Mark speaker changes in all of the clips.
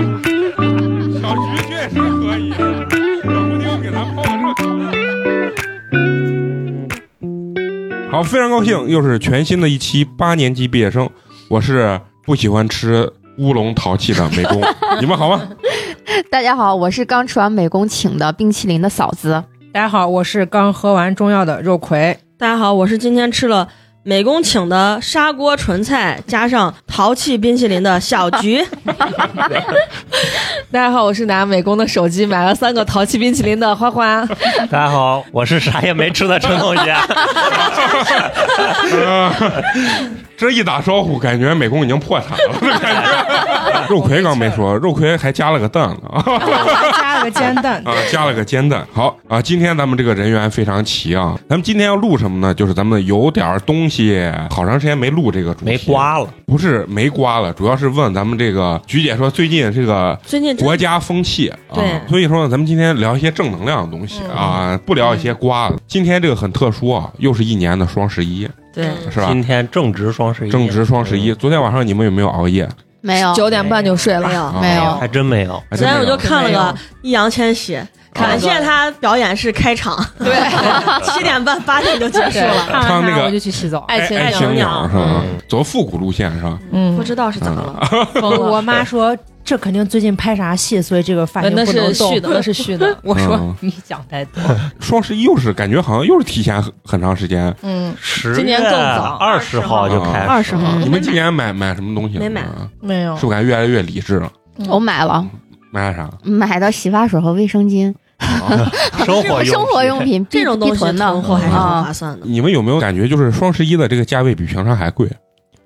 Speaker 1: 小菊确实可以，冷不丁给咱泡个这酒。好，非常高兴，又是全新的一期八年级毕业生。我是不喜欢吃乌龙淘气的美工，你们好吗？
Speaker 2: 大家好，我是刚吃完美工请的冰淇淋的嫂子。
Speaker 3: 大家好，我是刚喝完中药的肉葵。
Speaker 4: 大家好，我是今天吃了美工请的砂锅纯菜，加上淘气冰淇淋的小 菊。
Speaker 5: 大家好，我是拿美工的手机买了三个淘气冰淇淋的花花。
Speaker 6: 大家好，我是啥也没吃的陈同学。
Speaker 1: 这一打招呼，感觉美工已经破产了，这感觉。肉葵刚没说，肉葵还加了个蛋呢啊。
Speaker 3: 加了个煎蛋，
Speaker 1: 啊，加了个煎蛋。好啊，今天咱们这个人员非常齐啊。咱们今天要录什么呢？就是咱们有点东西，好长时间没录这个主题，
Speaker 6: 没，瓜了，
Speaker 1: 不是没瓜了，主要是问咱们这个菊姐说最近这个
Speaker 4: 最近真
Speaker 1: 国家风气啊
Speaker 4: 嗯对，嗯
Speaker 1: 所以说呢，咱们今天聊一些正能量的东西啊，不聊一些瓜了。今天这个很特殊啊，又是一年的双十一，
Speaker 4: 对，
Speaker 1: 是吧？
Speaker 6: 今天正值双十一，
Speaker 1: 正值双十一，昨天晚上你们有没有熬夜？
Speaker 2: 没有，
Speaker 5: 九点半就睡了
Speaker 4: 没，
Speaker 1: 啊
Speaker 2: 没
Speaker 4: 有。
Speaker 2: 有
Speaker 6: 嗯还真没有。
Speaker 1: 还
Speaker 4: 昨
Speaker 1: 真
Speaker 4: 天
Speaker 1: 没
Speaker 4: 我就
Speaker 1: 有
Speaker 4: 看了个易烊千玺，感谢他表演是开场，
Speaker 5: 对，
Speaker 4: 七点半八点就结束了。
Speaker 3: 看完
Speaker 1: 那
Speaker 3: 它
Speaker 1: 个哎
Speaker 3: 我就去洗澡。
Speaker 1: 爱
Speaker 5: 情
Speaker 1: 爱
Speaker 5: 鸟
Speaker 1: 情鸟是吧
Speaker 6: 嗯？
Speaker 1: 走复古路线是吧？
Speaker 3: 嗯
Speaker 4: 不知道是怎么
Speaker 1: 啊
Speaker 4: 了，
Speaker 5: 疯了。
Speaker 3: 我妈说这肯定最近拍啥戏，所以这个发型
Speaker 5: 那
Speaker 3: 不
Speaker 5: 是
Speaker 3: 能动。
Speaker 5: 虚。的，那是虚 的
Speaker 3: 我
Speaker 1: 嗯
Speaker 3: 说你想太多，
Speaker 1: 双十一又是感觉好像又是提前很很长时间。
Speaker 3: 嗯，
Speaker 6: 十
Speaker 5: 今年更早
Speaker 6: 二十号就
Speaker 1: 啊
Speaker 6: 开始，
Speaker 4: 二十号
Speaker 1: 你们今年买买什么东西了吗？
Speaker 4: 嗯没买
Speaker 3: 没有
Speaker 1: 是不是感觉越来越理智了？
Speaker 2: 我买了，
Speaker 1: 买啥？
Speaker 2: 买的洗发水和卫生巾，
Speaker 1: 啊
Speaker 6: 生活
Speaker 2: 生活用品
Speaker 4: 这种东
Speaker 2: 必
Speaker 4: 西
Speaker 2: 囤
Speaker 4: 囤
Speaker 2: 的。
Speaker 4: 货还是很
Speaker 2: 啊
Speaker 4: 划算的。
Speaker 1: 你们有没有感觉就是双十一的这个价位比平常还贵？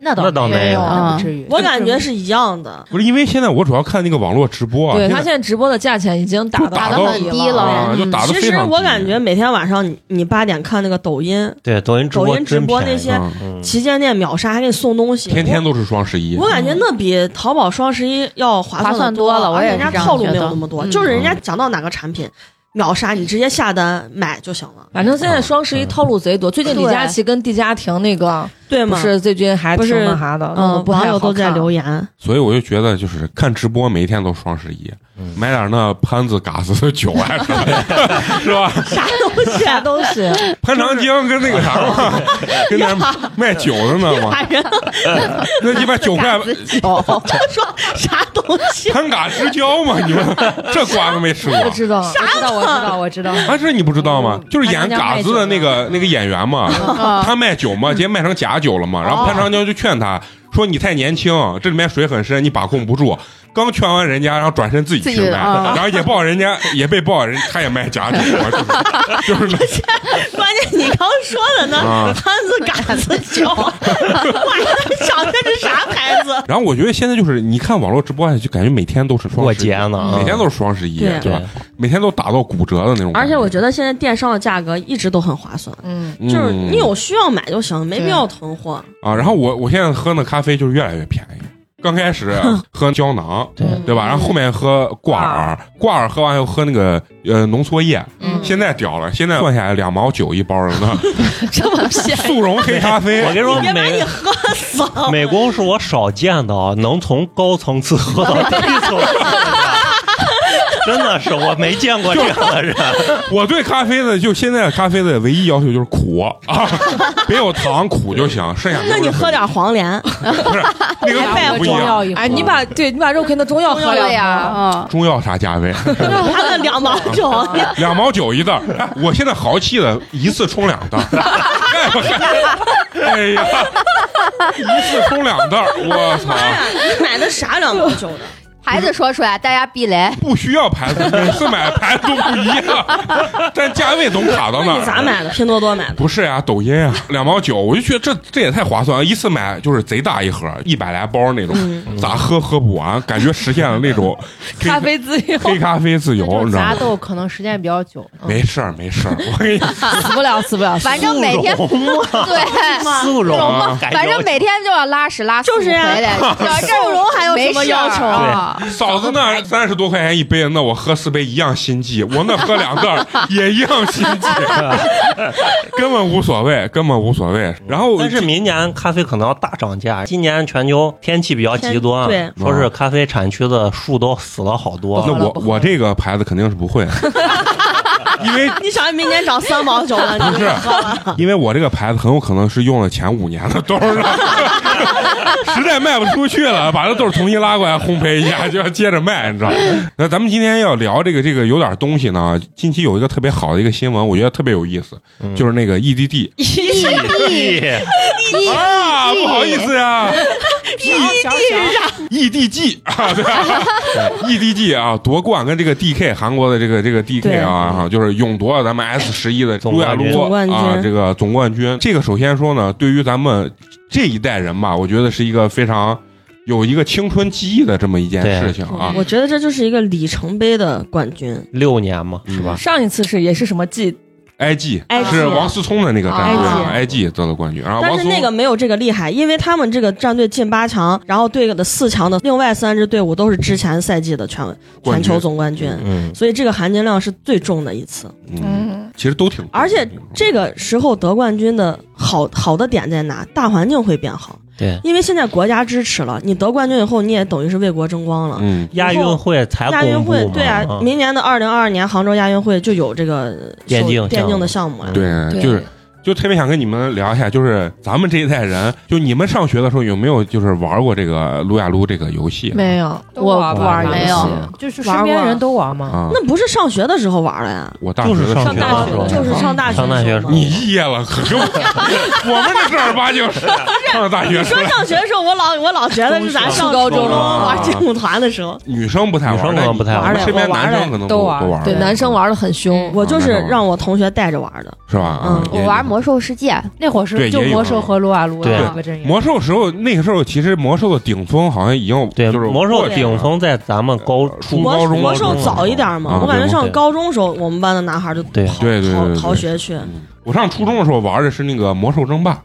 Speaker 3: 那
Speaker 6: 那倒没有
Speaker 2: 啊
Speaker 5: 嗯
Speaker 3: 那不至于。
Speaker 4: 我感觉是一样的，
Speaker 1: 不是，因为现在我主要看那个网络直播啊，
Speaker 5: 对
Speaker 1: 现
Speaker 5: 他
Speaker 1: 在
Speaker 5: 现在直播的价钱已经打
Speaker 1: 打
Speaker 5: 到
Speaker 1: 到
Speaker 5: 很
Speaker 2: 低了
Speaker 1: 啊
Speaker 2: 嗯
Speaker 1: 就打的
Speaker 4: 其
Speaker 1: 非
Speaker 4: 实
Speaker 1: 常低。
Speaker 4: 我感觉每天晚上你你八点看那个抖音，
Speaker 6: 对抖音直
Speaker 4: 抖
Speaker 6: 播
Speaker 4: 音直
Speaker 6: 真
Speaker 4: 播
Speaker 6: 便
Speaker 4: 那
Speaker 6: 宜，
Speaker 4: 些
Speaker 1: 嗯
Speaker 6: 嗯
Speaker 4: 旗舰店秒杀还给你送东西，
Speaker 1: 天天都是双十一
Speaker 4: 我。我感觉那比淘宝双十一要划
Speaker 2: 嗯划算
Speaker 4: 算
Speaker 2: 多了
Speaker 4: 了，
Speaker 2: 我
Speaker 4: 而
Speaker 2: 也
Speaker 4: 且
Speaker 2: 是
Speaker 4: 人家
Speaker 2: 这样
Speaker 4: 套路
Speaker 2: 觉
Speaker 4: 没有
Speaker 2: 得
Speaker 4: 那么多，
Speaker 2: 嗯
Speaker 4: 就是人家讲到哪个产品秒杀，你直接下单买就行了，
Speaker 5: 反正现在双十一套路贼多，最近李佳琦跟蒂佳婷那个
Speaker 4: 对
Speaker 5: 不
Speaker 4: 吗？
Speaker 5: 是最近还
Speaker 4: 不
Speaker 5: 挺
Speaker 4: 是
Speaker 5: 那啥的，弄得
Speaker 4: 嗯，
Speaker 5: 不太
Speaker 4: 网友
Speaker 5: 好
Speaker 4: 都在
Speaker 5: 看
Speaker 4: 留
Speaker 2: 啊
Speaker 4: 言，
Speaker 1: 所以我就觉得就是看直播每一天都双十一，
Speaker 6: 嗯
Speaker 1: 买点那潘子嘎子的酒啊，是吧？
Speaker 4: 啥东西
Speaker 5: 啥
Speaker 4: 啊？
Speaker 5: 东西，
Speaker 1: 潘长江跟那个啥嘛， 跟那儿卖酒的呢嘛，
Speaker 4: 人
Speaker 1: 那你把酒 卖
Speaker 2: 哦，
Speaker 4: 说 啥东西？
Speaker 1: 潘嘎之交嘛，你们这瓜子没吃过
Speaker 5: 不？知道，我知道，我知道，我知道。
Speaker 1: 啊，这你不知道吗？
Speaker 4: 嗯
Speaker 1: 就是演嘎子的那个那个演员嘛， 他卖酒嘛，直接卖成假酒了嘛。然
Speaker 4: 哦
Speaker 1: 后潘长江就劝他说：“你太年轻，这里面水很深，你把控不住。”刚劝完人家，然后转身自己去
Speaker 2: 自己
Speaker 1: 卖，
Speaker 2: 啊
Speaker 4: 嗯
Speaker 1: 然后也报人家也被报人，他也卖假酒嘛，就是 就是那
Speaker 4: 关键你刚说的
Speaker 1: 啊
Speaker 4: 呢，潘子嘎子 酒，哇，想的是啥牌子？
Speaker 1: 然后我觉得现在就是你看网络直播，啊就感觉每天都是
Speaker 6: 过
Speaker 1: 双十一
Speaker 6: 节，啊呢，嗯
Speaker 1: 每天
Speaker 6: 是
Speaker 1: 都是双十一，
Speaker 4: 对
Speaker 1: 对吧？每天都打到骨折的那种感。
Speaker 4: 而且我觉得现在电商的价格一直都很划算，
Speaker 3: 嗯，
Speaker 1: 嗯
Speaker 4: 就是你有需要买就行，没必要囤货。
Speaker 1: 啊，然后我我现在喝那咖啡就是越来越便宜。刚开始啊喝胶囊，
Speaker 6: 对
Speaker 1: 对吧？然后后面喝挂耳，挂耳喝完又喝那个呃浓缩液，
Speaker 5: 嗯
Speaker 1: 现在屌了，现在算下来两毛九一包了呢，
Speaker 5: 这么 便宜，
Speaker 1: 速溶黑咖啡
Speaker 6: 我跟你说，
Speaker 4: 别把你
Speaker 6: 美
Speaker 4: 喝死了。
Speaker 6: 美工是我少见的啊，能从高层次喝到低层次的，真的是我没见过这样的人。
Speaker 1: 我对咖啡的就现在咖啡的唯一要求就是苦啊，别有糖苦就行，剩下都是
Speaker 4: 那你喝点 黄连，
Speaker 1: 不是那个
Speaker 4: 白
Speaker 1: 苦不一
Speaker 4: 中
Speaker 1: 样。
Speaker 4: 药一
Speaker 5: 哎，你把对你把肉啃的中药喝
Speaker 2: 对
Speaker 5: 了
Speaker 2: 呀，，嗯，
Speaker 1: 中药啥价位？
Speaker 4: 他那 两毛九，
Speaker 1: 两毛九一袋儿。哎，我现在豪气的，一次冲两袋儿。 哎我看哎呀，一次冲两袋儿，我操！
Speaker 4: 你买的啥两毛九的？
Speaker 2: 牌子说出来，大家避雷。
Speaker 1: 不需要牌子，每次买牌子都不一样，但价位总卡到那
Speaker 4: 那
Speaker 1: 儿。
Speaker 4: 你咋？买的？拼多多买的。
Speaker 1: 不是呀、抖音啊，两毛九，我就觉得这这也太划算了，一次买就是贼大一盒，一百来包那种，咋喝喝不完，感觉实现了那种黑
Speaker 5: 咖啡自由，
Speaker 1: 黑咖啡自由，你知道
Speaker 3: 杂
Speaker 1: 吗？
Speaker 3: 豆可能时间比较久，
Speaker 1: 没事儿，没事儿，我跟你讲，
Speaker 5: 死不了，死不了。
Speaker 2: 反正每天 对，
Speaker 6: 速溶
Speaker 1: 啊
Speaker 6: 感觉
Speaker 2: 反正每天就要拉屎拉四
Speaker 4: 就是
Speaker 2: 五
Speaker 4: 呀
Speaker 2: 回来，只要这
Speaker 4: 速溶还有
Speaker 2: 没
Speaker 4: 什么
Speaker 2: 事儿
Speaker 4: 要求
Speaker 2: 啊？的。
Speaker 1: 嫂子那三十多块钱一杯，那我喝四杯一样心悸，我那喝两袋儿也一样心悸，根本无所谓，根本无所谓。然后
Speaker 6: 但是明年咖啡可能要大涨价，今年全球天气比较极端，
Speaker 4: 天
Speaker 1: 对
Speaker 6: 说是咖啡产区的树都死了好多
Speaker 1: 哦那。
Speaker 5: 好了
Speaker 1: 我
Speaker 5: 不喝
Speaker 1: 我这个牌子肯定是不会，因为
Speaker 4: 你想明年涨三毛九了，
Speaker 1: 不
Speaker 4: 你
Speaker 1: 是，因为我这个牌子很有可能是用了前五年的豆儿了，实在卖不出去了，把这豆儿重新拉过来烘焙一下，就要接着卖，你知道吗？那咱们今天要聊这个这个有点东西呢，近期有一个特别好的一个新闻，我觉得特别有意思，就是那个 E EDD
Speaker 6: E
Speaker 1: 啊，不好意思呀，EDG 啊，对啊，EDG 啊，夺冠跟这个 DK 韩国的这个这个 DK 啊，哈就是勇夺了咱们 S 十一的
Speaker 6: 总
Speaker 1: 路亚
Speaker 6: 冠军
Speaker 1: 卢
Speaker 4: 总冠军
Speaker 1: 啊，这个总冠军。这个首先说呢，对于咱们这一代人吧，我觉得是一个非常有一个青春记忆的这么一件
Speaker 6: 对
Speaker 1: 事情啊。
Speaker 4: 我觉得这就是一个里程碑的冠军。
Speaker 6: 六年嘛，是吧？
Speaker 5: 上一次是也是什么季
Speaker 1: IG
Speaker 4: IG
Speaker 1: 是王思聪的那个战队啊
Speaker 2: 啊
Speaker 1: ，IG 得了冠军，然后
Speaker 4: 但
Speaker 1: 王
Speaker 4: 是
Speaker 1: 思
Speaker 4: 那个
Speaker 1: 聪
Speaker 4: 没有这个厉害，因为他们这个战队进八强，然后对的四强的另外三支队伍都是之前赛季的全
Speaker 1: 冠军
Speaker 4: 全球总冠军，
Speaker 6: 嗯，
Speaker 4: 所以这个含金量是最重的一次。
Speaker 1: 嗯，其实都挺，
Speaker 4: 而且这个时候得冠军的好好的点在哪？大环境会变好，
Speaker 6: 对，
Speaker 4: 因为现在国家支持了，你得冠军以后，你也等于是为国争光了。
Speaker 1: 嗯，
Speaker 6: 亚运会才
Speaker 4: 亚运
Speaker 6: 公布
Speaker 4: 会
Speaker 6: 嘛
Speaker 4: 对啊，
Speaker 6: 嗯
Speaker 4: 明年的二零二二年杭州亚运会就有这个
Speaker 6: 电竞
Speaker 4: 手电竞的项目呀。
Speaker 1: 对，就是就特别想跟你们聊一下，就是咱们这一代人，就你们上学的时候有没有就是玩过这个撸呀撸这个游戏？啊
Speaker 5: 没有，
Speaker 3: 都
Speaker 5: 我
Speaker 3: 玩
Speaker 5: 不
Speaker 3: 吧
Speaker 5: 玩游戏
Speaker 2: 没有
Speaker 3: 就是身边人都玩嘛。
Speaker 1: 啊，
Speaker 4: 那不是上学的时候玩的呀，
Speaker 1: 我大学的时候
Speaker 6: 上大学的时候
Speaker 4: 就是上大学
Speaker 6: 上大学的时候
Speaker 1: 你毕业了，可跟我我们这正儿八经是上大学时
Speaker 4: 你说
Speaker 1: 候，
Speaker 4: 上学的时候，我老我老哦觉得是咱上
Speaker 5: 高中
Speaker 1: 啊
Speaker 4: 玩劲舞团的时候，
Speaker 1: 女生不太玩，
Speaker 6: 女生可能不太玩
Speaker 1: 但你身边男生可能
Speaker 3: 都
Speaker 1: 玩
Speaker 3: 玩
Speaker 1: 都玩，
Speaker 5: 对男生玩嗯的很凶，
Speaker 4: 我就是让我同学带着玩的。
Speaker 1: 是吧？啊
Speaker 4: 嗯
Speaker 1: 也
Speaker 2: 我玩魔兽世界，
Speaker 3: 那会儿
Speaker 1: 对
Speaker 3: 是就
Speaker 1: 也有
Speaker 3: 魔兽和撸啊撸
Speaker 6: 对
Speaker 3: 两个阵营。
Speaker 1: 魔兽时候，那个时候其实魔兽的顶峰好像已经
Speaker 6: 对
Speaker 1: 就是
Speaker 6: 魔兽
Speaker 1: 对
Speaker 6: 顶峰在咱们高
Speaker 1: 初
Speaker 6: 初
Speaker 1: 高
Speaker 4: 魔
Speaker 1: 中
Speaker 4: 魔
Speaker 6: 高
Speaker 4: 兽
Speaker 6: 中
Speaker 4: 早一点嘛
Speaker 1: 啊，
Speaker 4: 我感觉
Speaker 6: 对
Speaker 4: 上高中时候，我们班的男孩就
Speaker 6: 对
Speaker 4: 逃
Speaker 1: 对对对
Speaker 4: 逃
Speaker 1: 对
Speaker 4: 逃学去。
Speaker 1: 我上初中的时候玩的是那个魔兽争霸，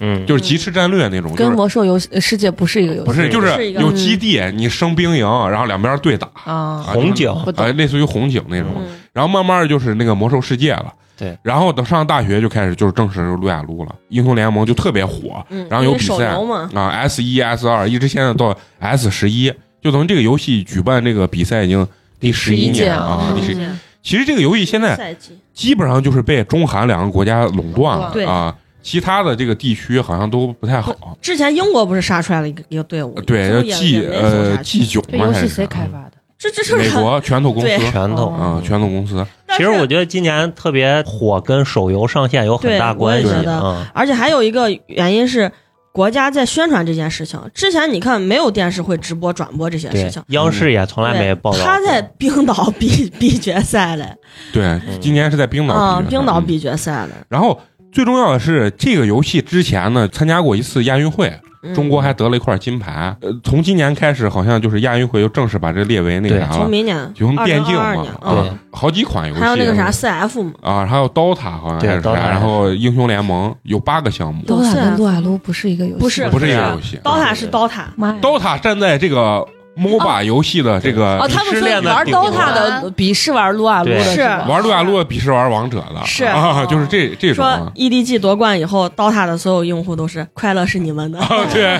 Speaker 6: 嗯，
Speaker 1: 就是即时战略那种，就
Speaker 5: 跟
Speaker 1: 是
Speaker 5: 魔兽游戏呃世界不是一个游
Speaker 1: 不
Speaker 5: 戏，
Speaker 1: 是就是是
Speaker 4: 一个嗯
Speaker 1: 有基地，你升兵营，然后两边对打，
Speaker 3: 啊，
Speaker 1: 啊就是
Speaker 6: 红警
Speaker 5: 不
Speaker 1: 啊，
Speaker 5: 懂。
Speaker 1: 类似于红警那种。
Speaker 4: 嗯，
Speaker 1: 然后慢慢就是那个魔兽世界了，
Speaker 6: 对。
Speaker 1: 然后等上大学就开始就是正式就撸呀撸了，英雄联盟就特别火，
Speaker 4: 嗯
Speaker 1: 然后有
Speaker 4: 因为
Speaker 1: 比
Speaker 4: 手
Speaker 1: 赛
Speaker 4: 游嘛，
Speaker 1: 啊，S 一 S 二一直现在到 S 十一，就从这个游戏举办这个比赛已经第十一
Speaker 5: 11届
Speaker 1: 年
Speaker 5: 了
Speaker 1: 啊，
Speaker 5: 嗯
Speaker 1: 第十。其实这个游戏现在
Speaker 4: 赛季
Speaker 1: 基本上就是被中韩两个国家垄断了
Speaker 4: 对
Speaker 1: 啊，其他的这个地区好像都不太好。
Speaker 4: 之前英国不是杀出来了一个一个队伍，
Speaker 1: 对，
Speaker 4: 就
Speaker 1: 要
Speaker 4: 是也
Speaker 1: 祭
Speaker 4: 也没走
Speaker 1: 呃
Speaker 4: 下去
Speaker 1: 祭酒
Speaker 3: 这
Speaker 1: 嘛，
Speaker 3: 游
Speaker 1: 还
Speaker 3: 戏
Speaker 1: 是
Speaker 3: 谁开发的？哦
Speaker 4: 这这就是
Speaker 1: 美国拳头公司
Speaker 4: 对
Speaker 6: 拳头。
Speaker 1: 啊，拳头公司。
Speaker 4: 嗯但
Speaker 6: 其
Speaker 4: 是
Speaker 6: 实我觉得今年特别火，跟手游上线有很大
Speaker 4: 对我也
Speaker 6: 关系
Speaker 4: 觉得
Speaker 6: 啊。
Speaker 4: 而且还有一个原因是。国家在宣传这件事情之前，你看没有电视会直播转播这些
Speaker 6: 对
Speaker 4: 事情，，
Speaker 6: 央视也从来没报道过。
Speaker 4: 他在 冰岛比比决赛嘞，
Speaker 1: 对，
Speaker 6: 嗯
Speaker 1: 今年是在冰岛
Speaker 4: 啊，
Speaker 1: 比决赛
Speaker 4: 冰岛
Speaker 1: 嗯
Speaker 4: 比决赛嘞，
Speaker 1: 然后最重要的是，这个游戏之前呢参加过一次亚运会，
Speaker 4: 嗯
Speaker 1: 中国还得了一块金牌。呃，从今年开始，好像就是亚运会又正式把这列为那个
Speaker 6: 对
Speaker 1: 啥
Speaker 4: 从
Speaker 1: 了，
Speaker 4: 明年
Speaker 1: 就用电竞
Speaker 4: 2022
Speaker 1: 嘛
Speaker 4: 年，嗯，
Speaker 1: 啊，好几款游戏，
Speaker 4: 还有那个啥 CF 嘛，
Speaker 1: 啊，还有 DOTA 好像还是
Speaker 6: 对
Speaker 1: 啥，
Speaker 6: ，DOTA
Speaker 1: 然后英雄联盟有八个项目，
Speaker 5: 刀塔
Speaker 4: 有
Speaker 5: 跟
Speaker 4: 线
Speaker 5: 撸啊撸不是一个游戏，
Speaker 4: 不是啊哦
Speaker 1: 不是一个游戏。
Speaker 4: 刀塔是刀塔，
Speaker 3: 妈呀！
Speaker 1: DOTA 站在这个 MOBA 游戏的这个
Speaker 5: 哦，他们
Speaker 6: 鄙视
Speaker 5: 说
Speaker 6: 链的
Speaker 5: 玩
Speaker 6: 顶端
Speaker 5: 刀塔的鄙视玩撸啊撸的
Speaker 6: 对
Speaker 5: 是吧？
Speaker 1: 玩撸啊撸的鄙视玩王者的，
Speaker 4: 是
Speaker 1: 啊，就是这这种
Speaker 4: 说
Speaker 1: 啊，
Speaker 4: EDG 夺冠以后，刀塔的所有用户都是快乐是 你们的，
Speaker 1: 啊对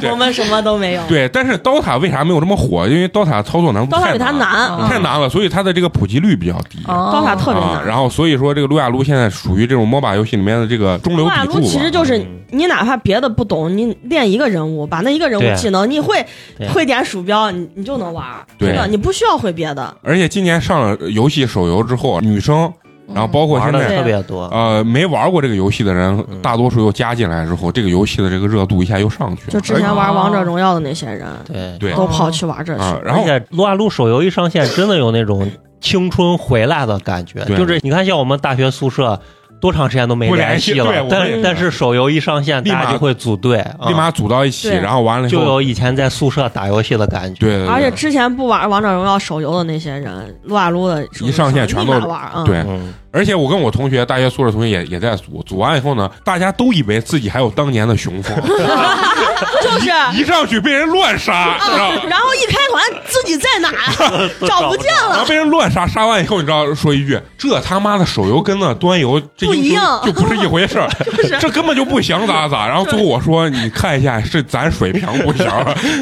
Speaker 1: 对
Speaker 4: 我们什么 都没有。
Speaker 1: 对。但是 DOTA 为啥没有这么火？因为 DOTA 操作难度
Speaker 4: 刀塔
Speaker 1: 太
Speaker 4: 比它
Speaker 1: 难了，哦
Speaker 4: 难，
Speaker 5: 啊
Speaker 1: 太难了，所以它的这个普及率比较低。
Speaker 4: 刀
Speaker 5: 哦
Speaker 4: 塔特别
Speaker 1: 啊，
Speaker 4: 难。
Speaker 1: 然后所以说这个撸啊呀撸现在属于这种 MOBA 游戏里面的这个中流
Speaker 4: 撸啊
Speaker 1: 砥
Speaker 4: 撸
Speaker 1: 柱
Speaker 4: 其实
Speaker 1: 吧。
Speaker 4: 就是
Speaker 6: 嗯
Speaker 4: 你哪怕别的不懂，你练一个人物，把那一个人
Speaker 6: 对
Speaker 4: 物技能，你会
Speaker 6: 对
Speaker 4: 会点鼠标，你你就能玩。
Speaker 1: 对
Speaker 4: 真的，你不需要会别的。
Speaker 1: 而且今年上了游戏手游之后，女生，然
Speaker 5: 嗯
Speaker 1: 后包括
Speaker 6: 玩
Speaker 1: 现
Speaker 6: 的
Speaker 1: 在
Speaker 6: 特别多。
Speaker 4: 嗯
Speaker 1: 呃没玩过这个游戏的人，
Speaker 6: 嗯
Speaker 1: 大多数又加进来之后，这个游戏的这个热度一下又上去了。
Speaker 4: 就之前玩王者荣耀的那些人，
Speaker 6: 对
Speaker 1: 对
Speaker 4: 都跑去玩这去
Speaker 1: 啊
Speaker 4: 了，。
Speaker 1: 然后
Speaker 6: 而且撸啊撸手游一上线，真的有那种青春回来的感觉。
Speaker 1: 对
Speaker 6: 就是你看，像我们大学宿舍多长时间都没
Speaker 1: 不
Speaker 6: 联
Speaker 1: 联系
Speaker 6: 了
Speaker 1: 对我，也
Speaker 6: 但但是手游一上线，
Speaker 1: 立马
Speaker 6: 大家就会组队，啊
Speaker 1: 立马组到一起，
Speaker 4: 对
Speaker 1: 然后完了以
Speaker 6: 就
Speaker 1: 后，
Speaker 6: 有以前在宿舍打游戏的感觉。
Speaker 1: 对对对，
Speaker 4: 而且之前不玩王者荣耀手游的那些人，撸啊撸的手游
Speaker 1: 一上线全都
Speaker 4: 立马玩啊。
Speaker 1: 对。
Speaker 6: 嗯，
Speaker 1: 而且我跟我同学，大学宿舍同学也也在组，组完以后呢，大家都以为自己还有当年的雄风，
Speaker 4: 就是，啊
Speaker 1: 一上去被人乱杀，你知道吗？
Speaker 4: 然后一开团自己在哪儿找不见
Speaker 1: 然后
Speaker 4: 了，
Speaker 1: 被人乱杀，杀完以后，你知道说一句，这他妈的手游跟那端游这
Speaker 4: 不
Speaker 1: 英
Speaker 4: 一
Speaker 1: 雄
Speaker 4: 样
Speaker 1: 就不是一回事儿，
Speaker 4: 就是
Speaker 1: 这根本就不行，咋咋。然后最后我说，你看一下是咱水平不行，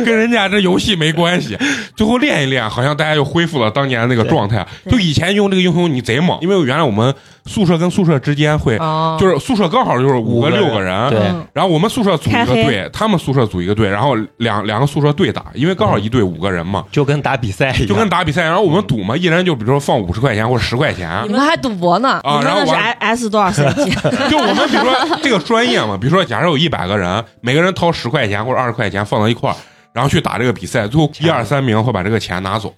Speaker 1: 跟人家这游戏没关系。最后练一练，好像大家又恢复了当年那个状态。
Speaker 4: 对
Speaker 1: 就以前用这个英雄你贼猛，因为原来我们宿舍跟宿舍之间会，
Speaker 3: 哦，
Speaker 1: 就是宿舍刚好就是五个
Speaker 6: 五个人
Speaker 1: 六个人，
Speaker 6: 对
Speaker 3: 嗯
Speaker 1: 然后我们宿舍组一
Speaker 4: 开
Speaker 1: 个
Speaker 4: 黑
Speaker 1: 队，他们宿舍组一个队，然后两两个宿舍对打，因为刚好一队五个人嘛。
Speaker 6: 就跟打比赛一样，
Speaker 1: 就跟打比赛，然后我们赌嘛，一人就比如说放五十块钱或者十块钱
Speaker 5: 你们还赌博呢？
Speaker 1: 啊，
Speaker 4: 你
Speaker 1: 然
Speaker 4: 们
Speaker 1: 后
Speaker 4: 那是
Speaker 1: 完
Speaker 4: S 多少 CG？
Speaker 1: 就我们比如说这个专业嘛，比如说假设有一百个人，每个人掏十块钱或者二十块钱放到一块儿，然后去打这个比赛，最后一二三名会把这个钱拿走，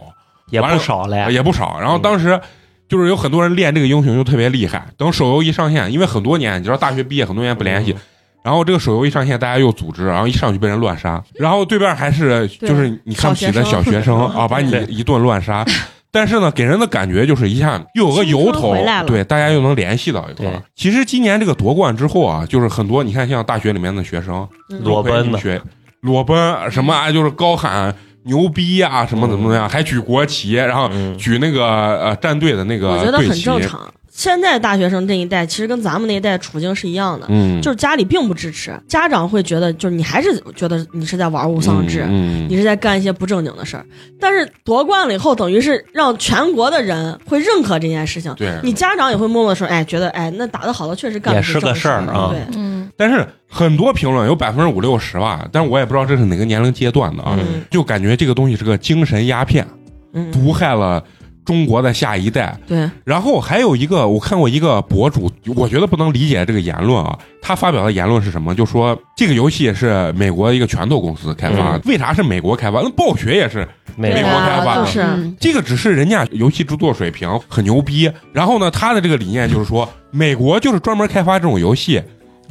Speaker 6: 也
Speaker 1: 完
Speaker 6: 不
Speaker 1: 了哎
Speaker 6: 少
Speaker 4: 啊
Speaker 6: 了呀，
Speaker 1: 也不少。然后当时。就是有很多人练这个英雄就特别厉害，等手游一上线，因为很多年，你知道大学毕业很多年不联系，
Speaker 4: 嗯
Speaker 1: 然后这个手游一上线，大家又组织，然后一上去被人乱杀，然后对面还是就是你看不起的小
Speaker 4: 小
Speaker 1: 学
Speaker 4: 学
Speaker 1: 生啊，把你
Speaker 6: 对
Speaker 1: 一顿乱杀。但是呢，给人的感觉就是一下又有个由
Speaker 4: 青春
Speaker 1: 头
Speaker 4: 回来，了
Speaker 1: 对，大家又能联系到一块儿
Speaker 6: 对。
Speaker 1: 其实今年这个夺冠之后啊，就是很多你看像大学里面的学生，
Speaker 4: 嗯
Speaker 6: 裸奔的
Speaker 1: 学裸奔什么啊，就是高喊牛逼啊，什么怎么怎么样，还举国旗，然后
Speaker 6: 嗯
Speaker 1: 举那个呃战队的那个
Speaker 4: 我觉得
Speaker 1: 队
Speaker 4: 很
Speaker 1: 旗
Speaker 4: 正常。现在大学生这一代其实跟咱们那一代处境是一样的，
Speaker 1: 嗯，
Speaker 4: 就是家里并不支持，家长会觉得就是你还是觉得你是在玩物丧志，
Speaker 1: 嗯，嗯
Speaker 4: 你是在干一些不正经的事儿。但是夺冠了以后，等于是让全国的人会认可这件事情。
Speaker 1: 对
Speaker 4: 你家长也会默默地说，哎，觉得哎，那打的好的确实干
Speaker 6: 也
Speaker 4: 的
Speaker 6: 是个
Speaker 4: 正
Speaker 6: 事儿
Speaker 4: 事
Speaker 6: 啊
Speaker 4: 对，
Speaker 5: 嗯，
Speaker 1: 但是很多评论有百分之五六十吧，但是我也不知道这是哪个年龄阶段的啊，
Speaker 4: 嗯
Speaker 1: 就感觉这个东西是个精神鸦片，
Speaker 4: 嗯，
Speaker 1: 毒害了中国的下一代。
Speaker 4: 对，
Speaker 1: 然后还有一个，我看过一个博主，我觉得不能理解这个言论啊。他发表的言论是什么？就说这个游戏是美国一个拳头公司开发，
Speaker 6: 嗯
Speaker 1: 为啥是美国开发？那暴雪也是
Speaker 6: 美
Speaker 1: 美
Speaker 6: 国
Speaker 1: 国
Speaker 6: 开
Speaker 1: 开发
Speaker 4: 就
Speaker 1: 的。
Speaker 4: 是
Speaker 2: 嗯
Speaker 1: 这个只是人家游戏制作水平很牛逼，然后呢，他的这个理念就是说，美国就是专门开发这种游戏，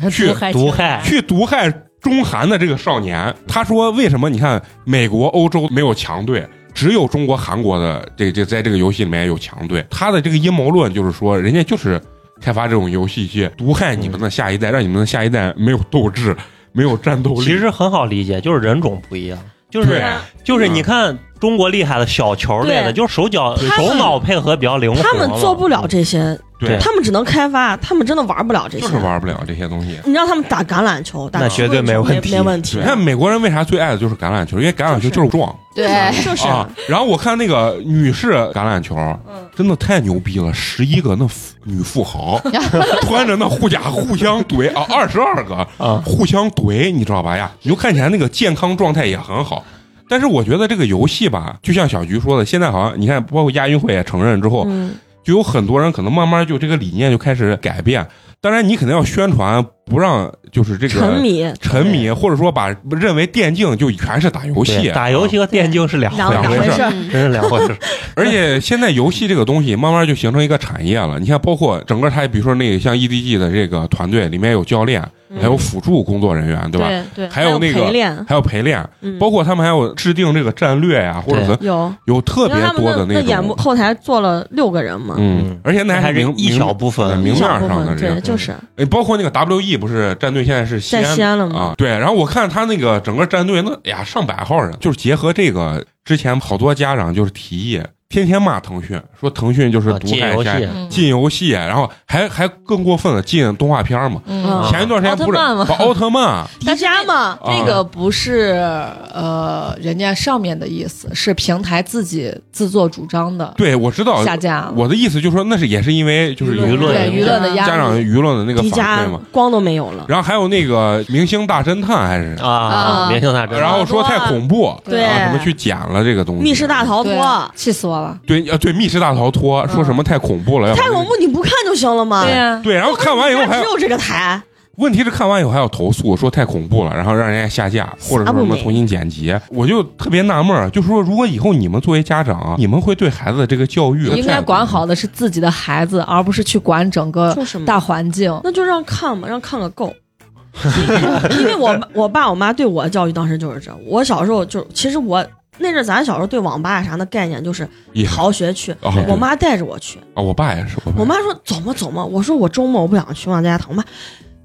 Speaker 1: 去
Speaker 3: 害
Speaker 6: 毒
Speaker 3: 毒
Speaker 6: 害
Speaker 1: 去毒害中韩的这个少年。他说：“为什么你看美国、欧洲没有强队，只有中国、韩国的这这在这个游戏里面有强队？”他的这个阴谋论就是说，人家就是开发这种游戏去毒害你们的下一代，让你们的下一代没有斗志，没有战斗力。
Speaker 6: 其实很好理解，就是人种不一样，就
Speaker 1: 对
Speaker 3: 啊
Speaker 1: 啊嗯
Speaker 6: 是就是你看中国厉害的小球类的，
Speaker 4: 对
Speaker 6: 就是手脚
Speaker 4: 他们
Speaker 6: 手脑配合比较灵活嘛，
Speaker 4: 他们做不了这些，
Speaker 1: 对，
Speaker 4: 他们只能开发，他们真的玩不了这些。
Speaker 1: 就是玩不了这些东西。
Speaker 4: 你让他们打橄榄球，打
Speaker 6: 那
Speaker 4: 曲棍球
Speaker 6: 绝对没
Speaker 4: 没
Speaker 6: 问题
Speaker 4: 没问题
Speaker 1: 你。看美国人为啥最爱的就是橄榄球，因为橄榄球就是壮。
Speaker 2: 对，
Speaker 4: 就是嗯
Speaker 1: 啊，然后我看那个女士橄榄球，真的太牛逼了，十一个那富女富豪 穿着那护甲互相怼啊，二十二个
Speaker 6: 啊
Speaker 1: 互相怼，你知道吧呀？你就看起来那个健康状态也很好。但是我觉得这个游戏吧，就像小菊说的，现在好像你看，包括亚运会也承认之后，
Speaker 4: 嗯，
Speaker 1: 就有很多人可能慢慢就这个理念就开始改变。当然，你肯定要宣传，不让就是这个
Speaker 4: 沉迷
Speaker 1: 沉迷，或者说把认为电竞就全是打游
Speaker 6: 对
Speaker 1: 戏，
Speaker 6: 打游戏啊和电竞是两
Speaker 4: 哦两
Speaker 1: 两
Speaker 6: 回
Speaker 1: 回
Speaker 6: 事
Speaker 1: 事
Speaker 6: 儿
Speaker 1: 儿，
Speaker 2: 嗯
Speaker 6: 真是两回 事儿。
Speaker 1: 而且现在游戏这个东西慢慢就形成一个产业了。你看，包括整个它，比如说那个像 EDG 的这个团队里面有教练，还有辅助工作人员，对吧？
Speaker 4: 嗯对对，
Speaker 1: 还有那个
Speaker 4: 陪练，
Speaker 1: 还有陪练，
Speaker 4: 嗯
Speaker 1: 包括他们还有制定这个战略呀、或者
Speaker 6: 对
Speaker 1: 很
Speaker 4: 有
Speaker 1: 有特别
Speaker 4: 你看他们
Speaker 1: 多的
Speaker 4: 那演
Speaker 1: 种
Speaker 4: 幕，后台坐了六个人嘛，
Speaker 1: 嗯，而且那
Speaker 6: 还
Speaker 1: 还
Speaker 6: 是
Speaker 1: 明
Speaker 6: 一小部分
Speaker 1: 明
Speaker 4: 一
Speaker 1: 面
Speaker 4: 小
Speaker 1: 儿
Speaker 4: 部
Speaker 1: 上的
Speaker 4: 分
Speaker 1: 这
Speaker 4: 对，
Speaker 1: 个嗯
Speaker 4: 就是
Speaker 1: 明，包括那个 WE 不是战队现在是西
Speaker 4: 在
Speaker 1: 安
Speaker 4: 西安了嘛。
Speaker 1: 啊，对。然后我看他那个整个战队，那哎呀上百号人，就是结合这个之前好多家长就是提议，天天骂腾讯，说腾讯就是
Speaker 6: 啊
Speaker 1: 毒
Speaker 6: 进
Speaker 1: 害
Speaker 6: 游
Speaker 1: 下
Speaker 6: 戏，
Speaker 5: 嗯
Speaker 1: 进哦游戏，然后还还更过分的进动画片嘛。
Speaker 5: 嗯
Speaker 4: 啊
Speaker 1: 前一段时间不是
Speaker 5: 奥特曼吗
Speaker 1: 把奥特曼，
Speaker 4: 迪迦嘛，
Speaker 1: 啊
Speaker 5: 这个不是呃人家上面的意思，是平台自己自作主张的
Speaker 1: 对我知道。
Speaker 5: 下架。
Speaker 1: 我的意思就是说，那是也是因为就是
Speaker 6: 舆论
Speaker 5: 对
Speaker 6: 舆
Speaker 5: 舆论的
Speaker 1: 家
Speaker 5: 压
Speaker 1: 长
Speaker 5: 力，
Speaker 1: 舆论的那个
Speaker 4: 迪
Speaker 1: 反馈
Speaker 4: 迦
Speaker 1: 嘛。
Speaker 4: 光都没有了。
Speaker 1: 然后还有那个《明星大侦探》还是，
Speaker 6: 啊，
Speaker 5: 啊
Speaker 6: 明星大侦
Speaker 1: 然后说太恐怖，
Speaker 4: 对
Speaker 1: 啊，什么去剪了这个东西。
Speaker 4: 密室大逃脱
Speaker 5: 对，气死我了。
Speaker 1: 对呃对密室大逃脱，说什么太恐怖了，要把
Speaker 4: 太
Speaker 1: 那个
Speaker 4: 恐。怖，你不看就行了
Speaker 1: 啊
Speaker 4: 嘛。
Speaker 5: 对呀，
Speaker 1: 对，然后看完以后还
Speaker 4: 它只
Speaker 1: 要，
Speaker 4: 有这个台，
Speaker 1: 问题是看完以后还要投诉，说太恐怖了，然后让人家下架或者说什么重新剪辑，我就特别纳闷儿，就是说如果以后你们作为家长啊，你们会对孩子的这个教育
Speaker 5: 应该管好的是自己的孩子，而不是去管整
Speaker 1: 嗯
Speaker 5: 个
Speaker 4: 就是嘛
Speaker 5: 大环境。
Speaker 1: 啊
Speaker 4: 那就让看嘛，让看个够。 因为我我爸我妈对我的教育当时就是这，我小时候就其实我那阵儿咱小时候对网吧啊啥的概念就是
Speaker 1: 也
Speaker 4: 逃学去，
Speaker 1: 啊，
Speaker 4: 我妈带着我去，
Speaker 1: 啊，我爸也是，
Speaker 4: 我
Speaker 6: 嗯
Speaker 1: 我爸
Speaker 4: 妈说走嘛走嘛，我说我周末我不想去，我想在家躺。我妈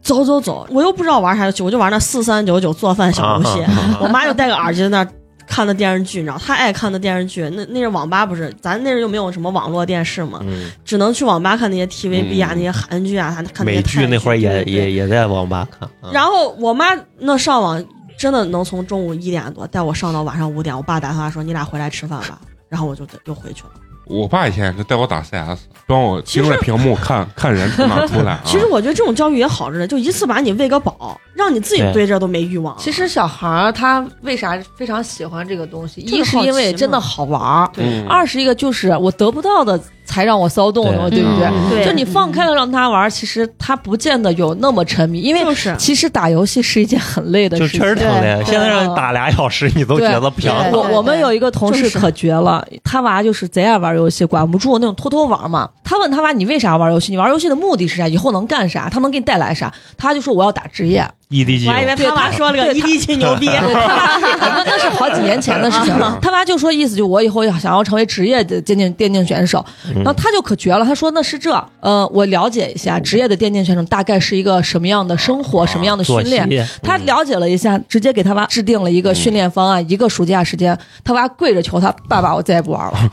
Speaker 4: 走走走，我又不知道玩啥游戏，我就玩那四三九九做饭小游戏。
Speaker 6: 啊
Speaker 4: 我妈就戴个耳机在那儿看那电视剧，你知道，她爱看那电视剧。那那阵网吧不是，咱那阵又没有什么网络电视嘛，
Speaker 6: 嗯，
Speaker 4: 只能去网吧看那些 TVB 啊、
Speaker 1: 嗯
Speaker 4: 那些韩剧啊，还 看那些
Speaker 6: 美
Speaker 4: 泰
Speaker 6: 剧那会儿也
Speaker 4: 对对
Speaker 6: 也也在网吧看，
Speaker 1: 嗯
Speaker 6: 啊
Speaker 4: 然后我妈那上网真的能从中午一点多带我上到晚上五点，我爸打电话说你俩回来吃饭 吧，然后我就又回去了。
Speaker 1: 我爸以前也是带我打 CS，帮我盯着屏幕看看人从哪出来啊。
Speaker 4: 其实我觉得这种教育也好着呢，就一次把你喂个饱，让你自己
Speaker 6: 对
Speaker 4: 对这都没欲望。
Speaker 5: 其实小孩儿他为啥非常喜欢这个东西？
Speaker 4: 就是
Speaker 5: 一是
Speaker 4: 好奇
Speaker 5: 因为真的
Speaker 4: 嘛
Speaker 5: 好玩儿，
Speaker 1: 嗯，
Speaker 5: 二是一个就是我得不到的才让我骚动的，
Speaker 6: 对
Speaker 5: 对不对？
Speaker 1: 嗯
Speaker 4: 对
Speaker 5: 就你放开了让他玩儿，其实他不见得有那么沉迷，因为
Speaker 4: 就是
Speaker 5: 其实打游戏是一件很累的
Speaker 6: 就
Speaker 5: 事情
Speaker 6: 确。实挺累。
Speaker 2: 对
Speaker 6: 现在让你打俩小时，你都觉得平
Speaker 2: 对
Speaker 5: 我
Speaker 2: 对
Speaker 5: 我们有一个同事
Speaker 4: 就是
Speaker 5: 可绝了，他娃就是贼爱玩游戏，管不住那种偷偷玩嘛。他问他娃你为啥玩游戏？你玩游戏的目的是啥？以后能干啥？他能给你带来啥？他就说我要打职业。
Speaker 6: EDG，
Speaker 4: 我还以为他妈说了个
Speaker 5: 对
Speaker 4: 一
Speaker 5: 他
Speaker 4: 地气牛 逼，
Speaker 5: 那那是好几年前的事情了。 他妈就说意思就我以后要想要成为职业的电竞电竞选手，
Speaker 6: 嗯
Speaker 5: 然后他就可绝了。他说那是这，呃，我了解一下职业的电竞选手大概是一个什么样的生活，什么样的训
Speaker 6: 作息
Speaker 5: 练。他了解了一下，直接给他娃制定了一个训练方案，一个暑假时间，他娃跪着求他爸爸，我再也不玩 了，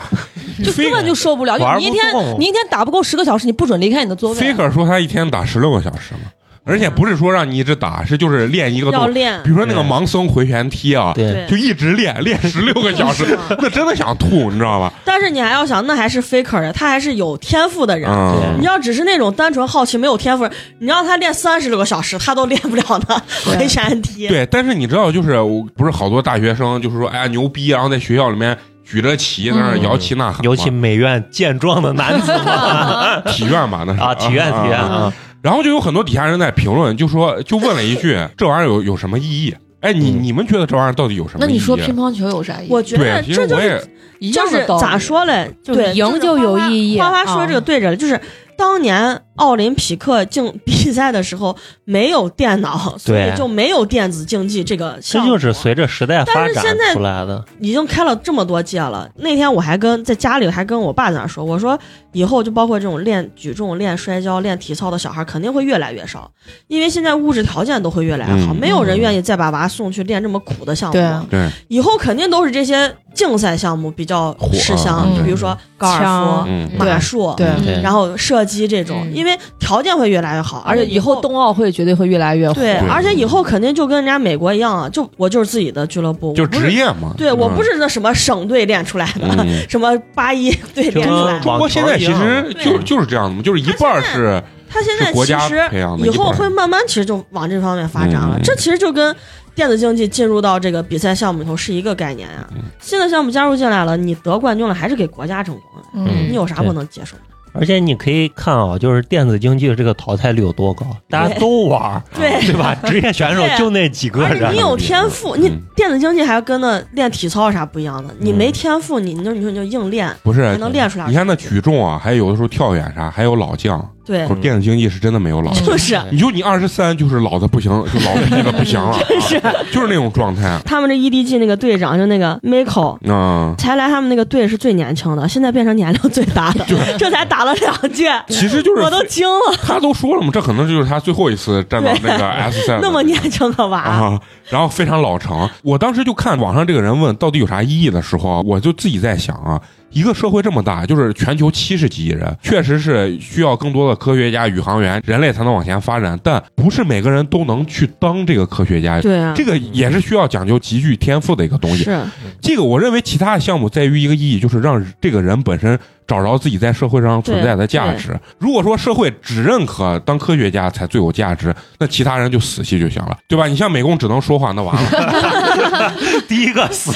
Speaker 5: 就根本就受不了。就
Speaker 6: 玩不
Speaker 5: 你一天
Speaker 6: 动
Speaker 5: 你一天打不够十个小时，你不准离开你的座位。啊
Speaker 1: Faker 说他一天打十六个小时嘛，而且不是说让你一直打，是就是练一个
Speaker 4: 要
Speaker 1: 动作，
Speaker 4: 练
Speaker 1: 比。如说那个盲僧回旋踢啊，
Speaker 6: 对，
Speaker 1: 就一直练练十六个小时
Speaker 4: 是吗，
Speaker 1: 那真的想吐，你知道吧？
Speaker 4: 但是你还要想，那还是 faker 的，他还是有天赋的人。
Speaker 1: 嗯
Speaker 4: 你，要只是那种单纯好奇没有天赋，你让他练三十六个小时，他都练不了呢。
Speaker 5: 对
Speaker 4: 回旋踢，
Speaker 1: 对，但是你知道，就是我不是好多大学生就是说，哎呀牛逼，然后在学校里面举着旗在那
Speaker 6: 嗯
Speaker 1: 儿摇旗呐喊嘛，
Speaker 6: 尤其美院健壮的男 子嘛
Speaker 1: 体院嘛，那是
Speaker 6: 啊，体院体院
Speaker 1: 啊
Speaker 6: 啊，
Speaker 1: 然后就有很多底下人在评论，就说就问了一句，这玩意儿有有什么意义？哎，你
Speaker 6: 嗯
Speaker 1: 你们觉得这玩意儿到底有什么
Speaker 5: 那
Speaker 1: 意义？啊
Speaker 5: 你说乒乓球有啥意义？
Speaker 4: 我觉得
Speaker 1: 对，其
Speaker 4: 这
Speaker 1: 实
Speaker 4: 就
Speaker 1: 我也
Speaker 4: 是
Speaker 5: 一
Speaker 4: 就
Speaker 5: 样的
Speaker 4: 是
Speaker 5: 道理
Speaker 4: 咋？说嘞？
Speaker 3: 就
Speaker 4: 对，
Speaker 3: 赢就有意义
Speaker 4: 花花说
Speaker 3: 啊
Speaker 4: 这个对着了，就是当年奥林匹克竞 比赛的时候没有电脑，所以
Speaker 6: 对
Speaker 4: 就没有电子竞技这个
Speaker 6: 这
Speaker 4: 项目。
Speaker 6: 就是随着时代发
Speaker 4: 但是
Speaker 6: 展
Speaker 4: 现在
Speaker 6: 出来的。
Speaker 4: 已经开了这么多届了。那天我还跟在家里还跟我爸在那说，我说以后就包括这种练举重、练摔跤、练体操的小孩肯定会越来越少，因为现在物质条件都会越来越好，
Speaker 1: 嗯
Speaker 4: 没有人愿意再把娃送去练这么苦的项目
Speaker 5: 对
Speaker 4: 了
Speaker 5: 啊。
Speaker 1: 对，
Speaker 4: 以后肯定都是这些竞赛项目比较
Speaker 1: 火啊
Speaker 4: 吃香，
Speaker 5: 嗯
Speaker 4: 你比如说高尔夫、
Speaker 1: 嗯，
Speaker 5: 对
Speaker 4: 马术。
Speaker 5: 对。
Speaker 1: 嗯
Speaker 6: 对
Speaker 4: 啊然后射击这种，
Speaker 5: 嗯
Speaker 4: 因为条件会越来越好，
Speaker 5: 而
Speaker 4: 而
Speaker 5: 且
Speaker 4: 且
Speaker 5: 以
Speaker 4: 后
Speaker 5: 后冬奥会绝对会越来越火。
Speaker 4: 对，
Speaker 1: 对
Speaker 4: 而且以后肯定就跟人家美国一样啊，就我就是自己的俱乐部，
Speaker 1: 就
Speaker 4: 我不是
Speaker 1: 职业嘛。
Speaker 4: 对我
Speaker 1: 嗯
Speaker 4: 不是那什么省队练出来的，
Speaker 1: 嗯
Speaker 4: 什么八一队
Speaker 6: 就
Speaker 4: 练
Speaker 6: 跟
Speaker 4: 出来的。
Speaker 1: 中
Speaker 6: 网
Speaker 1: 国
Speaker 6: 球
Speaker 1: 现在
Speaker 6: 一
Speaker 1: 其
Speaker 6: 样
Speaker 1: 实
Speaker 4: 对
Speaker 1: 就就是这样的嘛，就是一半儿是
Speaker 4: 他现在
Speaker 1: 是国
Speaker 4: 其
Speaker 1: 家
Speaker 4: 实
Speaker 1: 培养的，
Speaker 4: 以后
Speaker 1: 一半儿
Speaker 4: 会慢慢，其实就往这方面发展了。
Speaker 1: 嗯
Speaker 4: 这其实就跟电子竞技进入到这个比赛项目里头是一个概念呀、
Speaker 1: 嗯
Speaker 4: 新的项目加入进来了，你得冠军了，还是给国家争光了，
Speaker 5: 嗯
Speaker 4: 你有啥
Speaker 6: 对
Speaker 4: 不能 接受的？
Speaker 6: 而且你可以看啊，就是电子竞技的这个淘汰率有多高，大家都 玩儿，
Speaker 4: 对
Speaker 6: 对吧？职业选手
Speaker 2: 啊
Speaker 6: 就那几个
Speaker 4: 而且你
Speaker 6: 人，
Speaker 4: 有天赋，
Speaker 1: 嗯
Speaker 4: 你电子竞技还跟那练体操啥不一样的。你没天赋，你那你说你就硬练，
Speaker 1: 不
Speaker 4: 还
Speaker 1: 是。
Speaker 4: 能练出来。
Speaker 1: 你看那举重啊，还有的时候跳远啥，还有老将，
Speaker 4: 对
Speaker 1: 可，是电子竞技是真的没有老将。
Speaker 4: 嗯就是
Speaker 1: 你就你二十三，就是老的不行，就老逼了不行 了，是就是那种状态。
Speaker 4: 他们这 EDG 那个队长就那个 Miko，
Speaker 1: 嗯，
Speaker 4: 才来他们那个队是最年轻的，现在变成年龄最大的， 这才打了两届，
Speaker 1: 其实就是
Speaker 4: 我都惊了，
Speaker 1: 他都说了嘛，这可能就是他最后一次站到那个 S 赛的
Speaker 4: 那么年轻的娃，
Speaker 1: 啊，然后非常老成。我当时就看网上这个人问到底有啥意义的时候，啊我就自己在想啊，一个社会这么大，就是全球七十几亿人，确实是需要更多的科学家、宇航员，人类才能往前发展。但不是每个人都能去当这个科学家，
Speaker 4: 对啊，
Speaker 1: 这个也是需要讲究极具天赋的一个东西。
Speaker 4: 是
Speaker 1: 这个我认为其他的项目在于一个意义，就是让这个人本身找着自己在社会上存在的价值。如果说社会只认可当科学家才最有价值，那其他人就死气就行了，对吧？你像美工只能说话，那完 了，
Speaker 6: 第一个 死，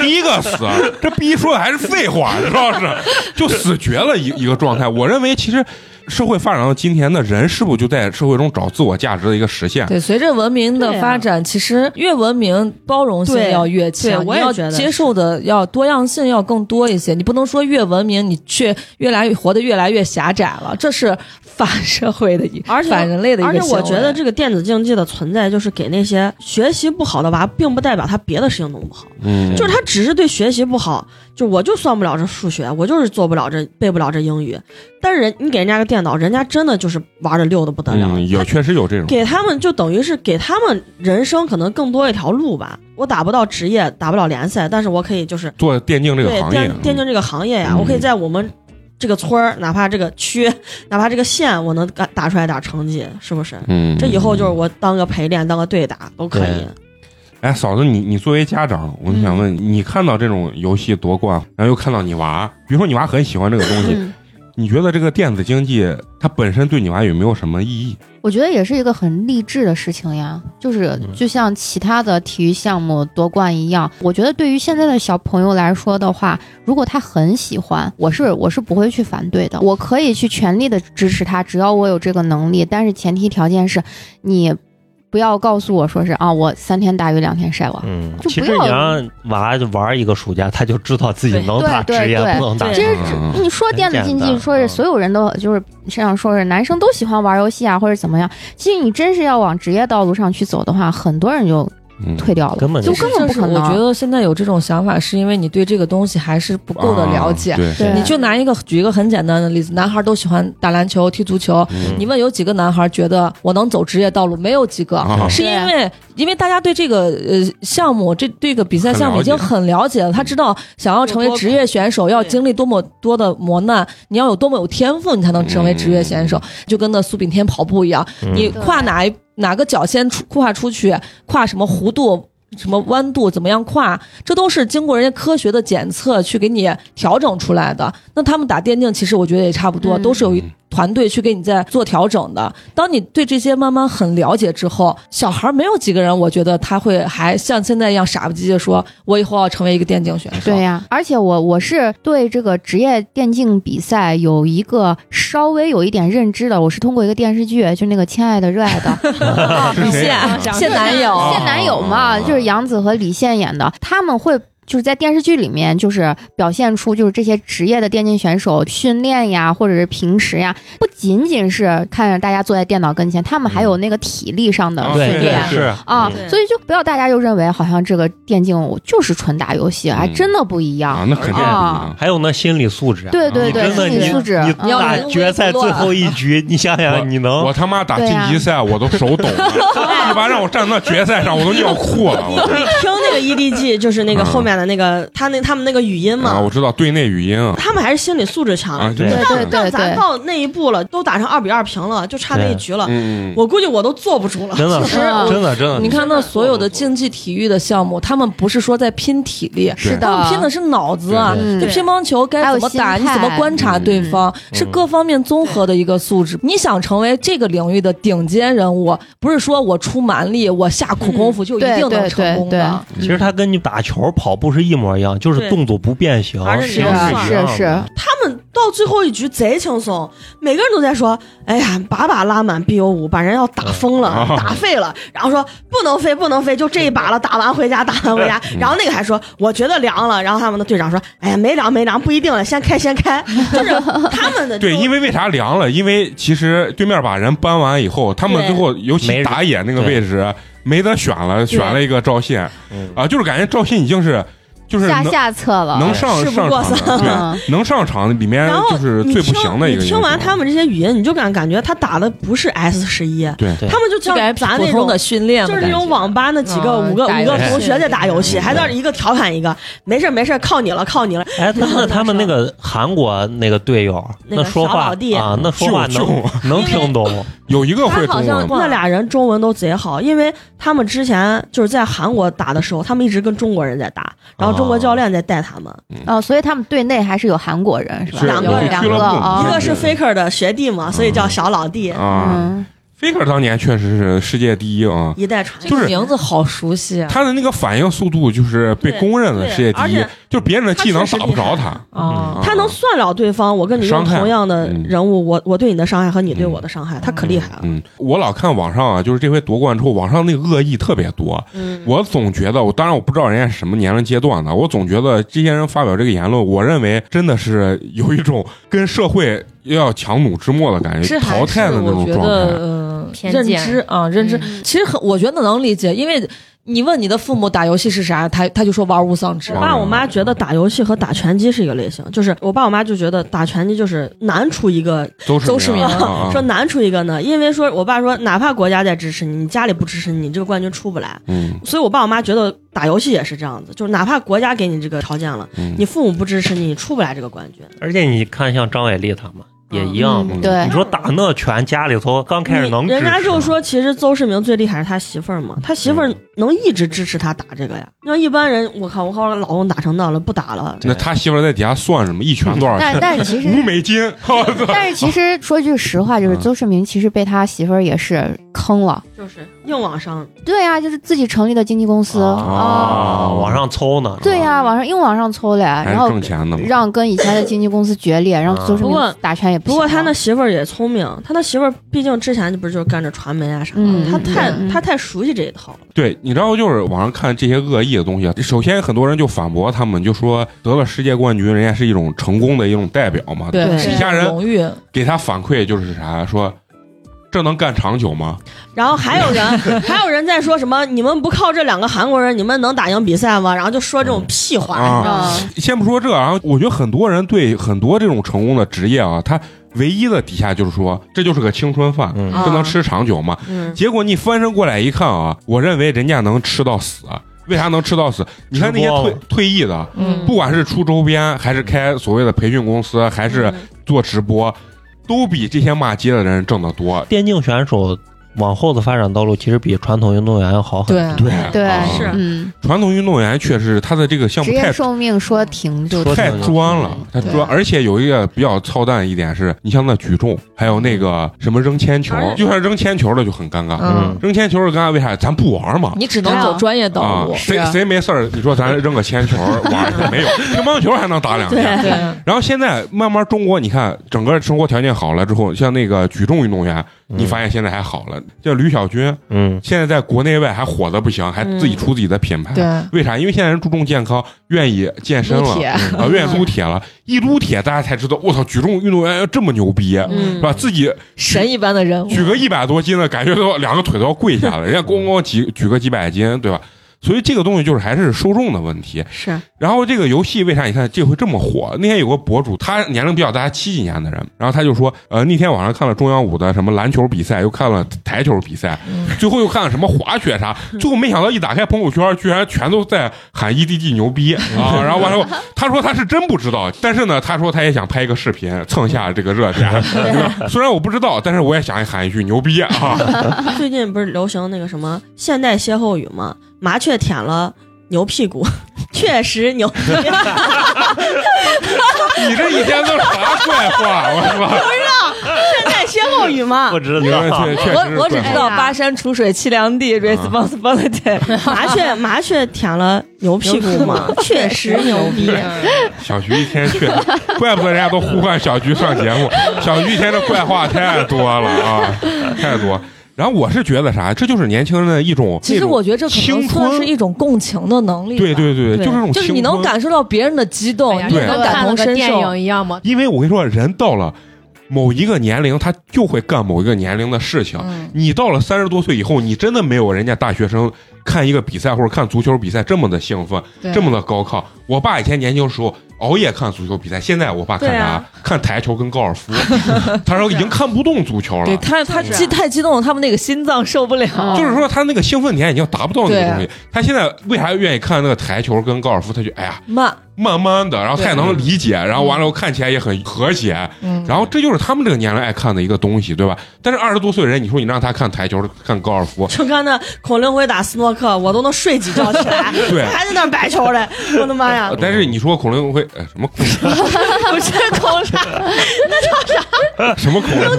Speaker 1: 第一个死，这逼说的还是废话，主要是就死绝了一一个状态。我认为其实。社会发展到今天的人，是不是就在社会中找自我价值的一个实现？
Speaker 5: 对，随着文明的发展，其实越文明包容性要越
Speaker 4: 对
Speaker 5: 强，
Speaker 4: 对我也
Speaker 5: 你要
Speaker 4: 觉得
Speaker 5: 接受的要多样性要更多一些。你不能说越文明，你却越来越活得越来越狭窄了，这是反社会的一，
Speaker 4: 而且
Speaker 5: 反人类的一
Speaker 4: 而
Speaker 5: 个
Speaker 4: 且我
Speaker 5: 行为
Speaker 4: 觉得这个电子竞技的存在，就是给那些学习不好的娃，并不代表他别的事情弄不好，
Speaker 1: 嗯，
Speaker 4: 就是他只是对学习不好，就我就算不了这数学，我就是做不了这背不了这英语。但是人你给人家个电脑，人家真的就是玩的溜的不得了，
Speaker 1: 嗯，有
Speaker 4: 他
Speaker 1: 确实有这种，
Speaker 4: 给他们就等于是给他们人生可能更多一条路吧。我打不到职业，打不了联赛，但是我可以就是
Speaker 1: 做电竞这个
Speaker 4: 对
Speaker 1: 行业
Speaker 4: 电，电竞这个行业呀，
Speaker 1: 嗯
Speaker 4: 我可以在我们这个村儿，哪怕这个区， 哪怕这个县，我能干打出来点成绩，是不是？
Speaker 1: 嗯，
Speaker 4: 这以后就是我当个陪练，当个队打都可以
Speaker 6: 对。
Speaker 1: 哎，嫂子，你你作为家长，我就想问，
Speaker 4: 嗯
Speaker 1: 你看到这种游戏夺冠，然后又看到你娃，比如说你娃很喜欢这个东西，
Speaker 2: 嗯，
Speaker 1: 你觉得这个电子竞技它本身对你娃有没有什么意义？
Speaker 2: 我觉得也是一个很励志的事情呀，就是
Speaker 6: 嗯
Speaker 2: 就像其他的体育项目夺冠一样，我觉得对于现在的小朋友来说的话，如果他很喜欢，我是我是不会去反对的，我可以去全力的支持他，只要我有这个能力，但是前提条件是你不要告诉我说是啊，我三天打鱼两天晒网。
Speaker 6: 嗯，
Speaker 2: 就
Speaker 6: 其
Speaker 2: 不
Speaker 6: 实
Speaker 2: 要
Speaker 6: 你让娃玩一个暑假，他就知道自己能
Speaker 2: 对
Speaker 6: 打
Speaker 2: 对
Speaker 6: 职业，
Speaker 2: 对
Speaker 6: 不能打
Speaker 4: 对
Speaker 2: 其实
Speaker 1: 嗯
Speaker 2: 只你说电子竞
Speaker 6: 很简
Speaker 2: 技，
Speaker 6: 单
Speaker 2: 说是
Speaker 6: 嗯
Speaker 2: 所有人都就是像说是男生都喜欢玩游戏啊，或者怎么样。其实你真是要往职业道路上去走的话，很多人就
Speaker 1: 嗯，
Speaker 2: 退掉了，
Speaker 6: 根本就
Speaker 2: 就是根本不
Speaker 5: 就是
Speaker 2: 可能。
Speaker 5: 我觉得现在有这种想法，是因为你对这个东西还是不够的了解。
Speaker 1: 啊对，
Speaker 2: 对
Speaker 5: 你就拿一个举一个很简单的例子，男孩都喜欢打篮球、踢足球。
Speaker 1: 嗯
Speaker 5: 你问有几个男孩觉得我能走职业道路？没有几个，
Speaker 1: 啊
Speaker 5: 是因为因为大家对这个呃项目、这这个比赛项目已经很了解嗯了，他知道想要成为职业选手要经历多么多的磨难，你要有多么有天赋，你才能成为职业选手。就跟那苏炳添跑步一样，你跨哪一哪个脚先出跨出去，跨什么弧度。什么弯度怎么样跨，这都是经过人家科学的检测去给你调整出来的。那他们打电竞，其实我觉得也差不多，
Speaker 2: 嗯
Speaker 5: 都是有一团队去给你在做调整的。当你对这些慢慢很了解之后，小孩没有几个人，我觉得他会还像现在一样傻不唧唧地说：“我以后要成为一个电竞选手。”
Speaker 2: 对呀、而且我我是对这个职业电竞比赛有一个稍微有一点认知的，我是通过一个电视剧，就那个《亲爱的热爱 的》嗯
Speaker 1: 啊是谁
Speaker 5: 现
Speaker 1: 啊？
Speaker 5: 现男友，
Speaker 1: 啊
Speaker 2: 现男友嘛，
Speaker 6: 哦
Speaker 2: 就是杨紫和李现演的，他们会。就是在电视剧里面，就是表现出就是这些职业的电竞选手训练呀，或者是平时呀，不仅仅是看着大家坐在电脑跟前，他们还有那个体力上的
Speaker 1: 啊
Speaker 2: 训
Speaker 6: 嗯哦对
Speaker 2: 练
Speaker 6: 对是
Speaker 2: 啊
Speaker 6: 嗯，
Speaker 4: 对
Speaker 2: 所以就不要大家就认为好像这个电竞我就是纯打游戏，还
Speaker 1: 嗯
Speaker 2: 真的不一样
Speaker 1: 啊，。那肯定是
Speaker 2: 啊
Speaker 6: 还有那心理素质啊，
Speaker 2: 对对
Speaker 6: 你
Speaker 2: 对，
Speaker 6: 真的
Speaker 2: 心理
Speaker 6: 你
Speaker 2: 素质，
Speaker 6: 你
Speaker 2: 嗯
Speaker 5: 要
Speaker 6: 打决赛最后一 局，你想想你
Speaker 5: 哦
Speaker 6: 能
Speaker 1: 我他妈打晋级赛，我都手抖 了， 一般让我站到决赛上，我都尿裤了。我
Speaker 4: 你听那个 EDG，就是那个
Speaker 1: 嗯
Speaker 4: 后面的 那个他那他们那个语音
Speaker 1: 啊，
Speaker 4: 嘛，
Speaker 1: 我知道队内语音啊，
Speaker 4: 他们还是心理素质强。
Speaker 1: 啊，真的
Speaker 6: 对
Speaker 1: 是
Speaker 2: 对对
Speaker 4: 但咱到那一步了，都打成二比二平了，就差那一局了，
Speaker 1: 嗯，
Speaker 4: 我估计我都坐不住了。
Speaker 6: 真的
Speaker 5: 其实
Speaker 2: 啊嗯
Speaker 5: 我
Speaker 6: 真啊的真的，
Speaker 5: 你看那所有的竞技体育的项目，他们不是说在拼体力，
Speaker 1: 是
Speaker 2: 是
Speaker 5: 他们拼的
Speaker 2: 的，嗯
Speaker 5: 是脑子啊
Speaker 1: 对
Speaker 2: 啊对！
Speaker 5: 就
Speaker 2: 对
Speaker 5: 乒乓球该怎么打，
Speaker 2: 还有
Speaker 5: 你
Speaker 2: 心态嗯
Speaker 5: 怎么观察对方，是各方面综合的一个素质。你想成为这个领域的顶尖人物，不是说我出蛮力，我下苦功
Speaker 2: 嗯
Speaker 5: 夫就一定能成功的。
Speaker 6: 其实他跟你打球、跑步是一模一样，就是
Speaker 4: 对
Speaker 6: 动作不变形，
Speaker 4: 而且
Speaker 6: 是
Speaker 4: 你要算
Speaker 6: 一样的
Speaker 2: 是是
Speaker 4: 他们到最后一局贼轻松，每个人都在说：“哎呀，把把拉满 BO 五，把人要打疯了，
Speaker 1: 嗯
Speaker 4: 打废了。”然后说：“不能飞，不能飞，就这一把了，打完回家，打完回 家。”
Speaker 1: 嗯
Speaker 4: 然后那个还说：“我觉得凉了。”然后他们的队长说：“哎呀，没凉，没凉，不一定了，先开，先开。” 就是他们的
Speaker 1: 对，因为为啥凉了？因为其实对面把人搬完以后，他们
Speaker 4: 对
Speaker 1: 最后尤
Speaker 6: 没
Speaker 1: 其
Speaker 6: 人
Speaker 1: 打野那个
Speaker 6: 对
Speaker 1: 位置没得选了，选了一个赵信
Speaker 6: 嗯
Speaker 1: 啊，就是感觉赵信已经是就是
Speaker 2: 下
Speaker 1: 能
Speaker 2: 下策了，
Speaker 1: 能上
Speaker 4: 事不
Speaker 1: 上
Speaker 4: 过
Speaker 1: 场的，
Speaker 2: 嗯
Speaker 1: 对，能上场里面
Speaker 4: 然后
Speaker 1: 就是
Speaker 4: 你
Speaker 1: 最不
Speaker 4: 听
Speaker 1: 行的一个啊英
Speaker 4: 你听
Speaker 1: 雄
Speaker 4: 完他们这些语音，你就感感觉他打的不是 S 十一，
Speaker 1: 对
Speaker 6: 对
Speaker 4: 他们就
Speaker 5: 就
Speaker 4: 像
Speaker 5: 感觉
Speaker 4: 咱
Speaker 5: 普
Speaker 4: 那
Speaker 5: 通
Speaker 4: 种
Speaker 5: 的训练
Speaker 4: 就是
Speaker 5: 的
Speaker 4: 那
Speaker 5: 感觉。啊
Speaker 4: 种网吧那几个
Speaker 2: 嗯
Speaker 4: 五个
Speaker 2: 打
Speaker 4: 五
Speaker 2: 游
Speaker 4: 个
Speaker 6: 戏
Speaker 4: 同学在打游戏，
Speaker 1: 嗯
Speaker 4: 还在那儿一个调侃一个，没事儿没事儿，靠你了，靠你了。
Speaker 6: 哎，那 那他们那个韩国那个队友，
Speaker 4: 那个
Speaker 6: 那说
Speaker 4: 小
Speaker 6: 话
Speaker 4: 老弟
Speaker 6: 啊，那说话
Speaker 1: 就
Speaker 6: 能能听懂，
Speaker 1: 有一个
Speaker 4: 他
Speaker 1: 会
Speaker 4: 好
Speaker 1: 中
Speaker 4: 像
Speaker 1: 文，
Speaker 4: 那俩人中文都贼好，因为他们之前就是在韩国打的时候，他们一直跟中国人在打，然后中国教练在带他们，
Speaker 2: 啊，所以他们队内还是有韩国人是吧？
Speaker 1: 是
Speaker 4: 两个
Speaker 1: 有
Speaker 4: 人
Speaker 1: 俱
Speaker 2: 两
Speaker 1: 乐
Speaker 2: 个
Speaker 1: 部
Speaker 2: 啊
Speaker 4: 一
Speaker 1: 对
Speaker 4: 个是 Faker 的学弟嘛，所以叫小老弟。
Speaker 1: 啊，
Speaker 2: 嗯，
Speaker 1: Faker 当年确实是世界第一啊，
Speaker 4: 一代传
Speaker 5: 这
Speaker 1: 就
Speaker 5: 个
Speaker 1: 是
Speaker 5: 名字好熟悉啊！
Speaker 1: 他的那个反应速度就是被
Speaker 4: 对
Speaker 1: 公认的
Speaker 4: 对
Speaker 1: 世界
Speaker 4: 而
Speaker 1: 第一
Speaker 4: 且，
Speaker 1: 就是别人的技能
Speaker 4: 他确实
Speaker 1: 打不着
Speaker 4: 厉害
Speaker 1: 他。
Speaker 5: 啊
Speaker 1: 嗯
Speaker 4: 他能算了对方，我跟你用
Speaker 1: 伤害
Speaker 4: 同样的人物，我我对你的伤害和你对我的伤害，他可厉害了。
Speaker 1: 嗯，我老看网上啊，就是这回夺冠之后，网上那个恶意特别多。
Speaker 4: 嗯，
Speaker 1: 我总觉得，我当然我不知道人家是什么年龄阶段的，我总觉得这些人发表这个言论，我认为真的是有一种跟社会要强弩之末的感觉，
Speaker 5: 这还
Speaker 1: 嗯淘
Speaker 5: 是
Speaker 1: 汰的那
Speaker 5: 我
Speaker 1: 种
Speaker 5: 觉
Speaker 1: 状
Speaker 5: 得
Speaker 1: 态。
Speaker 5: 呃
Speaker 7: 偏
Speaker 5: 认
Speaker 7: 见
Speaker 5: 知啊，认知
Speaker 7: 嗯
Speaker 5: 其实很，我觉得能理解，因为你问你的父母打游戏是啥，他他就说玩物丧志
Speaker 4: 我。爸我妈觉得打游戏和打拳击是一个类型，就是我爸我妈就觉得打拳击就是难出一个，
Speaker 1: 邹市
Speaker 5: 邹市明
Speaker 1: 啊啊
Speaker 4: 说难出一个呢，因为说我爸说哪怕国家在支持你，你家里不支持你，你这个冠军出不来。
Speaker 1: 嗯
Speaker 4: 所以我爸我妈觉得打游戏也是这样子，就是哪怕国家给你这个条件了，
Speaker 1: 嗯，
Speaker 4: 你父母不支持你，你出不来这个冠军。
Speaker 6: 而且你看，像张伟丽他们也一样嘛。
Speaker 2: 嗯对
Speaker 6: 你说打那拳，家里头刚开始能
Speaker 4: 你
Speaker 6: 支持
Speaker 4: 人家就说，其实邹市明最厉害是他媳妇儿嘛，他媳妇儿能一直支持他打这个呀。你像一般人，我靠，我靠，我老公打成那样了，不打了。
Speaker 1: 那他媳妇儿在底下算什么？一拳多少
Speaker 2: 但
Speaker 1: 钱？
Speaker 2: 但是其
Speaker 1: 五
Speaker 2: 实，
Speaker 1: 美 金，我
Speaker 5: 啊
Speaker 1: 操！
Speaker 2: 但是其实说句实话，就是
Speaker 1: 嗯
Speaker 2: 邹市明其实被他媳妇儿也是坑了。
Speaker 4: 就是硬往上，
Speaker 2: 对呀、就是自己成立的经纪公司
Speaker 6: 啊，
Speaker 1: 哦
Speaker 6: 往上凑呢。
Speaker 2: 对呀、网上硬往上凑嘞，
Speaker 1: 还
Speaker 2: 然
Speaker 1: 是
Speaker 2: 后
Speaker 1: 挣钱
Speaker 6: 嗯
Speaker 1: 的嘛。
Speaker 2: 让跟以前的经纪公司决裂，让邹市
Speaker 4: 不
Speaker 2: 明
Speaker 4: 过
Speaker 2: 打拳也不
Speaker 4: 不
Speaker 2: 行
Speaker 4: 过
Speaker 2: 了。
Speaker 4: 他那媳妇儿也聪明，他那媳妇儿毕竟之前不是就是干着传媒啊啥的，
Speaker 2: 嗯
Speaker 4: 他太
Speaker 2: 嗯嗯
Speaker 4: 他太熟悉这一套了。
Speaker 1: 对，你知道，就是网上看这些恶意的东西，啊首先很多人就反驳他们，就说得了世界冠军，人家是一种成功的一种代表嘛。
Speaker 5: 对，
Speaker 4: 对
Speaker 5: 是
Speaker 1: 底
Speaker 5: 一
Speaker 1: 下
Speaker 5: 种
Speaker 1: 人
Speaker 5: 荣誉，
Speaker 1: 给他反馈就是啥，说这能干长久吗？
Speaker 4: 然后还有 人还有人在说什么，你们不靠这两个韩国人，你们能打赢比赛吗？然后就说这种屁话，
Speaker 1: 啊
Speaker 4: 你知道吗？
Speaker 2: 嗯
Speaker 1: 先不说这，然后我觉得很多人对很多这种成功的职业啊，他唯一的底下就是说这就是个青春饭，
Speaker 6: 嗯
Speaker 1: 这能吃长久吗？
Speaker 4: 嗯，
Speaker 1: 结果你翻身过来一看啊，我认为人家能吃到死，为啥能吃到死？你看那些
Speaker 6: 吃播
Speaker 1: 退
Speaker 6: 嘛
Speaker 1: 退役的，
Speaker 5: 嗯，
Speaker 1: 不管是出周边，还是开所谓的培训公司，还是
Speaker 4: 嗯
Speaker 1: 做直播，都比这些骂街的人挣得多。
Speaker 6: 电竞选手往后的发展道路其实比传统运动员要好很多。
Speaker 5: 对，
Speaker 2: 对
Speaker 1: 啊
Speaker 4: 是
Speaker 2: 嗯，
Speaker 1: 传统运动员确实他的这个项
Speaker 2: 职
Speaker 1: 目
Speaker 2: 业
Speaker 1: 太
Speaker 2: 寿命说停就
Speaker 6: 说
Speaker 1: 太
Speaker 6: 停
Speaker 1: 专了，太
Speaker 2: 对
Speaker 1: 专，而且有一个比较操蛋一点是，你像那举重，还有那个什么扔铅球
Speaker 4: 而，且
Speaker 1: 就算扔铅球的就很尴尬，
Speaker 5: 嗯
Speaker 6: 嗯，
Speaker 1: 扔铅球是尴尬，为啥？咱不玩嘛。
Speaker 5: 你只能走专业道
Speaker 1: 啊，
Speaker 5: 路。
Speaker 1: 谁
Speaker 2: 是
Speaker 1: 谁没事儿？你说咱扔个铅球玩儿 没有？乒乓球还能打两下。
Speaker 5: 对，
Speaker 1: 然后现在慢慢中国，你看整个生活条件好了之后，像那个举重运动员，你发现现在还好了。像吕小军，
Speaker 6: 嗯
Speaker 1: 现在在国内外还火的不行，还自己出自己的品牌。
Speaker 5: 嗯对
Speaker 1: 为啥？因为现在人注重健康，愿意健身了
Speaker 5: 撸铁，
Speaker 1: 嗯啊，愿意撸铁了。一撸铁，大家才知道，我操，举重运动员要这么牛逼，
Speaker 4: 嗯
Speaker 1: 是吧？自己
Speaker 5: 神一般的人物，
Speaker 1: 举个一百多斤的，感觉都两个腿都要跪下了。人家咣咣举举个几百斤，对吧？所以这个东西就是还是受众的问题。
Speaker 4: 是
Speaker 1: 然后这个游戏为啥你看这回这么火？那天有个博主，他年龄比较大，七几年的人，然后他就说，呃，那天晚上看了中央五的什么篮球比赛，又看了台球比赛，最后又看了什么滑雪啥，最后没想到一打开朋友圈，居然全都在喊 EDG 牛逼啊！然后完了后，他说他是真不知道，但是呢，他说他也想拍一个视频蹭一下这个热点，虽然我不知道，但是我也想喊一句牛逼啊！
Speaker 4: 最近不是流行那个什么现代歇后语吗？麻雀舔了牛屁股， 确实牛逼。
Speaker 1: 你这一天都啥怪话？我说，
Speaker 4: 现代歇后语嘛
Speaker 6: 不，知
Speaker 1: 因为
Speaker 6: 道。
Speaker 1: 确确实是
Speaker 5: 我我只
Speaker 1: 怪嗯
Speaker 5: 知
Speaker 1: 话
Speaker 5: 道巴山楚水凄凉地，responsibility。
Speaker 4: 麻雀麻雀舔了牛屁股嘛，确实牛逼。
Speaker 1: 小徐一天去，怪不得人家都呼唤小徐上节 目。小徐一天这怪话太多了啊，太多。然后我是觉得啥，这就是年轻人的一种，
Speaker 5: 其实我觉得这可能
Speaker 1: 青春
Speaker 5: 算是一种共情的能力吧。
Speaker 1: 对对对，
Speaker 5: 对，
Speaker 1: 就是这种，
Speaker 5: 就是你能。感受到别人的激动，
Speaker 4: 哎
Speaker 5: 你
Speaker 1: 对
Speaker 5: 也能感
Speaker 7: 看了
Speaker 5: 同
Speaker 7: 个
Speaker 5: 身
Speaker 7: 电
Speaker 5: 受
Speaker 7: 影。一样吗？
Speaker 1: 因为我跟你说，人到了某一个年龄，他就会干某一个年龄的事情。
Speaker 5: 嗯，
Speaker 1: 你到了三十多岁以后，你真的没有人家大学生看一个比赛或者看足球比赛这么的兴奋，
Speaker 7: 对
Speaker 1: 这么的高亢。我爸以前年轻时候熬夜看足球比赛，现在我爸看
Speaker 4: 对
Speaker 1: 啥？
Speaker 4: 啊
Speaker 1: 看台球跟高尔夫。他说已经看不动足球了
Speaker 5: 对。他他
Speaker 4: 是
Speaker 5: 激太激动了，他们那个心脏受不了。
Speaker 2: 嗯
Speaker 1: 就是说，他那个兴奋点已经达不到那个东西。他现在为啥愿意看那个台球跟高尔夫？他就哎呀，
Speaker 5: 慢，
Speaker 1: 慢慢的，然后他也能理解，然后完了后看起来也很和谐。
Speaker 5: 嗯，
Speaker 1: 然后这就是他们这个年龄爱看的一个东西，对吧？但是二十多岁人，你说你让他看台球、看高尔夫，
Speaker 4: 就看那孔令辉打斯诺克，我都能睡几觉起来，
Speaker 1: 对
Speaker 4: 还在那儿摆球嘞！我的妈呀！
Speaker 1: 但是你说孔令辉呃什么空手
Speaker 5: 不是空手，
Speaker 1: 什么空手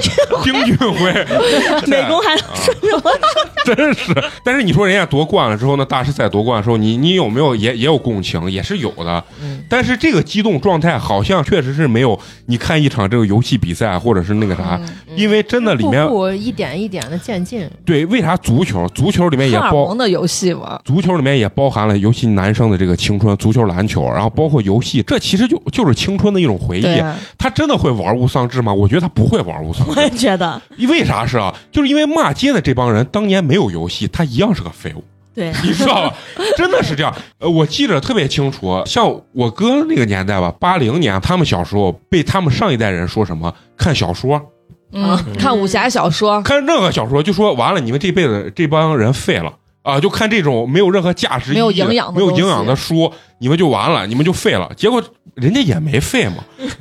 Speaker 1: 丁俊晖，啊
Speaker 4: 美工还能说什么？
Speaker 1: 真是。但是你说人家夺冠了之后，那大师赛夺冠的时候，你你有没有也也有共情，也是有的。但是这个激动状态好像确实是没有你看一场这个游戏比赛啊或者是那个啥，因为真的里面
Speaker 7: 步步一点一点的渐进，
Speaker 1: 对为啥足球足球里面也
Speaker 5: 荷尔
Speaker 1: 包
Speaker 5: 蒙的游戏嘛，
Speaker 1: 足球里面也包含了尤其男生的这个青春，足球、篮球，然后包括游戏，这其实就就是青春的一种回忆。
Speaker 5: 对啊
Speaker 1: 他真的会玩物丧志吗？我觉得他不会玩物丧
Speaker 4: 我也
Speaker 1: 志。
Speaker 4: 觉得，
Speaker 1: 为啥是啊？就是因为骂街的这帮人当年没有游戏，他一样是个废物。
Speaker 4: 对，
Speaker 1: 你知道吧？真的是这样。呃，我记着特别清楚，像我哥那个年代吧，八零年，他们小时候被他们上一代人说什么看小说，
Speaker 5: 嗯，看武侠小说，
Speaker 1: 看任何小说，就说完了，你们这辈子这帮人废了。啊，就看这种没有任何价值、
Speaker 5: 没有
Speaker 1: 意义的
Speaker 5: 营养的
Speaker 1: 没有营
Speaker 5: 东西
Speaker 1: 养的书，你们就完了，你们就废了。结果人家也没废嘛，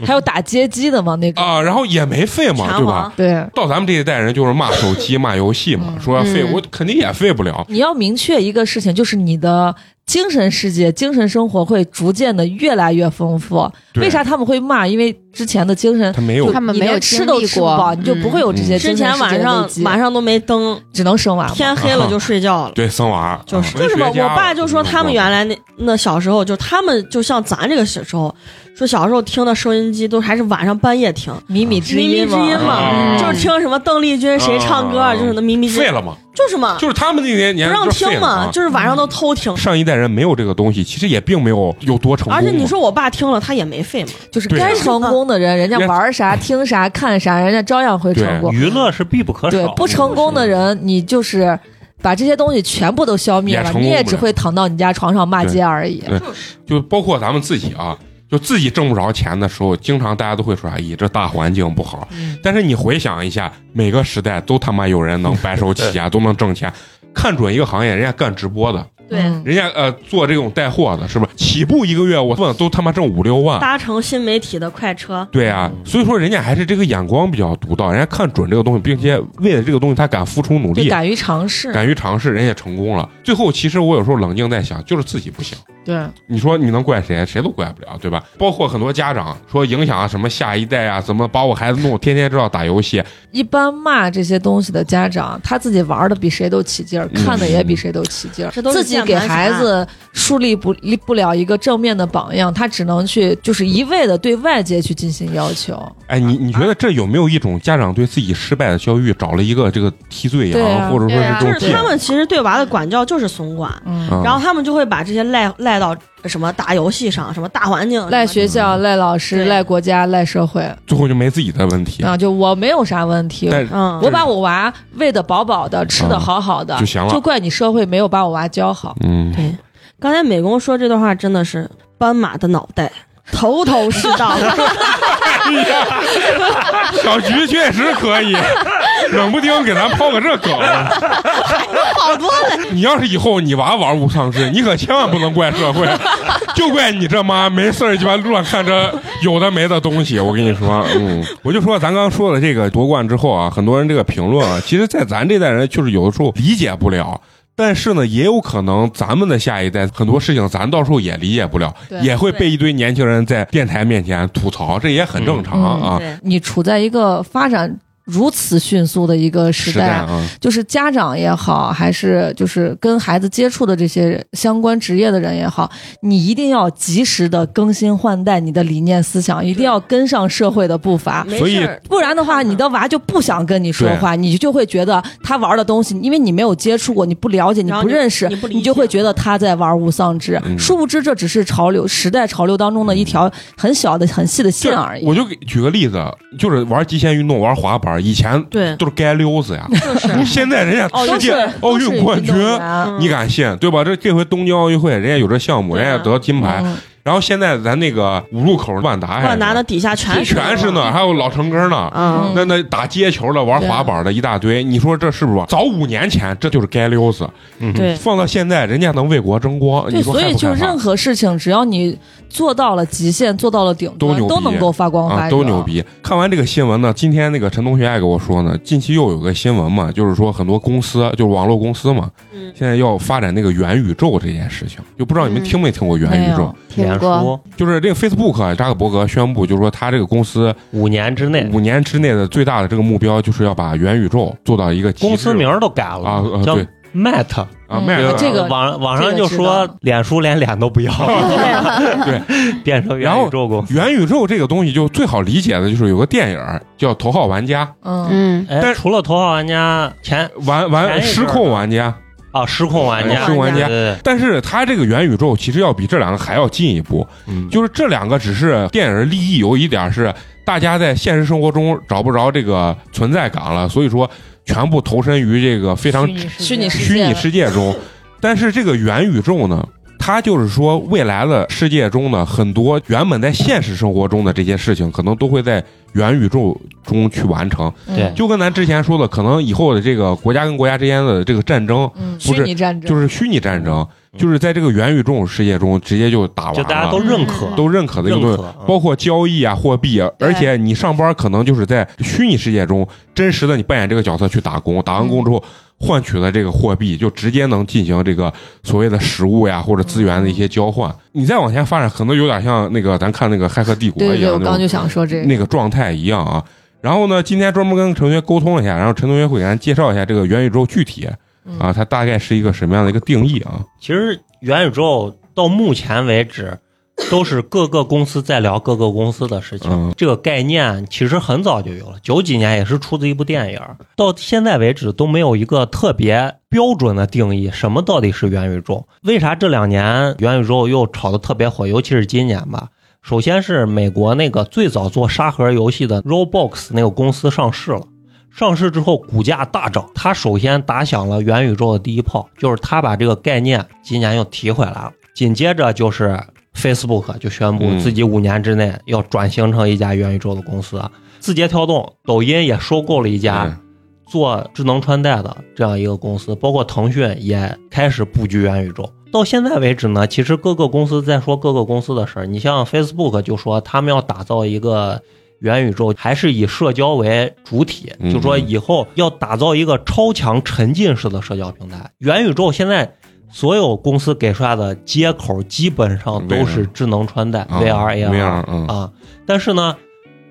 Speaker 5: 还有打街机的嘛那
Speaker 1: 嗯
Speaker 5: 个，
Speaker 1: 啊，然后也没废嘛，
Speaker 4: 拳
Speaker 1: 对吧
Speaker 4: 皇？
Speaker 5: 对。
Speaker 1: 到咱们这一代人就是骂手机、骂游戏嘛，说要废，
Speaker 2: 嗯
Speaker 1: 我肯定也废不了。
Speaker 5: 你要明确一个事情，就是你的精神世界、精神生活会逐渐的越来越丰富。
Speaker 1: 对
Speaker 5: 为啥他们会骂？因为之前的精神
Speaker 1: 他没有嗯
Speaker 5: 就
Speaker 2: 他们
Speaker 5: 你
Speaker 2: 没有
Speaker 5: 连吃都
Speaker 2: 经历
Speaker 5: 吃不饱，
Speaker 2: 过
Speaker 5: 你就不会有这些精
Speaker 4: 之
Speaker 5: 神世界
Speaker 4: 前
Speaker 5: 的
Speaker 4: 晚上
Speaker 5: 累积
Speaker 4: 晚上都没灯，
Speaker 5: 只能生娃嘛。
Speaker 4: 天
Speaker 1: 啊
Speaker 4: 黑了就睡觉了。
Speaker 1: 对生娃儿，
Speaker 4: 就是
Speaker 1: 嗯文
Speaker 4: 就是嘛，
Speaker 1: 学家啊
Speaker 4: 我爸就说他们原来那那小时候，就他们就像咱这个小时候，说小时候听的收音机都还是晚上半夜听，
Speaker 5: 靡靡之
Speaker 4: 靡靡
Speaker 5: 音
Speaker 4: 之
Speaker 5: 嘛，
Speaker 4: 音嘛，
Speaker 1: 啊
Speaker 4: 就是听什么邓丽君谁唱歌，
Speaker 1: 啊
Speaker 4: 就是那靡靡之
Speaker 1: 废
Speaker 4: 音，
Speaker 1: 了嘛，
Speaker 4: 就是嘛，
Speaker 1: 就是他们那些年
Speaker 4: 啊不让
Speaker 1: 就废
Speaker 4: 听
Speaker 1: 了啊
Speaker 4: 嘛，就是晚上都偷听。
Speaker 1: 上一代人没有这个东西，其实也并没有有多成功嘛。
Speaker 4: 而且你说我爸听了，他也没废嘛，
Speaker 5: 就是
Speaker 1: 对啊
Speaker 5: 该成功的人，人家
Speaker 1: 人
Speaker 5: 玩啥、听啥、看啥，人家照样会成功。
Speaker 6: 娱乐是必不可少
Speaker 5: 对
Speaker 1: 嗯
Speaker 6: 的。，
Speaker 5: 不成功的人，你就是把这些东西全部都消灭
Speaker 1: 也
Speaker 5: 了，
Speaker 1: 成功
Speaker 5: 你也
Speaker 1: 不
Speaker 5: 只
Speaker 1: 了
Speaker 5: 会躺到你家床上骂
Speaker 1: 对
Speaker 5: 街而已。
Speaker 1: 对就包括咱们自己啊，就自己挣不着钱的时候，经常大家都会说：“哎，这大环境不好。
Speaker 5: 嗯
Speaker 1: 但是你回想一下，每个时代都他妈有人能白手起 家，都能挣钱。看准一个行业，人家干直播的，
Speaker 5: 嗯
Speaker 1: 人家呃做这种带货的，是不是起步一个月我问都他妈挣五六万？
Speaker 4: 搭乘新媒体的快车，
Speaker 1: 对啊，所以说人家还是这个眼光比较独到，人家看准这个东西，并且为了这个东西他敢付出努
Speaker 5: 就
Speaker 1: 力，
Speaker 5: 敢于尝试。
Speaker 1: 敢于尝试，人也成功了。最后其实我有时候冷静在想，就是自己不行。
Speaker 7: 对，
Speaker 1: 你说你能怪谁？谁都怪不了，对吧？包括很多家长说影响什么下一代啊，怎么把我孩子弄天天知道打游戏，
Speaker 5: 一般骂这些东西的家长，他自己玩的比谁都起劲儿，
Speaker 1: 嗯
Speaker 5: 看的也比谁都起劲儿，
Speaker 4: 这都是
Speaker 5: 自己给孩子树立不立不了一个正面的榜样，他只能去就是一味的对外界去进行要求。
Speaker 1: 哎，
Speaker 5: 啊
Speaker 1: 你你觉得这有没有一种家长对自己失败的教育找了一个这个替罪羊，
Speaker 5: 对啊
Speaker 1: 或者说
Speaker 2: 对啊
Speaker 1: 这种
Speaker 4: 就
Speaker 1: 借
Speaker 4: 是他
Speaker 1: 口？
Speaker 4: 们其实对娃的管教就是怂管，
Speaker 5: 嗯，
Speaker 1: 嗯
Speaker 4: 然后他们就会把这些赖赖到什么打游戏上，什么大环境，
Speaker 5: 赖
Speaker 4: 什么
Speaker 5: 学校、
Speaker 1: 嗯
Speaker 5: 赖老师、
Speaker 4: 呃对
Speaker 5: 赖国家、赖社会
Speaker 1: 最后就没自己的问题，
Speaker 5: 啊，就我没有啥问题。
Speaker 1: 但啊
Speaker 4: 嗯，
Speaker 5: 我把我娃喂的饱饱的，吃的好好的，
Speaker 1: 就行了
Speaker 5: 就怪你社会没有把我娃教好。
Speaker 1: 嗯，
Speaker 4: 对，刚才美工说这段话真的是斑马的脑袋，头头是道。
Speaker 1: 小菊确实可 以，冷不丁给咱抛个这梗，好多 了。你要是以后你娃玩无丧事，你可千万不能怪社 会，就怪你这妈没事儿鸡巴乱看这有的没的东西。我跟你说，嗯，我就说咱刚说的这个夺冠之后啊，很多人这个评论啊，其实，在咱这代人就是有的时候理解不了。但是呢，也有可能咱们的下一代很多事情，咱到时候也理解不了，
Speaker 5: 对
Speaker 1: 也会
Speaker 4: 对
Speaker 1: 被一堆年轻人在电台面前吐槽，这也很正常
Speaker 5: 嗯
Speaker 1: 啊。
Speaker 4: 对，
Speaker 5: 你处在一个发展如此迅速的一个时
Speaker 1: 时代
Speaker 5: 代，
Speaker 1: 啊，
Speaker 5: 就是家长也好，还是就是跟孩子接触的这些相关职业的人也好，你一定要及时的更新换代你的理念思想，一定要跟上社会的步伐。
Speaker 4: 没
Speaker 1: 所以
Speaker 4: 事儿
Speaker 5: 不然的话，你的娃就不想跟你说话，你就会觉得他玩的东西，因为你没有接触过，你不了解，你
Speaker 4: 然后
Speaker 5: 不
Speaker 4: 你
Speaker 5: 认识，
Speaker 4: 你
Speaker 5: 你
Speaker 4: 不理解
Speaker 5: 就会觉得他在玩物丧志。
Speaker 1: 嗯
Speaker 5: 殊不知，这只是潮流时代潮流当中的一条很小的、很细的
Speaker 1: 就
Speaker 5: 线而已。
Speaker 1: 我就给举个例子，就是玩极限运动、玩滑板，以前
Speaker 4: 对
Speaker 1: 都是街溜子呀，
Speaker 4: 就是 嗯
Speaker 1: 现在人家世界奥
Speaker 5: 哦都是
Speaker 1: 运冠军
Speaker 5: 运动，员嗯
Speaker 1: 啊
Speaker 5: 啊
Speaker 1: 你敢信对吧？这这回东京奥运会，人家有这项目，
Speaker 4: 对
Speaker 1: 人
Speaker 4: 啊
Speaker 1: 家得金牌。
Speaker 5: 嗯
Speaker 1: 然后现在咱那个五路口万达还是，
Speaker 4: 万达的底下全
Speaker 1: 哎全是呢，
Speaker 4: 那，
Speaker 1: 还有老城根呢。
Speaker 4: 嗯，
Speaker 1: 那那打街球的、玩
Speaker 5: 对啊
Speaker 1: 滑板的一大堆，你说这是不是吧？早五年前这就是街溜子，
Speaker 6: 嗯
Speaker 4: 对
Speaker 1: 放到现在人家能为国争光，哦
Speaker 5: 对，
Speaker 1: 你说
Speaker 5: 所
Speaker 1: 害
Speaker 5: 以
Speaker 1: 不
Speaker 5: 就
Speaker 1: 害怕
Speaker 5: 任何事情，只要你做到了极限，做到了顶
Speaker 1: 都
Speaker 5: 端，
Speaker 1: 牛
Speaker 5: 都
Speaker 1: 逼
Speaker 5: 能够发光发
Speaker 1: 啊，
Speaker 5: 热，
Speaker 1: 都牛。逼！看完这个新闻呢，今天那个陈同学还跟我说呢，近期又有个新闻嘛，就是说很多公司，就是网络公司嘛，
Speaker 4: 嗯
Speaker 1: 现在要发展那个元宇宙这件事情，就不知道你们
Speaker 2: 嗯
Speaker 1: 听没听过元
Speaker 5: 没
Speaker 1: 宇宙？
Speaker 5: 有，
Speaker 2: 听
Speaker 6: 脸书
Speaker 1: 就是这个 Facebook 扎克伯格宣布，就是说他这个公司
Speaker 6: 五年之内，
Speaker 1: 五年之内的最大的这个目标，就是要把元宇宙做到一个极致
Speaker 6: 公司名儿都改
Speaker 1: 啊
Speaker 6: 了，
Speaker 1: 啊
Speaker 6: 叫呃
Speaker 1: 对
Speaker 6: Meta。
Speaker 1: 啊
Speaker 5: 嗯
Speaker 1: 卖了
Speaker 5: 这个
Speaker 6: 网网
Speaker 5: 这
Speaker 6: 上
Speaker 5: 个
Speaker 6: 就
Speaker 5: 知道
Speaker 6: 说脸书连脸都不 要，对，变成元宇宙公司。
Speaker 1: 元宇宙这个东西就最好理解的就是有个电影儿叫《头号玩家
Speaker 5: 嗯，
Speaker 2: 嗯，
Speaker 6: 哎，
Speaker 1: 但
Speaker 6: 除了头号玩家前》，
Speaker 1: 玩玩
Speaker 6: 前一阵儿
Speaker 1: 失控玩家，
Speaker 6: 啊，失控玩
Speaker 1: 哎
Speaker 6: 家，
Speaker 1: 失控玩
Speaker 6: 对
Speaker 1: 家。
Speaker 6: 对
Speaker 1: 但是它这个元宇宙其实要比这两个还要进一步，
Speaker 6: 嗯
Speaker 1: 就是这两个只是电影利益有一点是大家在现实生活中找不着这个存在感了，所以说全部投身于这个非常
Speaker 5: 虚拟世
Speaker 1: 虚
Speaker 5: 界
Speaker 1: 拟世界 中。但是这个元宇宙呢，它就是说未来的世界中呢，很多原本在现实生活中的这些事情，可能都会在元宇宙中去完成。
Speaker 5: 嗯
Speaker 6: 对
Speaker 1: 就跟咱之前说的，可能以后的这个国家跟国家之间的这个战争，
Speaker 5: 嗯，
Speaker 1: 不
Speaker 5: 虚
Speaker 1: 是
Speaker 5: 拟战争
Speaker 1: 就是虚拟战争，
Speaker 6: 嗯
Speaker 1: 就是在这个元宇宙世界中直接就打完
Speaker 6: 就
Speaker 1: 了，
Speaker 6: 大家都认可，
Speaker 1: 都认可的一个东西。
Speaker 6: 认可，嗯
Speaker 1: 包括交易啊、货币啊，
Speaker 5: 对
Speaker 1: 而且你上班可能就是在虚拟世界中真实的你扮演这个角色去打工，打完工之
Speaker 5: 嗯
Speaker 1: 后换取的这个货币，就直接能进行这个所谓的实物呀或者资源的一些交
Speaker 5: 嗯
Speaker 1: 换。你再往前发展，可能有点像那个咱看那个《骇客帝国
Speaker 5: 对》对
Speaker 1: 一
Speaker 5: 对，
Speaker 1: 样
Speaker 5: 我
Speaker 1: 那
Speaker 5: 刚刚
Speaker 1: 种
Speaker 5: 就想说这个，
Speaker 1: 那个状态一样啊。然后呢，今天专门跟陈同学沟通了一下，然后陈同学会给咱介绍一下这个元宇宙具体
Speaker 5: 嗯
Speaker 1: 啊，它大概是一个什么样的一个定义啊？
Speaker 6: 其实元宇宙到目前为止，都是各个公司在聊各个公司的事情。
Speaker 1: 嗯
Speaker 6: 这个概念其实很早就有了，九几年也是出自一部电影，到现在为止都没有一个特别标准的定义，什么到底是元宇宙？为啥这两年元宇宙又炒得特别火，尤其是今年吧？首先是美国那个最早做沙盒游戏的 Roblox 那个公司上市了。上市之后股价大涨，它首先打响了元宇宙的第一炮，就是它把这个概念今年又提回来了。紧接着就是 Facebook 就宣布
Speaker 1: 嗯
Speaker 6: 自己五年之内要转型成一家元宇宙的公司，字节跳动、抖音也收购了一家做智能穿戴的这样一个公司，包括腾讯也开始布局元宇宙。到现在为止呢，其实各个公司在说各个公司的事儿。你像 Facebook 就说他们要打造一个元宇宙，还是以社交为主体，
Speaker 1: 嗯
Speaker 6: 就说以后要打造一个超强沉浸式的社交平台。元宇宙现在所有公司给出来的接口基本上都是智能穿戴
Speaker 1: 啊
Speaker 6: VR、AR
Speaker 1: ，VR，嗯，
Speaker 6: 啊，但是呢，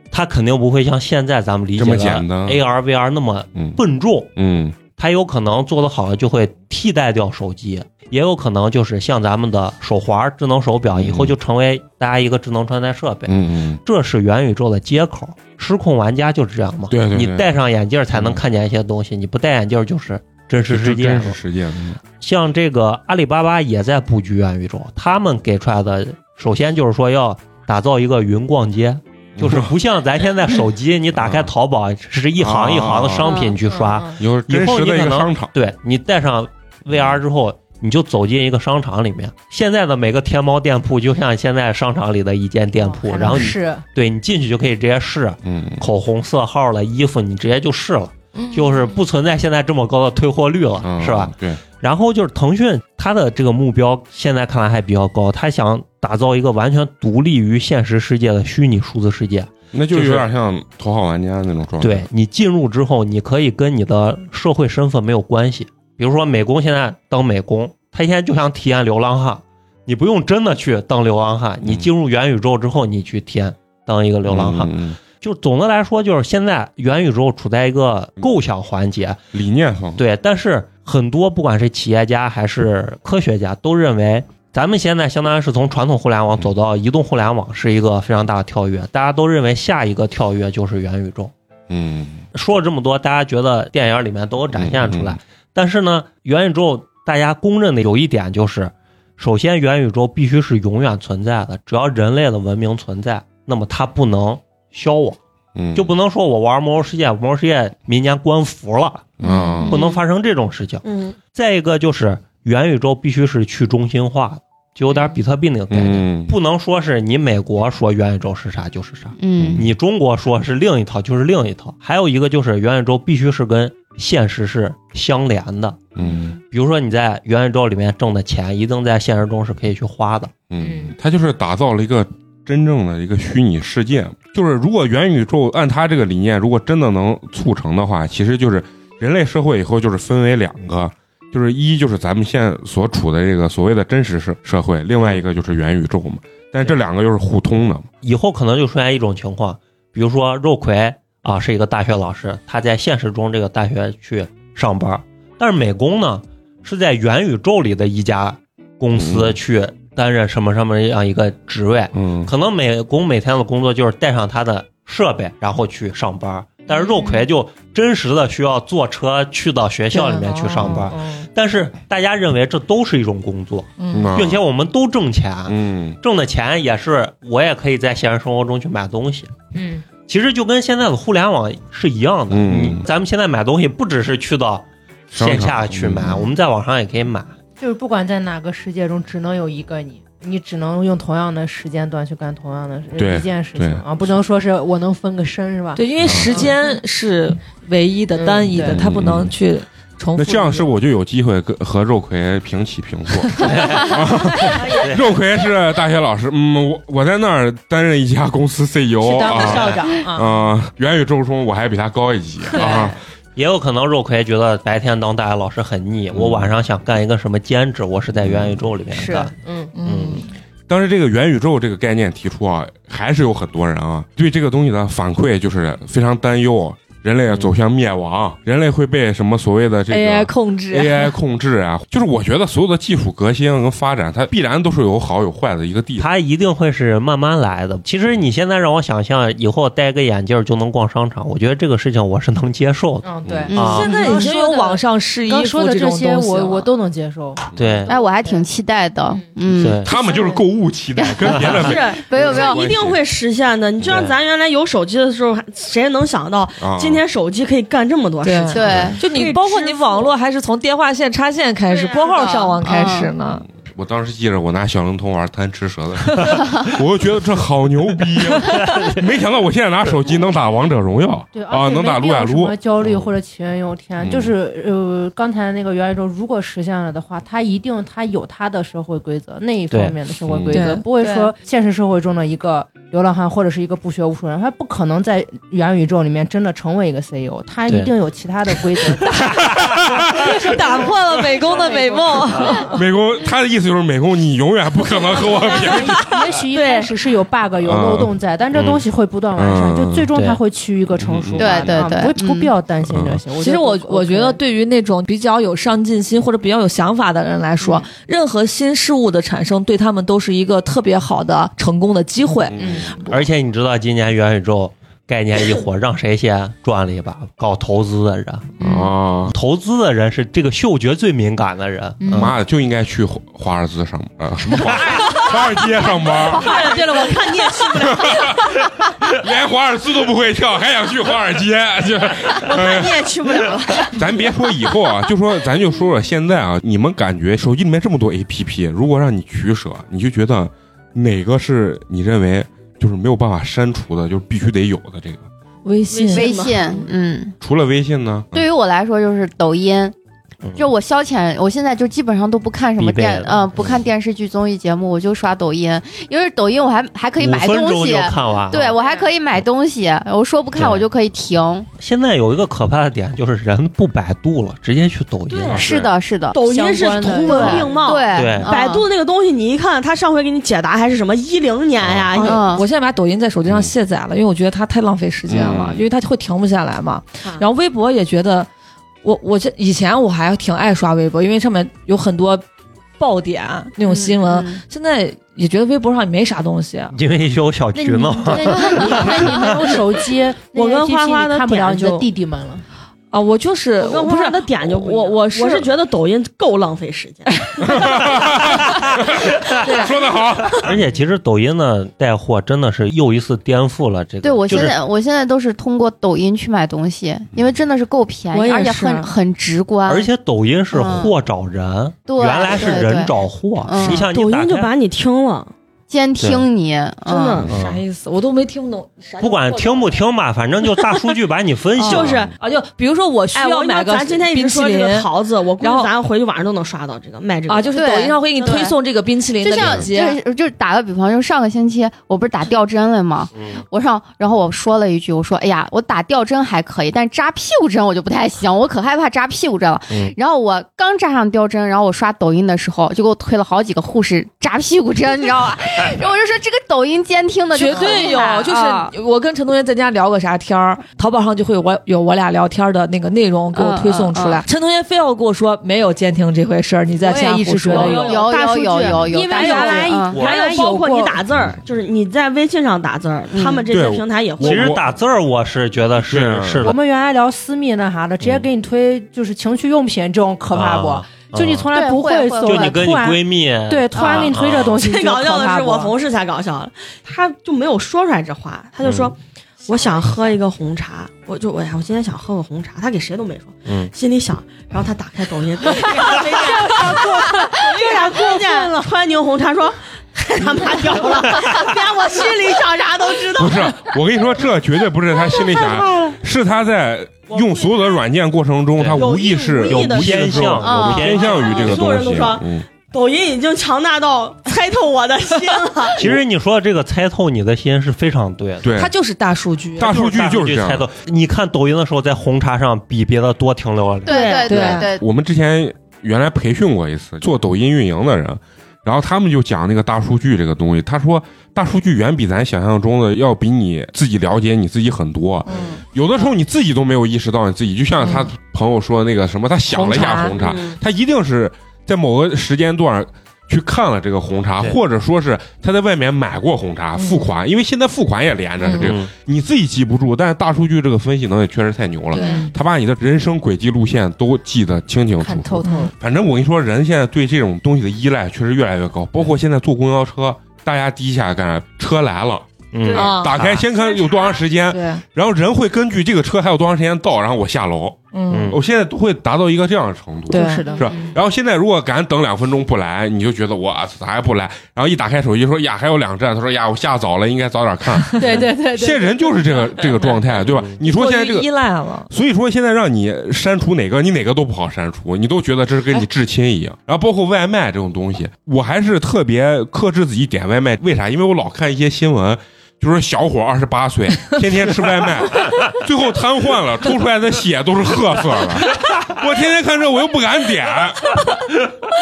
Speaker 6: 它肯定不会像现在咱们理解
Speaker 1: 这么
Speaker 6: 的
Speaker 1: 简单
Speaker 6: AR、VR 那么
Speaker 1: 嗯
Speaker 6: 笨重。
Speaker 1: 嗯
Speaker 6: 它有可能做得好了就会替代掉手机，也有可能就是像咱们的手环、智能手表，以后就成为大家一个智能穿戴设备。
Speaker 1: 嗯嗯嗯，
Speaker 6: 这是元宇宙的接口，失控玩家就是这样嘛。
Speaker 1: 对对对
Speaker 6: 你戴上眼镜才能看见一些东西，你不戴眼镜就是真实世界
Speaker 1: 真
Speaker 6: 嘛。
Speaker 1: 实世界，嗯
Speaker 6: 像这个阿里巴巴也在布局元宇宙，他们给出来的首先就是说要打造一个云逛街， 就是不像咱现在手机，你打
Speaker 1: 嗯
Speaker 6: 开淘宝是一行一行的商品去刷，
Speaker 1: 有真实的一个商场，
Speaker 6: 对你戴上 VR 之后，你就走进一个商场里面。现在的每个天猫店铺就像现在商场里的一间店
Speaker 5: 哦
Speaker 6: 铺，然后你
Speaker 7: 是
Speaker 6: 对你进去就可以直接试
Speaker 1: 嗯，
Speaker 6: 口红色号了、衣服，你直接就试了，
Speaker 2: 嗯
Speaker 6: 就是不存在现在这么高的退货率了，
Speaker 1: 嗯
Speaker 6: 是吧？？
Speaker 1: 对，
Speaker 6: 然后就是腾讯，它的这个目标现在看来还比较高，它想打造一个完全独立于现实世界的虚拟数字世界。
Speaker 1: 那就
Speaker 6: 就是
Speaker 1: 有点像头号玩家那种状态。
Speaker 6: 对，你进入之后，你可以跟你的社会身份没有关系。比如说美工现在当美工，他现在就想体验流浪汉，你不用真的去当流浪汉，你
Speaker 1: 嗯
Speaker 6: 进入元宇宙之后，你去体验当一个流浪汉。
Speaker 1: 嗯，嗯嗯
Speaker 6: 就总的来说，就是现在元宇宙处在一个构想环节，
Speaker 1: 理念上，
Speaker 6: 对，但是很多不管是企业家还是科学家都认为。咱们现在相当于是从传统互联网走到移动互联网，是一个非常大的跳跃。大家都认为下一个跳跃就是元宇宙。
Speaker 1: 嗯，
Speaker 6: 说了这么多，大家觉得电影里面都有展现出来，
Speaker 1: 嗯嗯
Speaker 6: 但是呢，元宇宙大家公认的有一点就是，首先元宇宙必须是永远存在的，只要人类的文明存在，那么它不能消亡，
Speaker 1: 嗯，
Speaker 6: 就不能说我玩魔兽世界，魔兽世界明年关服了，
Speaker 1: 嗯，
Speaker 6: 不能发生这种事情。
Speaker 4: 嗯，
Speaker 6: 再一个就是元宇宙必须是去中心化的，就有点比特币那个概念，
Speaker 1: 嗯，
Speaker 6: 不能说是你美国说元宇宙是啥就是啥。
Speaker 2: 嗯
Speaker 6: 你中国说是另一套，就是另一套。还有一个就是元宇宙必须是跟现实是相连的，
Speaker 1: 嗯
Speaker 6: 比如说你在元宇宙里面挣的钱，一定在现实中是可以去花的。
Speaker 1: 嗯，他就是打造了一个真正的一个虚拟世界。就是如果元宇宙按他这个理念，如果真的能促成的话，其实就是人类社会以后就是分为两个。就是一就是咱们现在所处的这个所谓的真实社社会，另外一个就是元宇宙嘛。但这两个又是互通的，
Speaker 6: 以后可能就出现一种情况，比如说肉葵啊是一个大学老师，他在现实中这个大学去上班，但是美工呢是在元宇宙里的一家公司
Speaker 1: 嗯
Speaker 6: 去担任什么什么样一个职位，
Speaker 1: 嗯，
Speaker 6: 可能美工每天的工作就是带上他的设备，然后去上班。但是肉葵就真实的需要坐车去到学校里面去上
Speaker 2: 嗯
Speaker 6: 班，
Speaker 7: 班，
Speaker 6: 但是大家认为这都是一种工作，
Speaker 7: 嗯
Speaker 1: 啊
Speaker 6: 并且我们都挣钱，
Speaker 1: 嗯
Speaker 6: 挣的钱也是我也可以在现实生活中去买东西。
Speaker 7: 嗯
Speaker 6: 其实就跟现在的互联网是一样的，
Speaker 1: 嗯
Speaker 6: 你咱们现在买东西不只是去到线下去买，
Speaker 1: 商场嗯
Speaker 6: 我们在网上也可以买。
Speaker 7: 就是不管在哪个世界中，只能有一个你，你只能用同样的时间段去干同样的
Speaker 1: 对
Speaker 7: 一件事
Speaker 1: 对
Speaker 7: 情啊，不能说是我能分个身是吧？
Speaker 5: 对，因为时间是唯一的、
Speaker 7: 嗯
Speaker 5: 单一的，
Speaker 7: 对
Speaker 5: 它不能去重复。
Speaker 1: 那这样是不是我就有机会跟和肉葵平起平坐？肉葵是大学老师，嗯，我我在那儿担任一家公司 CEO
Speaker 7: 去当个
Speaker 1: 啊，
Speaker 7: 校长啊，
Speaker 1: 啊，元宇宙中我还比他高一级啊，
Speaker 6: 也有可能肉葵觉得白天当大学老师很腻，我晚上想干一个什么兼职，我是在元宇宙里面
Speaker 7: 是
Speaker 6: 干。
Speaker 7: 嗯
Speaker 5: 嗯，
Speaker 1: 当时这个元宇宙这个概念提出啊，还是有很多人啊对这个东西的反馈就是非常担忧，人类走向灭亡，人类会被什么所谓的这
Speaker 5: AI
Speaker 1: 个
Speaker 5: 控制
Speaker 1: AI 控制啊，就是我觉得所有的技术革新跟发展，它必然都是有好有坏的一个地方。
Speaker 6: 它一定会是慢慢来的。其实你现在让我想象以后戴个眼镜儿就能逛商场，我觉得这个事情我是能接受的。
Speaker 7: 嗯对。
Speaker 1: 嗯
Speaker 6: 啊
Speaker 5: 现在已经有网上试衣
Speaker 7: 刚
Speaker 5: 服
Speaker 7: 说的
Speaker 5: 种东西啊
Speaker 7: 些
Speaker 5: 了，
Speaker 7: 我我都能接受，
Speaker 6: 对
Speaker 2: 哎，我还挺期待的，嗯，
Speaker 6: 对，
Speaker 1: 他们就是购物期待，跟别哎 人没
Speaker 4: 是
Speaker 2: 没有没有，
Speaker 4: 一定会实现的。你就像
Speaker 6: 对
Speaker 4: 咱原来有手机的时候，谁能想到
Speaker 1: 啊
Speaker 4: 今天手机可以干这么多事情？
Speaker 2: 对，
Speaker 6: 嗯
Speaker 5: 就
Speaker 4: 可
Speaker 5: 你
Speaker 4: 以
Speaker 5: 包括
Speaker 4: 支
Speaker 5: 你
Speaker 4: 付
Speaker 5: 网络还是从电话线插线开始，
Speaker 4: 对啊
Speaker 5: 拨号上网开始呢。
Speaker 1: 我当时记着我拿小灵通玩贪吃蛇的时候， 我就觉得这好牛逼、啊没想到我现在拿手机能打王者荣耀
Speaker 7: 对
Speaker 1: 啊，能打撸呀
Speaker 7: 什
Speaker 1: 撸
Speaker 7: 么，焦虑或者杞人忧天，啊
Speaker 1: 嗯
Speaker 7: 就是呃，刚才那个元宇宙如果实现了的话，它一定它有它的社会规则那一方面的社会规
Speaker 5: 对
Speaker 7: 则，
Speaker 5: 嗯
Speaker 7: 不会说现实社会中的一个流浪汉或者是一个不学无术人，他不可能在元宇宙里面真的成为一个 CEO，他
Speaker 6: 对
Speaker 7: 一定有其他的规则。
Speaker 5: 打破了美工的美梦。
Speaker 1: 美工他的意思就是美工，你永远不可能和我平。
Speaker 7: 也许一开始是有 bug 有
Speaker 1: 嗯
Speaker 7: 漏洞在，但这东西会不断完善，
Speaker 1: 嗯
Speaker 7: 就最终
Speaker 6: 对
Speaker 7: 它会趋于一个成
Speaker 1: 嗯
Speaker 7: 熟化的
Speaker 2: 对
Speaker 7: 啊。
Speaker 2: 对对
Speaker 7: 不不必要担心这些。
Speaker 5: 其实我我觉得，
Speaker 7: 对，
Speaker 5: 对于那种比较有上进心或者比较有想法的人来说，任何新事物的产生对他们都是一个特别好的成功的机会。
Speaker 6: 而且你知道今年元宇宙概念一火，让谁先赚了一把？搞投资的人，
Speaker 2: 嗯
Speaker 1: 啊，
Speaker 6: 投资的人是这个嗅觉最敏感的人。
Speaker 2: 嗯
Speaker 6: 嗯
Speaker 1: 妈的，就应该去华华尔兹上班，嗯呃什么华华尔街上 班，
Speaker 4: 哎
Speaker 5: 对了对了，我看你也去，
Speaker 1: 连华尔兹都不会跳，还想去华尔街？ 就
Speaker 4: 你也去不了了。
Speaker 1: 咱别说以后啊，就说咱就说说现在啊，你们感觉手机里面这么多 A P P，如果让你取舍，你就觉得哪个是你认为就是没有办法删除的，就是必须得有的这个？
Speaker 5: 微信
Speaker 4: 微
Speaker 2: 微信，嗯，
Speaker 1: 除了微信呢？嗯
Speaker 2: 对于我来说就是抖音。就我消遣，我现在就基本上都不看什么
Speaker 6: 必备
Speaker 2: 电，
Speaker 6: 的
Speaker 2: 嗯，不看电视剧、综艺节目，我就刷抖音，因为抖音我还还可以
Speaker 6: 五
Speaker 2: 买
Speaker 6: 分
Speaker 2: 东
Speaker 6: 钟
Speaker 2: 西
Speaker 6: 就，看完了。
Speaker 2: 对我还可以买东西，我说不看
Speaker 6: 啊嗯对
Speaker 2: 我就可以停。
Speaker 6: 现在有一个可怕的点，就是人不百度了，直接去抖音了。
Speaker 2: 是的，是的，
Speaker 4: 抖音是
Speaker 7: 相关的
Speaker 4: 图文并茂，
Speaker 2: 对
Speaker 6: 对
Speaker 2: 嗯
Speaker 4: 百度那个东西你一看，他上回给你解答还是什么一零年呀，
Speaker 2: 嗯
Speaker 5: 嗯，我现在把抖音在手机上卸载了，因为我觉得它太浪费时间了，
Speaker 1: 嗯
Speaker 5: 因为它会停不下来嘛
Speaker 4: 啊。
Speaker 5: 然后微博也觉得，我我这以前我还挺爱刷微博，因为上面有很多爆点那种新闻，
Speaker 2: 嗯
Speaker 5: 现在也觉得微博上也没啥东西。
Speaker 6: 因为有小
Speaker 7: 那
Speaker 6: 区
Speaker 7: 你
Speaker 6: 呢嘛，
Speaker 7: 那你那你没有手机， 那
Speaker 4: 我跟
Speaker 7: 些机器
Speaker 4: 花花
Speaker 7: 你
Speaker 4: 的
Speaker 7: 看不了你
Speaker 4: 点就
Speaker 7: 的弟弟们了。
Speaker 5: 啊，我就是
Speaker 4: 我跟
Speaker 5: 不
Speaker 4: 不
Speaker 5: 是
Speaker 4: 是的点就不一样
Speaker 5: 我我是哎
Speaker 4: 我是觉得抖音够浪费时间，
Speaker 1: 说的好，
Speaker 6: 而且其实抖音的带货真的是又一次颠覆了这个。
Speaker 2: 对我
Speaker 6: 就
Speaker 2: 现
Speaker 6: 是嗯
Speaker 2: 在我现在都是通过抖音去买东西，因为真的是够便
Speaker 5: 我
Speaker 2: 宜，
Speaker 5: 也
Speaker 2: 而且
Speaker 5: 是
Speaker 2: 很很直观。
Speaker 6: 而且抖音是货找人，
Speaker 2: 嗯对
Speaker 6: 原来是
Speaker 2: 对
Speaker 6: 人
Speaker 2: 对
Speaker 6: 找货。
Speaker 2: 嗯
Speaker 6: 你想，
Speaker 4: 抖
Speaker 6: 你打
Speaker 4: 音就
Speaker 6: 开，
Speaker 4: 把你听了，
Speaker 2: 监听你，真
Speaker 4: 真的。
Speaker 6: 嗯
Speaker 5: 啥意思？我都没听懂。
Speaker 4: 嗯
Speaker 5: 啥意思
Speaker 6: 不管听不听吧，反正就大数据把你分
Speaker 2: 嗯
Speaker 6: 析了。
Speaker 4: 就是
Speaker 5: 啊，就比如说我需
Speaker 4: 哎，
Speaker 5: 要
Speaker 4: 我
Speaker 5: 买个
Speaker 4: 咱今天一
Speaker 5: 冰
Speaker 4: 直
Speaker 5: 淇
Speaker 4: 说这
Speaker 5: 淋
Speaker 4: 个桃子，我估
Speaker 5: 然后
Speaker 4: 计咱回去晚上都能刷到这个卖这个
Speaker 5: 啊，就是
Speaker 2: 对
Speaker 5: 抖音上会给你推
Speaker 2: 对
Speaker 5: 送这个冰淇淋
Speaker 2: 就
Speaker 5: 的
Speaker 2: 像
Speaker 5: 链
Speaker 2: 就
Speaker 5: 接。
Speaker 2: 是就打个比方，就上个星期我不是打吊针了吗？
Speaker 6: 嗯
Speaker 2: 我上，然后我说了一句，我说：“哎呀，我打吊针还可以，但扎屁股针我就不太行，我可害怕扎屁股针了。
Speaker 6: 嗯
Speaker 2: 然后我刚扎上吊针，然后我刷抖音的时候，就给我推了好几个护士扎屁股针，你知道吧？ 然后我就说这个抖音监听的就
Speaker 5: 绝对有
Speaker 2: 很啊好，
Speaker 5: 就是我跟陈同学在家聊个啥天儿，淘宝上就会有我有我俩聊天的那个内容给我推送出来。
Speaker 2: 嗯嗯
Speaker 5: 陈同学非要跟我说没有监听这回事儿，你在瞎
Speaker 7: 我也一
Speaker 5: 胡
Speaker 7: 直
Speaker 5: 说
Speaker 7: 觉。得
Speaker 2: 有
Speaker 7: 有
Speaker 2: 有
Speaker 7: 大
Speaker 2: 有
Speaker 7: 数据
Speaker 2: 有有有，
Speaker 5: 因为
Speaker 2: 大数据
Speaker 5: 原
Speaker 4: 来
Speaker 2: 嗯
Speaker 6: 我
Speaker 4: 还有包括你打字儿，就是你在微信上打字儿，
Speaker 5: 嗯
Speaker 4: 他们这些平台也
Speaker 1: 我
Speaker 6: 其
Speaker 4: 会。
Speaker 6: 实打字儿，我是觉得是
Speaker 1: 是
Speaker 6: 是
Speaker 7: 我
Speaker 6: 的，
Speaker 7: 们原来聊私密那啥的，直接给你推就是情趣用品这种可怕不？
Speaker 6: 啊
Speaker 7: 就你从来不
Speaker 2: 对会
Speaker 7: 搜
Speaker 2: 会
Speaker 7: 的，
Speaker 6: 就你跟你
Speaker 7: 突然
Speaker 6: 闺蜜
Speaker 7: 对突然给你推这东西，
Speaker 4: 最
Speaker 7: 你觉
Speaker 4: 搞
Speaker 7: 得
Speaker 4: 笑
Speaker 7: 可
Speaker 4: 的
Speaker 7: 怕
Speaker 4: 是
Speaker 7: 不啊
Speaker 4: 我同事才搞笑了，他就没有说出来这话，他就
Speaker 7: 嗯
Speaker 4: 说。我想喝一个红茶，我就哎我呀，我今天想喝个红茶，他给谁都没说，
Speaker 1: 嗯
Speaker 4: 心里想，然后他打开抖 音，这俩过分了，川宁红茶说，他妈屌了，连我心里想啥都知道
Speaker 1: 不，是，我跟你说，这绝对不是他心里
Speaker 7: 嗯
Speaker 1: 想，是他在用所有的软件过程中，
Speaker 6: 对
Speaker 1: 他无意识
Speaker 4: 有意的
Speaker 1: 无意的
Speaker 6: 偏
Speaker 1: 时
Speaker 6: 向，
Speaker 1: 候
Speaker 2: 啊
Speaker 6: 有
Speaker 1: 偏
Speaker 6: 偏向。
Speaker 1: 向于这个东
Speaker 4: 所有人都
Speaker 1: 西
Speaker 4: 说。
Speaker 1: 嗯，
Speaker 4: 抖音已经强大到猜透我的心了，
Speaker 6: 其实你说的这个猜透你的心是非常对的。
Speaker 1: 对
Speaker 5: 他，就是大数据，
Speaker 1: 大数据就
Speaker 6: 就是是
Speaker 1: 这样
Speaker 6: 猜透。你看抖音的时候，在红茶上比别的多停留了。
Speaker 2: 对
Speaker 5: 对
Speaker 2: 对对，
Speaker 1: 我们之前原来培训过一次做抖音运营的人，然后他们就讲那个大数据这个东西。他说，大数据远比咱想象中的要比你自己了解你自己很多。有的时候你自己都没有意识到你自己，就像他朋友说那个什么，他想了一下红
Speaker 6: 红
Speaker 1: 茶，他一定是在某个时间段。去看了这个红茶，
Speaker 6: 对
Speaker 1: 或者说是他在外面买过红茶，付款，因为现在付款也连着这个，
Speaker 6: 嗯
Speaker 1: 你自己记不住，但是大数据这个分析能力确实太牛了。
Speaker 5: 对
Speaker 1: 他把你的人生轨迹路线都记得清清楚楚。
Speaker 7: 看透透，
Speaker 1: 反正我跟你说，人现在对这种东西的依赖确实越来越高，包括现在坐公交车，大家第一下干啥？车来了，
Speaker 6: 嗯
Speaker 5: 啊
Speaker 1: 打开先看有多长时间，
Speaker 5: 对，
Speaker 1: 然后人会根据这个车还有多长时间到，然后我下楼。
Speaker 5: 嗯
Speaker 6: 嗯，
Speaker 1: 我现在都会达到一个这样的程度。
Speaker 5: 对
Speaker 7: 就是的
Speaker 1: 是。吧？然后现在如果敢等两分钟不来，你就觉得我咋还不来？然后一打开手机说呀还有两站，他说呀我下早了，应该早点看。
Speaker 5: 对对对
Speaker 1: 现在人就是这个这个状态，对吧？你说
Speaker 5: 过
Speaker 1: 现在这
Speaker 5: 于
Speaker 1: 个
Speaker 5: 依赖了，
Speaker 1: 所以说，现在让你删除哪个，你哪个都不好删除，你都觉得这是跟你至亲一样。然后包括外卖这种东西，我还是特别克制自己点外卖。为啥？因为我老看一些新闻，就说小伙二十八岁，天天吃外卖，最后瘫痪了，抽出来的血都是褐色的。我天天看这，我又不敢点，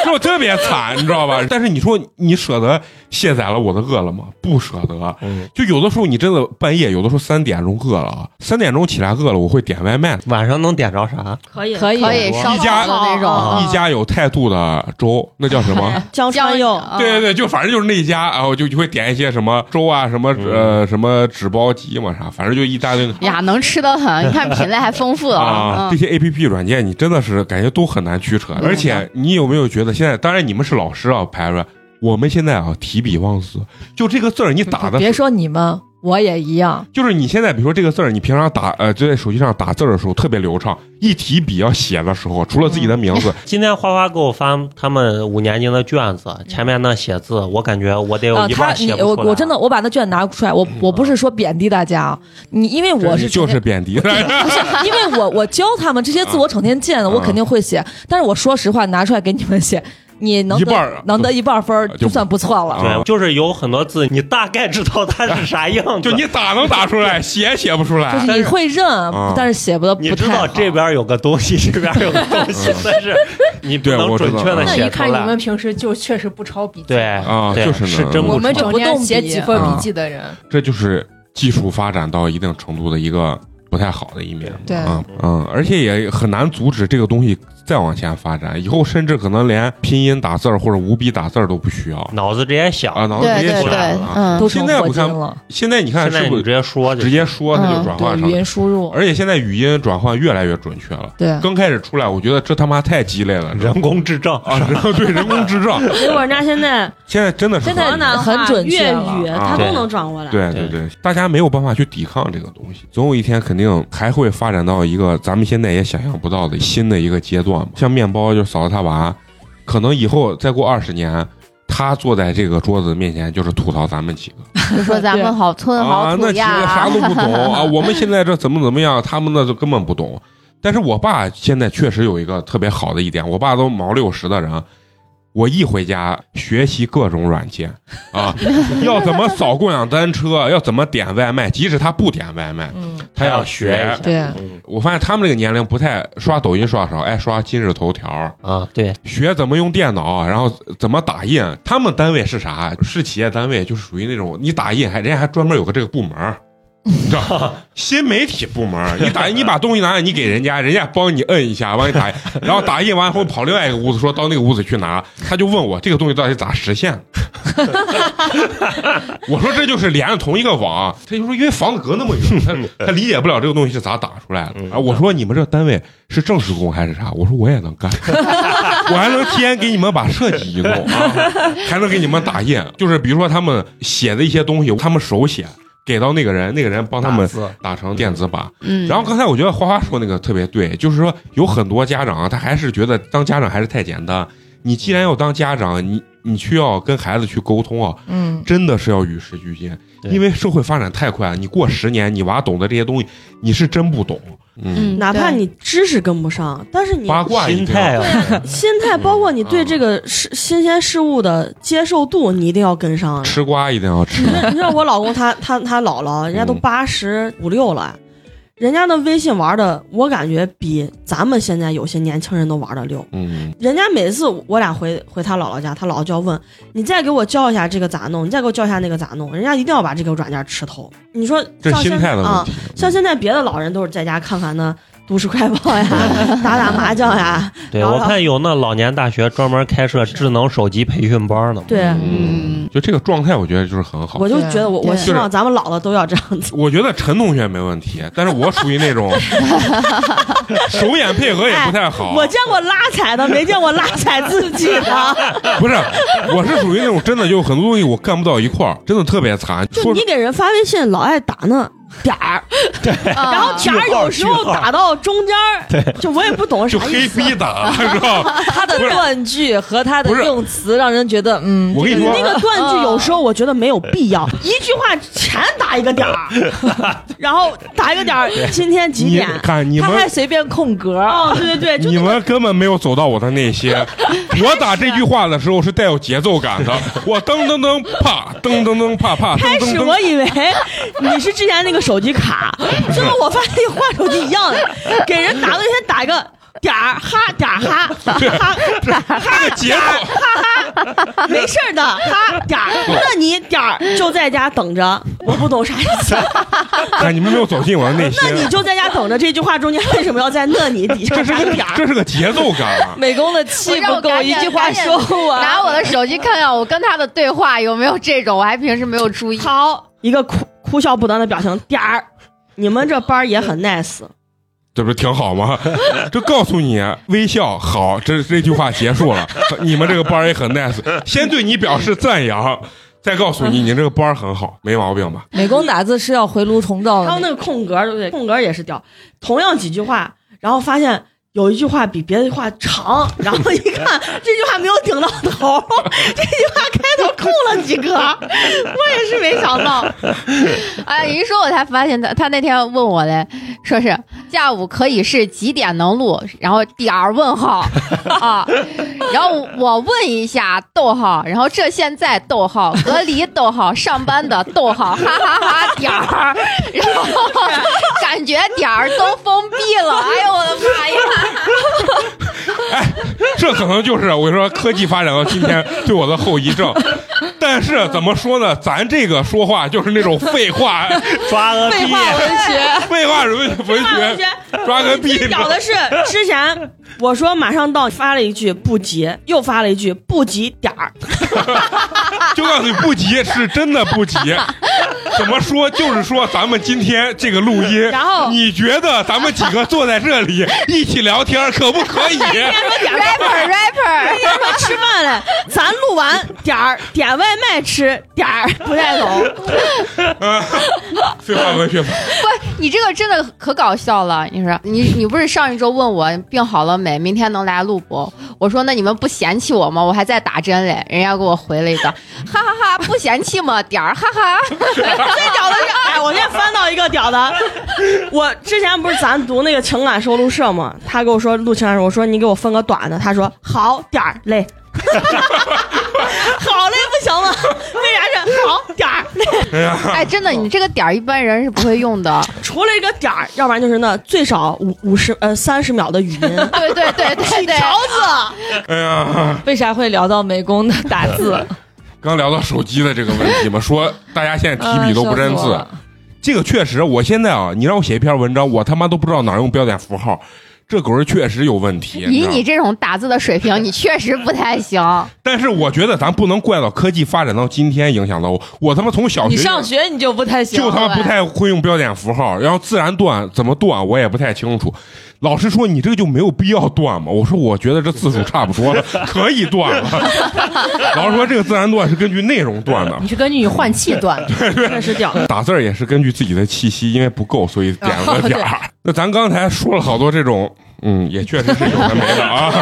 Speaker 1: 这我特别惨，你知道吧？但是你说你舍得卸载了我的饿了么？不舍得。
Speaker 6: 嗯
Speaker 1: 就有的时候你真的半夜，有的时候三点钟饿了啊，三点钟起来饿了，我会点外卖。
Speaker 6: 晚上能点着啥？
Speaker 4: 可以
Speaker 5: 可以
Speaker 2: 可以烧
Speaker 1: 一家啊
Speaker 2: 烤的那种，嗯
Speaker 1: 一家有态度的粥，那叫什 么？
Speaker 4: 江川佑，
Speaker 1: 对对对，就反正就是那一家，然后就就会点一些什么粥啊，什么呃什么纸包鸡嘛啥，反正就一大堆
Speaker 2: 呀，能吃的 很，你看品类还丰富
Speaker 1: 哦
Speaker 2: 嗯
Speaker 1: 啊。
Speaker 2: 了
Speaker 1: 这。些 A P P 软件你真的是感觉都很难驱扯，而且你有没有觉得现在？当然你们是老师啊，排出来。我们现在啊，提笔忘词，就这个字儿你打的，
Speaker 5: 别说你们，我也一样。
Speaker 1: 就是你现在，比如说这个字儿，你平常打呃就在手机上打字儿的时候特别流畅，一提笔要写的时候，除了自己的名字，
Speaker 6: 今天花花给我发他们五年级的卷子，前面那写字，我感觉我得
Speaker 1: 哎
Speaker 5: 啊，
Speaker 6: 有一
Speaker 5: 他
Speaker 6: 半
Speaker 5: 你
Speaker 6: 写
Speaker 5: 我
Speaker 6: 不出来。
Speaker 5: 我真的我把那卷拿出来，我我不是说贬低大家啊，你因为 我
Speaker 1: 这
Speaker 5: 是
Speaker 1: 就
Speaker 5: 成天
Speaker 1: 是贬低。
Speaker 5: 不是，因为我我教他们这些字，我整天
Speaker 1: 啊
Speaker 5: 见的，我肯定会写。但是我说实话，拿出来给你们写， 你能
Speaker 1: 一
Speaker 5: 得
Speaker 1: 半儿啊
Speaker 5: 能得一半儿分儿
Speaker 1: 就
Speaker 5: 就算不错了。
Speaker 1: 啊
Speaker 6: 对，就是有很多字，你大概知道它是啥样子，
Speaker 1: 就你咋能打出来？写也写不出
Speaker 5: 就
Speaker 1: 来。
Speaker 5: 是你会认，
Speaker 1: 啊
Speaker 5: 但是写不得
Speaker 6: 你
Speaker 5: 不
Speaker 6: 知
Speaker 5: 太好
Speaker 6: 道。这边有个 东西，这边有个东西，但是你
Speaker 1: 嗯
Speaker 6: 不
Speaker 1: 对我
Speaker 6: 能
Speaker 1: 知
Speaker 6: 准
Speaker 1: 道
Speaker 6: 确的
Speaker 1: 嗯
Speaker 7: 那
Speaker 6: 写
Speaker 7: 一
Speaker 6: 出
Speaker 7: 看你
Speaker 6: 来
Speaker 7: 们。平时就确实不抄笔记，
Speaker 6: 对
Speaker 1: 啊
Speaker 6: 对
Speaker 1: 就是呢
Speaker 6: 是真
Speaker 1: 我
Speaker 7: 我
Speaker 6: 不
Speaker 7: 们
Speaker 6: 抄
Speaker 7: 整天写几份
Speaker 5: 啊
Speaker 7: 笔记的人，
Speaker 1: 这就是技术发展到一定程度的一个不太好的一面。
Speaker 5: 对
Speaker 1: 嗯嗯，而且也很难阻止这个东西再往前发展。以后甚至可能连拼音打字儿或者五笔打字儿都不需要
Speaker 6: 脑子直接想
Speaker 1: 啊，脑子
Speaker 2: 对
Speaker 1: 直接
Speaker 2: 对
Speaker 1: 起
Speaker 6: 出
Speaker 2: 对
Speaker 1: 来
Speaker 6: 来
Speaker 1: 了。，啊
Speaker 2: 嗯
Speaker 5: 都成
Speaker 1: 现在
Speaker 5: 火
Speaker 1: 我
Speaker 5: 箭
Speaker 1: 看
Speaker 5: 了，
Speaker 1: 现在你看
Speaker 6: 现在
Speaker 1: 是不
Speaker 6: 你
Speaker 1: 是
Speaker 6: 直接说就
Speaker 1: 直
Speaker 6: 行，
Speaker 1: 接说它就转
Speaker 5: 对
Speaker 1: 换
Speaker 5: 语
Speaker 1: 上来？
Speaker 5: 音输入，
Speaker 1: 而且现在语音转换越来越准确了。
Speaker 5: 对
Speaker 1: 刚开始出来，我觉得这他妈太鸡肋了，
Speaker 6: 人工智障
Speaker 1: 啊，然后对人工智 障，
Speaker 4: 结果人家现在
Speaker 1: 现在真的是
Speaker 4: 河
Speaker 5: 现在
Speaker 1: 很
Speaker 4: 南话
Speaker 5: 很准确
Speaker 4: 粤
Speaker 5: 了
Speaker 4: 语他
Speaker 1: 对
Speaker 4: 都能转过来。
Speaker 1: 对对对，大家没有办法去抵抗这个东西，总有一天肯定还会发展到一个咱们现在也想象不到的新的一个阶段嘛。像面包就嫂子他娃，可能以后再过二十年，他坐在这个桌子面前就是吐槽咱们几个
Speaker 2: 就说咱们好村嗯好
Speaker 1: 啊，
Speaker 2: 土
Speaker 1: 那几个啥
Speaker 2: 呀，
Speaker 1: 都不懂 啊，我们现在这怎么怎么样，他们那就根本不懂。但是我爸现在确实有一个特别好的一点，我爸都毛六十的人，我一回家学习各种软件 啊，要怎么扫共享单车，要怎么点外卖，即使他不点外卖，
Speaker 5: 嗯，
Speaker 1: 他
Speaker 6: 要
Speaker 1: 要学。
Speaker 5: 对啊
Speaker 6: 嗯
Speaker 1: 我发现他们这个年龄不太刷抖音刷得少，爱刷今日头条，
Speaker 6: 啊，对，
Speaker 1: 学怎么用电脑，然后怎么打印。他们单位是啥？是企业单位，就是属于那种你打印还人家还专门有个这个部门儿，你知道吧新媒体部门儿。你打印，你把东西拿来，你给人家，人家帮你摁一下，完你打印，然后打印完后跑另外一个屋子，说到那个屋子去拿。他就问我这个东西到底咋实现的？我说这就是连着同一个网。他就说因为房子隔那么远，他他理解不了这个东西是咋打出来的。啊，我说你们这单位是正式工还是啥？我说我也能干。我还能提前给你们把设计一弄啊，还能给你们打印。就是比如说他们写的一些东西，他们手写给到那个人，那个人帮他
Speaker 6: 打
Speaker 1: 们
Speaker 6: 字
Speaker 1: 打成电子版。
Speaker 2: 嗯，
Speaker 1: 然后刚才我觉得花花说那个特别对，就是说有很多家长啊，他还是觉得当家长还是太简单。你既然要当家长，你你需要跟孩子去沟通啊，
Speaker 5: 嗯，
Speaker 1: 真的是要与时俱进，
Speaker 6: 对
Speaker 1: 因为社会发展太快了。你过十年，你娃懂得这些东西，你是真不懂。嗯，
Speaker 2: 嗯，
Speaker 4: 哪怕
Speaker 5: 对
Speaker 4: 你知识跟不上，但是你
Speaker 1: 八卦嗯一
Speaker 6: 心
Speaker 1: 定要
Speaker 6: 态啊，
Speaker 4: 心态，包括你对这个事新鲜事物的接受度，你一定要跟上。
Speaker 1: 吃瓜一定要吃
Speaker 4: 你。知你知道我老公他他他姥姥，人家都
Speaker 1: 嗯
Speaker 4: 八十五六了，人家那微信玩的，我感觉比咱们现在有些年轻人都玩的溜。
Speaker 1: 嗯，
Speaker 4: 人家每次我俩回回他姥姥家，他姥姥就要问你再给我教一下这个咋弄，你再给我教一下那个咋弄，人家一定要把这个软件吃透。你说
Speaker 1: 这
Speaker 4: 像
Speaker 1: 心
Speaker 4: 现
Speaker 1: 态的问
Speaker 4: 啊，
Speaker 1: 题。
Speaker 4: 像现在别的老人都是在家看看那都市快报呀， 打打麻将呀，
Speaker 6: 对
Speaker 4: 然后
Speaker 6: 我看有那老年大学专门开设智能手机培训班呢嘛，
Speaker 4: 对。
Speaker 2: 嗯
Speaker 1: 就这个状态，我觉得就是很好。
Speaker 4: 我就觉得我，我
Speaker 2: 对
Speaker 4: 希望咱们老了都要这样子。
Speaker 1: 我觉得陈同学没问题，但是我属于那种手眼配合也不太好。
Speaker 4: 我见过拉踩 的，没见过拉踩自己的。
Speaker 1: 不是，我是属于那种真的就很多东西我干不到一块儿，真的特别惨。
Speaker 4: 就
Speaker 1: 说
Speaker 4: 你给人发微信，老爱打那点儿，
Speaker 2: 啊
Speaker 4: 然后点儿有时候打到中间儿，就我也不懂
Speaker 1: 就
Speaker 4: 啥意
Speaker 1: 黑
Speaker 4: 思。
Speaker 1: 逼打 是 吧？
Speaker 5: 他的
Speaker 1: 不是
Speaker 5: 断句和他的
Speaker 1: 不是
Speaker 5: 用词让人觉得，嗯，
Speaker 1: 我跟你说，
Speaker 4: 那个断句有时候我觉得没有 必要，一句话全打一个点儿，然后打一个点儿，今天几
Speaker 1: 你
Speaker 4: 点？
Speaker 1: 看你
Speaker 5: 他还
Speaker 1: 们。
Speaker 5: 随便空 格，
Speaker 4: 哦，对对对，就
Speaker 1: 你们根本没有走到我的内 心。我打这句话的时候是带有节奏感的，我噔噔噔啪，噔噔噔啪啪，噔
Speaker 4: 开
Speaker 1: 噔
Speaker 4: 始
Speaker 1: 噔
Speaker 4: 我以为你是之前那个手 机卡，最后我发现换手机一样的，给人打的先打一个点儿哈点儿哈哈
Speaker 1: 这个节奏，
Speaker 4: 哈， 没事儿的哈点儿，那你点儿就在家等着，我不懂啥意思，
Speaker 1: 哎，你们没有走进我的内心。
Speaker 4: 那 你就在家等着这句话中间为什么要在那你底下
Speaker 1: 这是
Speaker 4: 加
Speaker 1: 个
Speaker 4: 点儿？
Speaker 1: 这是个节奏感啊。
Speaker 5: 美工的气
Speaker 2: 让
Speaker 5: 不
Speaker 2: 我
Speaker 5: 够，
Speaker 2: 赶
Speaker 5: 一
Speaker 2: 紧
Speaker 5: 句话
Speaker 2: 赶紧
Speaker 5: 说完。
Speaker 2: 拿我的手机看看我跟他的对话有没有这种，我还平时没有注意。
Speaker 4: 好，一个哭哭笑不得的表情点儿。你们这班儿也很 nice，
Speaker 1: 这不是挺好吗？ 这告诉你微笑好，这这句话结束了。你们这个班儿也很 nice，先对你表示赞扬，再告诉你你这个班儿很好，没毛病吧？
Speaker 5: 美工打字是要回炉重造
Speaker 4: 还有那
Speaker 5: 的，
Speaker 4: 个空格儿，对不对？空格儿也是掉，同样几句话，然后发现有一句话比别的话长，然后一看这句话没有顶到头，这句话开头空了几格儿，我也是没想到。
Speaker 2: 哎，一说我才发现他，他那天问我嘞，说是下午可以是几点能录，然后点儿问号啊，然后我问一下逗号，然后这现在逗号隔离逗号上班的逗号哈哈哈点儿，然后感觉点儿都封闭了，哎呦我的妈呀！
Speaker 1: 这可能就是我跟你说科技发展到今天对我的后遗症。但是怎么说呢？咱这个说话就是那种废话，
Speaker 6: 抓个
Speaker 5: 废
Speaker 6: 逼，
Speaker 5: 话文学，
Speaker 1: 废话文文
Speaker 4: 同
Speaker 1: 学
Speaker 4: 学，
Speaker 1: 抓个屁
Speaker 4: 最屌的是之前我说马上到，发了一句不急，又发了一句不急点儿，
Speaker 1: 就告诉你不急，是真的不急。怎么说？就是说咱们今天这个录音，
Speaker 4: 然后
Speaker 1: 你觉得咱们几个坐在这里一起聊天，可不可 以？
Speaker 2: rapper rapper，
Speaker 4: 他说吃饭嘞，咱录完点儿点外卖吃点儿，不带懂。
Speaker 1: 啊废话文学吧，
Speaker 2: 不，你这个真的可搞笑了。你说，你你不是上一周问我病好了没，明天能来录不？我说那你们不嫌弃我吗？我还在打针嘞。人家给我回了一个， 哈哈哈不嫌弃吗？点儿，哈哈。
Speaker 4: 最屌的是，哎，我现在翻到一个屌的，我之前不是咱读那个情感收录社吗？他给我说录情感时，我说你给我分个短的，他说好点儿嘞。 好嘞，不行吗？为啥是好点儿？
Speaker 2: 哎，真的，你这个点儿一般人是不会用 的。
Speaker 4: 除了一个点儿，要不然就是那最少五五十呃三十秒的语音。
Speaker 2: 对对对对对，
Speaker 4: 条子，
Speaker 1: 哎呀，
Speaker 5: 为啥会聊到美工的打字？
Speaker 1: 刚聊到手机的这个问题嘛，说大家现在提笔都不认
Speaker 5: 啊笑死
Speaker 1: 字
Speaker 5: 我，了
Speaker 1: 这个确实，我现在啊，你让我写一篇文章，我他妈都不知道哪用标点符号，这狗是确实有问题。
Speaker 2: 以
Speaker 1: 知道吗
Speaker 2: 你这种打字的水平，你确实不太 行。
Speaker 1: 但是我觉得咱不能怪到科技发展到今天影响到我，我他妈从小学
Speaker 5: 你上学你就不太行，
Speaker 1: 就他妈不太会用标点符号，然后自然段怎么断我也不太清楚。老师说你这个就没有必要断嘛，我说我觉得这字数差不多了，可以断了。 老师说这个自然段是根据内容断的，
Speaker 7: 你是根据你换气段，
Speaker 4: 确实屌。
Speaker 1: 打字儿也是根据自己的气息，因为不够所以点
Speaker 7: 哦
Speaker 1: 了个点儿。那咱刚才说了好多这种，嗯，也确实是有的没的啊。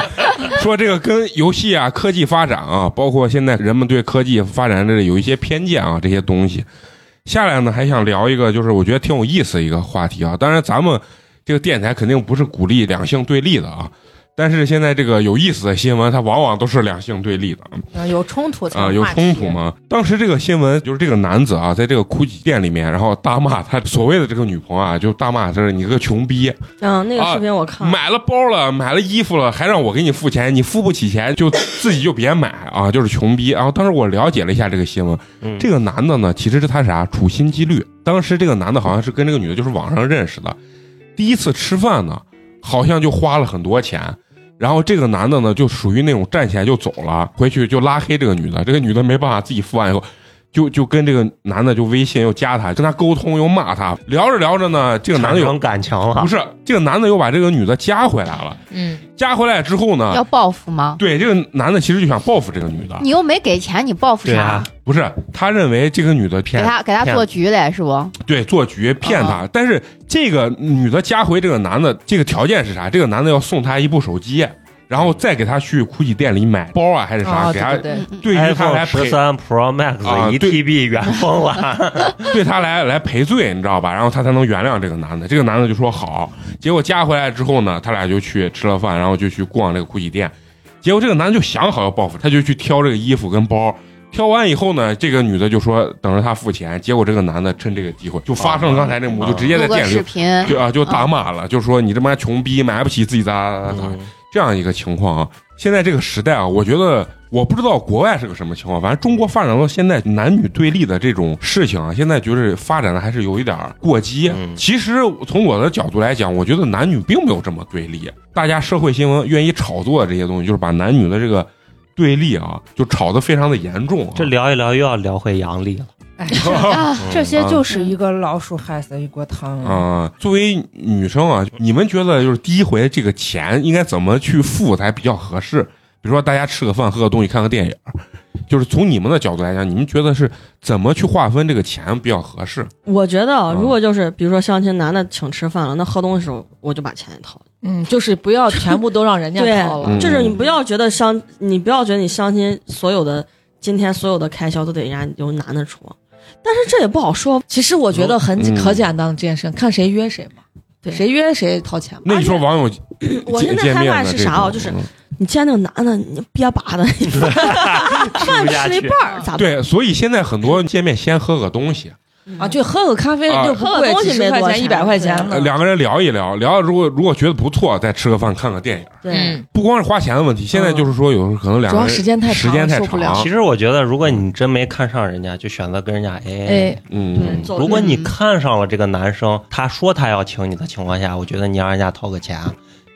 Speaker 1: 说这个跟游戏啊、科技发展啊，包括现在人们对科技发展这有一些偏见啊，这些东西。下来呢，还想聊一个，就是我觉得挺有意思的一个话题啊。当然，咱们这个电台肯定不是鼓励两性对立的啊，但是现在这个有意思的新闻，它往往都是两性对立的啊。
Speaker 7: 嗯有冲突才
Speaker 1: 啊、有
Speaker 7: 话
Speaker 1: 冲
Speaker 7: 题
Speaker 1: 突？吗？当时这个新闻就是这个男子啊，在这个 GUCCI 店里面，然后大骂他所谓的这个女朋友啊，就大骂他是你个穷逼，啊
Speaker 4: 嗯，那个视频我看了。
Speaker 1: 买了包了，买了衣服了，还让我给你付钱，你付不起钱就自己就别买啊，就是穷逼。然后当时我了解了一下这个新闻，
Speaker 6: 嗯
Speaker 1: 这个男的呢，其实是他啊啥处心积虑。当时这个男的好像是跟这个女的就是网上认识的，第一次吃饭呢，好像就花了很多钱。然后这个男的呢，就属于那种站起来就走了，回去就拉黑这个女的。这个女的没办法，自己付完以后，就就跟这个男的就微信又加他，跟他沟通又骂他。聊着聊着呢，这个男的
Speaker 6: 产
Speaker 1: 有
Speaker 6: 生感情了
Speaker 1: 不，是这个男的又把这个女的加回来了。
Speaker 7: 嗯，
Speaker 1: 加回来之后呢
Speaker 2: 要，报复吗？
Speaker 1: 对这个男的其实就想报复这个女的，
Speaker 2: 你又没给钱，你报复
Speaker 6: 对
Speaker 2: 啥
Speaker 6: 啊？，
Speaker 1: 不是他认为这个女的
Speaker 2: 给
Speaker 1: 啊骗，
Speaker 2: 他给他
Speaker 6: 骗
Speaker 2: 做局嘞，是不？
Speaker 1: 对做局骗他。但是这个女的加回这个男的，这个条件是啥？这个男的要送她一部手机，然后再给她去 GUCCI 店里买包啊，还是啥？
Speaker 7: 啊，
Speaker 1: 给
Speaker 7: 对
Speaker 1: 她
Speaker 7: 对对，
Speaker 2: 嗯
Speaker 1: 对于他
Speaker 6: iPhone
Speaker 1: 来
Speaker 6: 十
Speaker 1: 赔，
Speaker 6: 三 Pro
Speaker 1: 啊
Speaker 6: Max 一
Speaker 1: 对
Speaker 6: TB 原封了，
Speaker 1: 对他来来赔罪，你知道吧？然后他才能原谅这个男的。这个男的就说好，结果加回来之后呢，他俩就去吃了饭，然后就去逛这个 GUCCI 店。结果这个男的就想好要报复，他就去挑这个衣服跟包。挑完以后呢，这个女的就说等着他付钱。结果这个男的趁这个机会就发生了刚才那幕，
Speaker 6: 啊
Speaker 1: 就直接在
Speaker 2: 录个
Speaker 1: 店里
Speaker 2: 视
Speaker 1: 就
Speaker 2: 频，
Speaker 1: 就啊就打骂了，就说你这妈穷逼，买不起自己咋咋咋咋。
Speaker 6: 嗯
Speaker 1: 这样一个情况啊。现在这个时代啊，我觉得我不知道国外是个什么情况，反正中国发展到现在男女对立的这种事情啊，现在觉得发展的还是有一点儿过激。
Speaker 6: 嗯
Speaker 1: 其实从我的角度来讲，我觉得男女并没有这么对立，大家社会新闻愿意炒作的这些东西，就是把男女的这个。对立啊，就炒得非常的严重啊！
Speaker 6: 这聊一聊又要聊回杨笠了，
Speaker 7: 哎，
Speaker 1: 啊、
Speaker 7: 这些就是一个老鼠害死一锅汤啊。
Speaker 1: 作为女生啊，你们觉得就是第一回这个钱应该怎么去付才比较合适？比如说大家吃个饭、喝个东西、看个电影，就是从你们的角度来讲，你们觉得是怎么去划分这个钱比较合适？
Speaker 4: 我觉得啊，
Speaker 1: 嗯
Speaker 4: 如果就是比如说相亲男的请吃饭了，那喝东西的时候我就把钱也掏。
Speaker 5: 嗯，就是不要全部都让人 家
Speaker 4: 对
Speaker 5: 掏了
Speaker 1: 嗯。
Speaker 4: 就是你不要觉得相，你不要觉得你相亲所有的今天所有的开销都得人家由男的出，但是这也不好说。
Speaker 5: 其实我觉得很
Speaker 1: 嗯
Speaker 5: 可简单的这件事，看谁约谁嘛，
Speaker 4: 对
Speaker 5: 谁约谁掏钱嘛。
Speaker 1: 那你说网友
Speaker 4: 我
Speaker 1: 见
Speaker 4: 现在
Speaker 1: 见
Speaker 4: 害
Speaker 1: 面
Speaker 4: 怕
Speaker 1: 的
Speaker 4: 是
Speaker 1: 这
Speaker 4: 啥啊？
Speaker 1: 种
Speaker 4: 就是
Speaker 1: 嗯
Speaker 4: 你见那个男的，你憋巴的，你
Speaker 6: 吃
Speaker 4: 饭
Speaker 6: 不下
Speaker 4: 吃一
Speaker 6: 去
Speaker 4: 半，儿咋办？
Speaker 1: 对，所以现在很多见面先喝个东西，
Speaker 5: 啊，就喝个咖啡
Speaker 1: 啊
Speaker 5: 就不
Speaker 4: 喝个
Speaker 5: 贵，
Speaker 4: 东西
Speaker 5: 几十
Speaker 4: 没
Speaker 5: 块
Speaker 4: 多
Speaker 5: 钱、
Speaker 4: 少
Speaker 5: 一百块钱
Speaker 1: 呃
Speaker 5: 呢。
Speaker 1: 两个人聊一聊，聊如果如果觉得不错，再吃个饭、看个电影。
Speaker 2: 嗯
Speaker 4: 对，
Speaker 1: 不光是花钱的问题，现在就是说有时候可能两
Speaker 5: 主
Speaker 1: 个
Speaker 5: 要
Speaker 1: 人
Speaker 5: 时间太
Speaker 1: 时
Speaker 5: 长
Speaker 1: 间
Speaker 5: 了
Speaker 1: 太
Speaker 5: 受不了
Speaker 1: 长
Speaker 6: 其实我觉得，如果你真没看上人家，就选择跟人家 A
Speaker 5: 哎
Speaker 6: A。，
Speaker 1: 嗯，
Speaker 4: 走
Speaker 6: 如果你看上了这个男生，他说他要请你的情况下，我觉得你让人家掏个钱。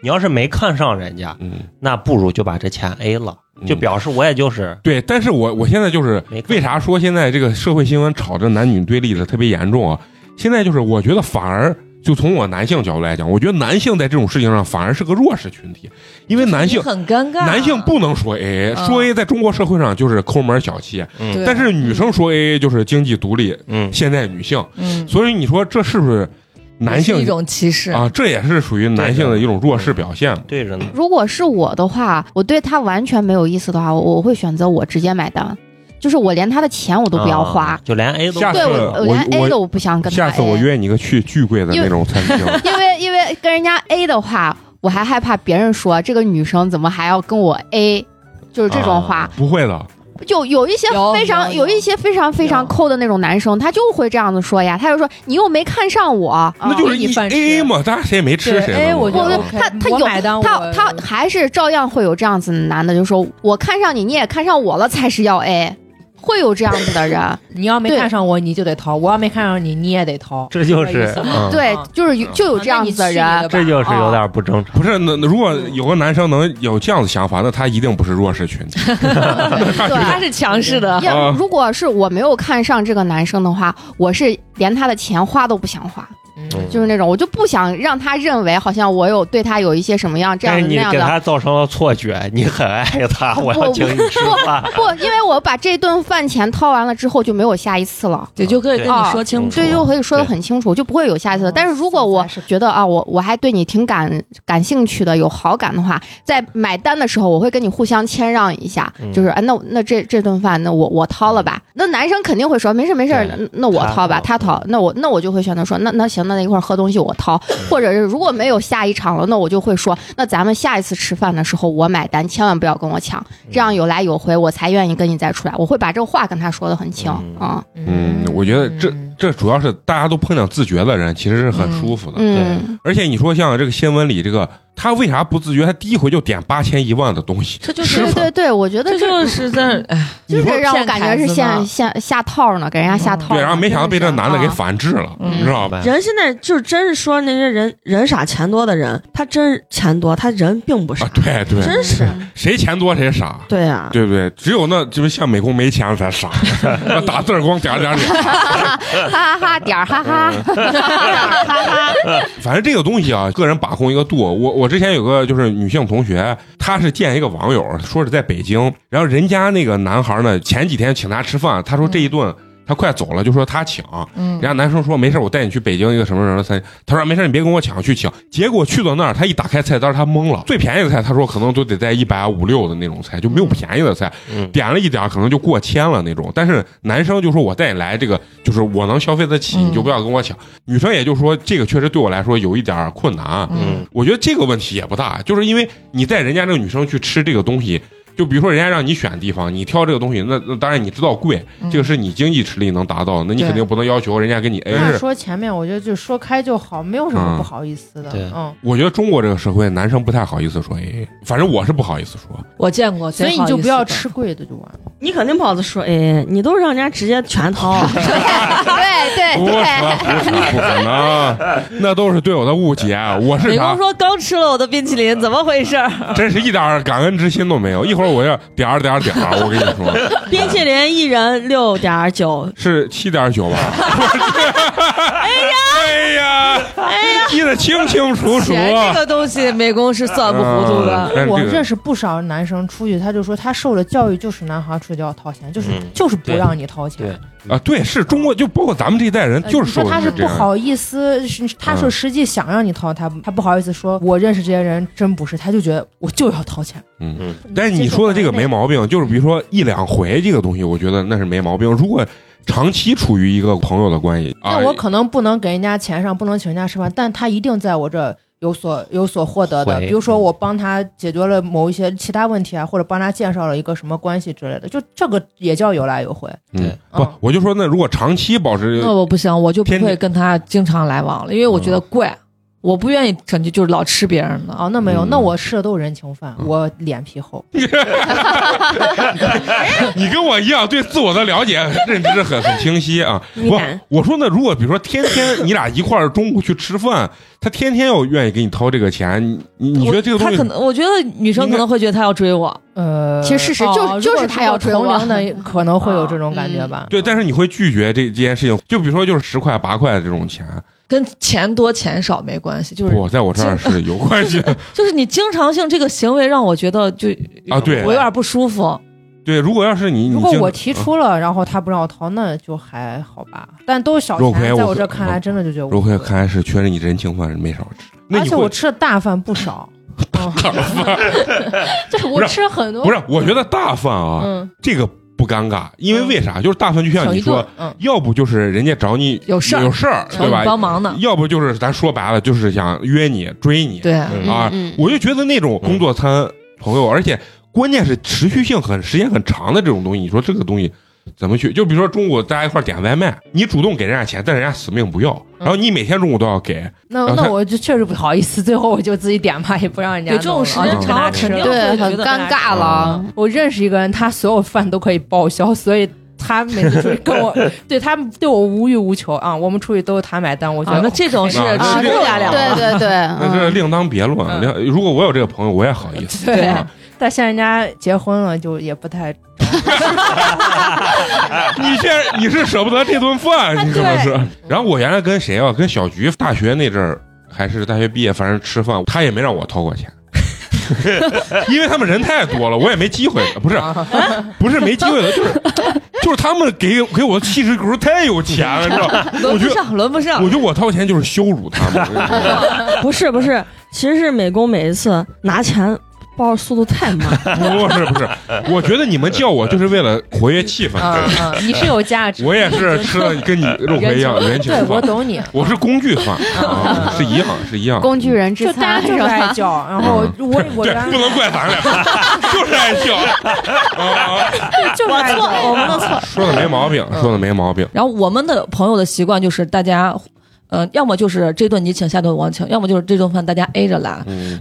Speaker 6: 你要是没看上人家，
Speaker 1: 嗯，
Speaker 6: 那不如就把这钱 A 了，
Speaker 1: 嗯
Speaker 6: 就表示我也就是
Speaker 1: 对，但是我我现在就是
Speaker 6: 没看
Speaker 1: 为啥说现在这个社会新闻吵着男女对立的特别严重啊？现在就是我觉得反而就从我男性角度来讲，我觉得男性在这种事情上反而是个弱势群体，因为男性
Speaker 5: 你很尴尬，
Speaker 1: 男性不能说 AA，、
Speaker 5: 嗯
Speaker 1: 说 AA 在中国社会上就是抠门小气，
Speaker 5: 对，啊
Speaker 1: 但是女生说 AA 就是经济独立，
Speaker 6: 嗯，
Speaker 1: 现代女性，
Speaker 5: 嗯，
Speaker 1: 所以你说这是不是男
Speaker 5: 也
Speaker 1: 性
Speaker 5: 是一种歧视。
Speaker 1: 啊？这也是属于男性的一种弱势表现。
Speaker 6: 对着呢。
Speaker 2: 如果是我的话，我对他完全没有意思的话，我我会选择我直接买单，就是我连他的钱我都不要花
Speaker 6: 啊。就连 A 都
Speaker 1: 下次
Speaker 2: 对我，我连
Speaker 1: 我
Speaker 2: A 都我不想跟他
Speaker 1: 下
Speaker 2: A。
Speaker 1: 次我约你个去巨贵的那种餐 厅，
Speaker 2: 因为因为跟人家 A 的话，我还害怕别人说这个女生怎么还要跟我 A。就是这种滑。
Speaker 1: 啊不会的，
Speaker 2: 有有一些
Speaker 5: 有
Speaker 2: 非常
Speaker 5: 有
Speaker 2: 有一些非常非常
Speaker 5: 有
Speaker 2: 抠的那种男生，他就会这样子说呀，他就说你又没看上我，
Speaker 1: 那
Speaker 7: 哦
Speaker 1: 就是
Speaker 5: 给
Speaker 1: 一
Speaker 5: 你饭吃
Speaker 1: A A 嘛，大家谁也没吃
Speaker 7: 对
Speaker 1: 谁的嘛。哦
Speaker 7: 哎我觉
Speaker 2: 不
Speaker 7: 得
Speaker 2: 不他他
Speaker 7: 我
Speaker 2: 有
Speaker 7: 买单
Speaker 2: 他
Speaker 7: 我
Speaker 2: 他还是照样会有这样子的男的，就说我看上你，你也看上我了，才是要 A，会有这样子的人。
Speaker 6: 嗯
Speaker 7: 你要没
Speaker 2: 对
Speaker 7: 看上我，你就得掏；我要没看上你，你也得掏。
Speaker 6: 这就
Speaker 7: 这个
Speaker 6: 是
Speaker 7: 意思
Speaker 6: 嗯
Speaker 2: 对
Speaker 7: 啊，
Speaker 2: 就是有就有这样子的人，
Speaker 6: 这就是有
Speaker 2: 啊
Speaker 6: 点不正常。
Speaker 1: 不是，那那如果有个男生能有这样子想法，那他一定不是弱势群体。
Speaker 5: 啊他
Speaker 2: 对。
Speaker 5: 是强势的，
Speaker 2: 要
Speaker 6: 嗯
Speaker 1: 啊
Speaker 2: 如果是我没有看上这个男生的话，我是连他的钱花都不想花，
Speaker 6: 嗯
Speaker 2: 就是那种我就不想让他认为好像我有对他有一些什么样这
Speaker 6: 但
Speaker 2: 样
Speaker 6: 是
Speaker 2: 那
Speaker 6: 哎你
Speaker 2: 样
Speaker 6: 给
Speaker 2: 的
Speaker 6: 他造成了错觉，你很爱他，我要请你吃饭。
Speaker 2: 不，因为我把这顿饭钱掏完了之后就没有下一次了。
Speaker 5: 对，就哦可以跟你说清楚。
Speaker 2: 这就可以说的
Speaker 6: 对哦
Speaker 2: 很清楚，就不会有下一次了。
Speaker 7: 嗯
Speaker 2: 但是如果我
Speaker 7: 现在是
Speaker 2: 觉得啊，我我还对你挺感感兴趣的，有好感的话，在买单的时候，我会跟你互相谦让一下，
Speaker 6: 嗯
Speaker 2: 就是啊，那那这这顿饭，那我我掏了吧。那男生肯定会说没事没事，
Speaker 6: 对
Speaker 2: 那那我掏吧，他
Speaker 6: 他掏嗯
Speaker 2: 掏，那我那我就会选择说，那那行，那一块儿喝东西我掏，或者是如果没有下一场了，那我就会说，那咱们下一次吃饭的时候我买单，千万不要跟我抢。这
Speaker 6: 嗯
Speaker 2: 样有来有回，我才愿意跟你再出来。我会把这个话跟他说的很清
Speaker 6: 嗯
Speaker 2: 啊，
Speaker 1: 嗯，我觉得这这主要是大家都碰见自觉的人，其实是很舒服的。
Speaker 2: 嗯，
Speaker 1: 而且你说像这个新闻里这个，他为啥不自觉？他第一回就点八千一万的东西，
Speaker 5: 这就
Speaker 1: 吃
Speaker 5: 是
Speaker 2: 对
Speaker 1: 饭
Speaker 2: 对对，我觉得
Speaker 5: 这
Speaker 2: 这
Speaker 5: 就是在哎，
Speaker 2: 就是让我
Speaker 5: 骗
Speaker 2: 感
Speaker 5: 孩
Speaker 2: 觉是
Speaker 5: 子
Speaker 2: 下
Speaker 5: 呢
Speaker 2: 下下套呢，给人家下套呢。
Speaker 1: 对，然后没想到被这男的给
Speaker 2: 啊
Speaker 1: 反制了，
Speaker 5: 嗯
Speaker 1: 你知道吧？
Speaker 6: 吧？
Speaker 4: 人现在就是真是说那些人人傻钱多的人，他真是钱多，他人并不傻，
Speaker 1: 啊，对对，
Speaker 4: 真是
Speaker 1: 谁钱多谁傻。
Speaker 4: 对啊。
Speaker 1: 对不对？只有那就是像美工没钱了才 傻，打字儿光点儿点儿点儿。
Speaker 2: 哈哈哈点儿哈哈，
Speaker 1: 反正这个东西啊，个人把控一个度。我我之前有个就是女性同学，她是见一个网友，说是在北京，然后人家那个男孩呢，前几天请她吃饭，她说这一顿她快走了，就说她请，人
Speaker 5: 嗯，
Speaker 1: 家男生说没事，我带你去北京一个什么什么餐厅，他说没事，你别跟我抢，去抢。结果去到那儿，他一打开菜单，他懵了，最便宜的菜，他说可能都得在一百五六的那种菜，就没有便宜的菜，
Speaker 6: 嗯
Speaker 1: 点了一点儿可能就过千了那种。但是男生就说我带你来这个，就是我能消费得起，
Speaker 5: 嗯
Speaker 1: 你就不要跟我抢。女生也就说这个确实对我来说有一点儿困难，啊
Speaker 6: 嗯
Speaker 1: 我觉得这个问题也不大，就是因为你带人家这个女生去吃这个东西。就比如说，人家让你选地方，你挑这个东西，那那当然你知道贵，
Speaker 5: 嗯
Speaker 1: 这嗯个是你经济实力能达到的，那你
Speaker 7: 对
Speaker 1: 肯定不能要求人家给你 A
Speaker 7: 那
Speaker 1: 哎是
Speaker 7: 说前面，我觉得就说开就好，没有什么不好意思的。
Speaker 6: 嗯对
Speaker 7: 嗯，
Speaker 1: 我觉得中国这个社会，男生不太好意思说 AA，反正我是不好意思说。
Speaker 5: 我见过，
Speaker 7: 所以
Speaker 5: 贼
Speaker 7: 你
Speaker 5: 好
Speaker 7: 就
Speaker 5: 意
Speaker 7: 不
Speaker 5: 思
Speaker 7: 要
Speaker 5: 的
Speaker 7: 吃贵的就完了。
Speaker 4: 你肯定不好意思说 AA，你都让人家直接全 掏，啊
Speaker 2: 对哎对
Speaker 1: 不可
Speaker 2: 对，
Speaker 1: 不可能，啊那都是对我的误解。啊我是
Speaker 5: 美
Speaker 1: 啥
Speaker 5: 工？说刚吃了我的冰淇淋，怎么回事儿？
Speaker 1: 真是一点儿感恩之心都没有。一会儿我要点儿点儿点儿，我跟你说
Speaker 4: 冰淇淋一人六点九，
Speaker 1: 是七点九吧？哎呀，哎呀，记得清清楚楚。啊
Speaker 5: 钱这个东西，美工是算不糊涂的。
Speaker 1: 嗯但
Speaker 7: 我
Speaker 1: 是这
Speaker 7: 认
Speaker 1: 个
Speaker 7: 识不少男生出去，他就说他受的教育就是男孩出去就要掏钱，就是、
Speaker 6: 嗯
Speaker 7: 就是不
Speaker 6: 对
Speaker 7: 让你掏钱。
Speaker 6: 对
Speaker 1: 啊，对，是中国，就包括咱们这一代人，
Speaker 7: 呃
Speaker 1: 就
Speaker 7: 你
Speaker 1: 是受
Speaker 7: 说他
Speaker 1: 的
Speaker 7: 是
Speaker 1: 这
Speaker 7: 不
Speaker 1: 样。
Speaker 7: 好意思，是他说
Speaker 1: 嗯
Speaker 7: 实际想让你掏，他他不好意思说，我认识这些人真不是，他就觉得我就要掏钱。
Speaker 1: 嗯，但是你说的这个没
Speaker 7: 毛
Speaker 1: 毛病，就是比如说一两回这个东西，我觉得那是没毛病。如果长期处于一个朋友的关系啊
Speaker 7: 那，我可能不能给人家钱上，不能请人家吃饭，但他一定在我这儿有所有所获得的。
Speaker 6: 回
Speaker 7: 比如
Speaker 1: 嗯
Speaker 7: 说我帮他解决了某一些其他问题啊，或者帮他介绍了一个什么关系之类的，就这个也叫有来有回。
Speaker 1: 嗯
Speaker 6: 对，
Speaker 1: 不
Speaker 7: 嗯，
Speaker 1: 我就说那如果长期保持
Speaker 5: 那我不行，我就
Speaker 1: 嗯
Speaker 5: 不
Speaker 1: 天嗯
Speaker 5: 会
Speaker 1: 天
Speaker 5: 跟他经常来往了，因为我觉得怪，我不愿意整天就是老吃别人的。啊
Speaker 7: 哦，那没有，
Speaker 1: 嗯
Speaker 7: 那我吃的都是人情饭，我脸皮厚。
Speaker 1: 你跟我一样对自我的了解认知很很清晰啊。
Speaker 4: 你
Speaker 1: 我
Speaker 4: 敢
Speaker 1: 我说那如果比如说天天你俩一块儿中午去吃饭，他天天要愿意给你掏这个钱，你你你觉得这个
Speaker 5: 我
Speaker 1: 东
Speaker 5: 他可
Speaker 1: 西
Speaker 5: 能，我觉得女生可能会觉得他要追我，
Speaker 7: 呃，
Speaker 2: 其实事实就
Speaker 7: 哦
Speaker 2: 就是
Speaker 7: 如果
Speaker 2: 他要追
Speaker 7: 同
Speaker 2: 我
Speaker 7: 龄的，可能会有这种感觉吧。
Speaker 1: 对？但是你会拒绝这这件事情，就比如说就是十块八块的这种钱，
Speaker 5: 跟钱多钱少没关系，就是
Speaker 1: 我在我这儿是有关系的
Speaker 5: 就是你经常性这个行为让我觉得就
Speaker 1: 啊。对
Speaker 5: 我有
Speaker 6: 嗯
Speaker 5: 点不舒服。
Speaker 1: 对，如果要是你，你
Speaker 7: 如果
Speaker 1: 经呃
Speaker 7: 我提出了，然后他不让我掏，那就还好吧。但都是小
Speaker 1: 肉葵
Speaker 7: 钱，在
Speaker 1: 我
Speaker 7: 我这
Speaker 1: 可
Speaker 7: 看来，真的就觉得
Speaker 1: 如
Speaker 7: 无
Speaker 1: 果
Speaker 7: 所
Speaker 1: 看
Speaker 7: 谓。
Speaker 1: 来是确实你人情饭是没少吃，那
Speaker 7: 而
Speaker 1: 你
Speaker 7: 且
Speaker 1: 会
Speaker 7: 我吃的大饭不少，嗯
Speaker 8: 对，我吃很多，
Speaker 1: 不是？我觉得大饭啊，
Speaker 7: 嗯，
Speaker 1: 这个不尴尬，因为
Speaker 7: 嗯
Speaker 1: 为啥？就是大饭就像
Speaker 7: 小
Speaker 1: 你
Speaker 7: 一
Speaker 1: 说
Speaker 7: 顿，，嗯，
Speaker 1: 要不就是人家找你
Speaker 5: 有事儿嗯
Speaker 1: 有事儿，
Speaker 5: 找
Speaker 1: 对
Speaker 5: 你
Speaker 1: 吧？
Speaker 5: 帮忙呢，
Speaker 1: 要不就是咱说白了，就是想约你、追你
Speaker 5: 对，
Speaker 6: 嗯
Speaker 1: 啊。
Speaker 2: 嗯嗯
Speaker 1: 我就觉得那种工作餐朋友，而且关键是持续性很、时间很长的这种东西，你说这个东西怎么去？就比如说中午大家一块儿点外卖，你主动给人家钱，但人家死命不要，然后你每天中午都要给，
Speaker 7: 那
Speaker 1: 然后他
Speaker 7: 那我就确实不好意思，最后我就自己点吧，也不让人家
Speaker 5: 对这种
Speaker 7: 弄
Speaker 5: 时间
Speaker 7: 啊
Speaker 5: 长了
Speaker 7: 就
Speaker 5: 肯
Speaker 7: 跟他
Speaker 5: 定会
Speaker 7: 吃
Speaker 2: 对，
Speaker 5: 觉
Speaker 2: 很
Speaker 5: 得
Speaker 2: 尴尬了。
Speaker 7: 我认识一个人，他所有饭都可以报销，所以他每次出去跟我对他对我无欲无求啊。我们出去都是他买单，我觉
Speaker 5: 啊，
Speaker 7: 得
Speaker 5: 那这种是
Speaker 1: 啊
Speaker 5: 吃
Speaker 1: 这
Speaker 5: 不了了。
Speaker 2: 对对对，
Speaker 1: 那这
Speaker 2: 嗯
Speaker 1: 另当别论。
Speaker 7: 嗯
Speaker 1: 另如果我有这个朋友，我也好意思。
Speaker 7: 对
Speaker 1: 啊
Speaker 7: 但现在人家结婚了，就也不太
Speaker 1: 你现在你是舍不得这顿饭，你可能是。然后我原来跟谁啊？跟小菊大学那阵儿，还是大学毕业，反正吃饭，他也没让我掏过钱。 因为他们人太多了，我也没机会了。不是， 不是没机会了，就是就是他们给给我的气质时太有钱了，你知道吗？
Speaker 5: 轮
Speaker 1: 我觉
Speaker 5: 不
Speaker 1: 得
Speaker 5: 上，轮不上
Speaker 1: 我。觉得我掏钱就是羞辱他们。我跟你说
Speaker 4: 不是不是，其实是美工每一次拿钱包速度太慢，
Speaker 1: 不是不是，我觉得你们叫我就是为了活跃气氛。
Speaker 5: 啊
Speaker 7: 嗯 嗯，你是有价值，
Speaker 1: 我也是吃了跟你肉葵一样人情
Speaker 7: 对我
Speaker 1: 饭，
Speaker 7: 懂你。
Speaker 1: 我是工具饭啊，是一样是一样。
Speaker 2: 工具人之
Speaker 7: 就大
Speaker 2: 餐
Speaker 7: 家就是是爱
Speaker 2: 吧？
Speaker 7: 叫，然后我我
Speaker 1: 嗯对
Speaker 7: 原，来
Speaker 1: 不能怪咱俩， 就是爱笑。啊，
Speaker 7: 就是爱叫， 我们的错。
Speaker 1: 说的没毛病，说的没毛病。
Speaker 5: 嗯然后我们的朋友的习惯就是大家，呃，要么就是这顿你请，下顿我请，要么就是这顿饭大家 A 着来。
Speaker 1: 嗯，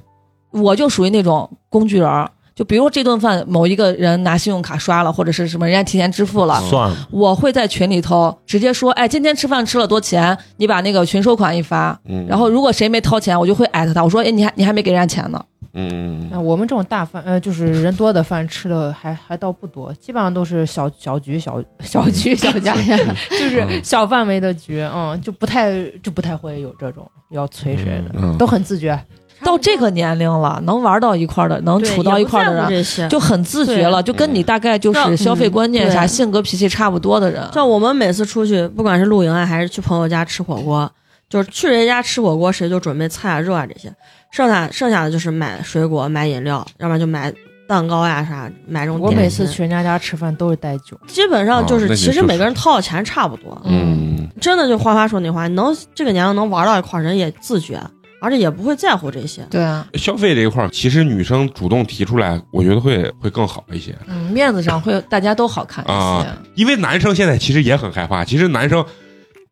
Speaker 5: 我就属于那种工具人儿，就比如这顿饭某一个人拿信用卡刷了，或者是什么人家提前支付
Speaker 1: 哦
Speaker 5: 了，
Speaker 6: 算了，
Speaker 5: 我会在群里头直接说，哎，今天吃饭吃了多钱，你把那个群收款一发。
Speaker 1: 嗯
Speaker 5: 然后如果谁没掏钱，我就会艾特他，我说，哎，你还你还没给人家钱呢。
Speaker 1: 嗯
Speaker 7: 那我们这种大饭，呃，就是人多的饭吃的还还倒不多，基本上都是小小局、小小局、小 家，
Speaker 1: 嗯
Speaker 7: 就是小范围的局，嗯，就不太就不太会有这种要催谁的，
Speaker 1: 嗯
Speaker 7: 都很自觉。
Speaker 5: 到这个年龄了，能玩到一块儿的，能
Speaker 4: 对
Speaker 5: 处到一块儿的
Speaker 4: 也不在乎
Speaker 5: 人，
Speaker 4: 这些。
Speaker 5: 就很自觉了，就跟你大概就是消费观念啥、
Speaker 4: 嗯对
Speaker 5: 性格脾气差不多的人。
Speaker 4: 像我们每次出去，不管是露营啊，还是去朋友家吃火锅，就是去人家吃火锅，谁就准备菜啊、肉啊这些，剩下剩下的就是买水果、买饮料，要不然就买蛋糕呀、啥，买这种
Speaker 7: 我
Speaker 4: 点心。
Speaker 7: 每次去人家家吃饭都是带酒，
Speaker 4: 基本上就
Speaker 1: 哦
Speaker 4: 是，
Speaker 1: 那你
Speaker 4: 其
Speaker 1: 就
Speaker 4: 实
Speaker 1: 是
Speaker 4: 每个人掏的钱差不多，
Speaker 1: 嗯，
Speaker 4: 真的就花花说那话，能这个年龄能玩到一块儿，人也自觉，而且也不会在乎这些。
Speaker 5: 对啊，
Speaker 1: 消费这一块儿，其实女生主动提出来，我觉得会会更好一些。
Speaker 5: 嗯，面子上会大家都好看一些。
Speaker 1: 啊因为男生现在其实也很害怕，其实男生。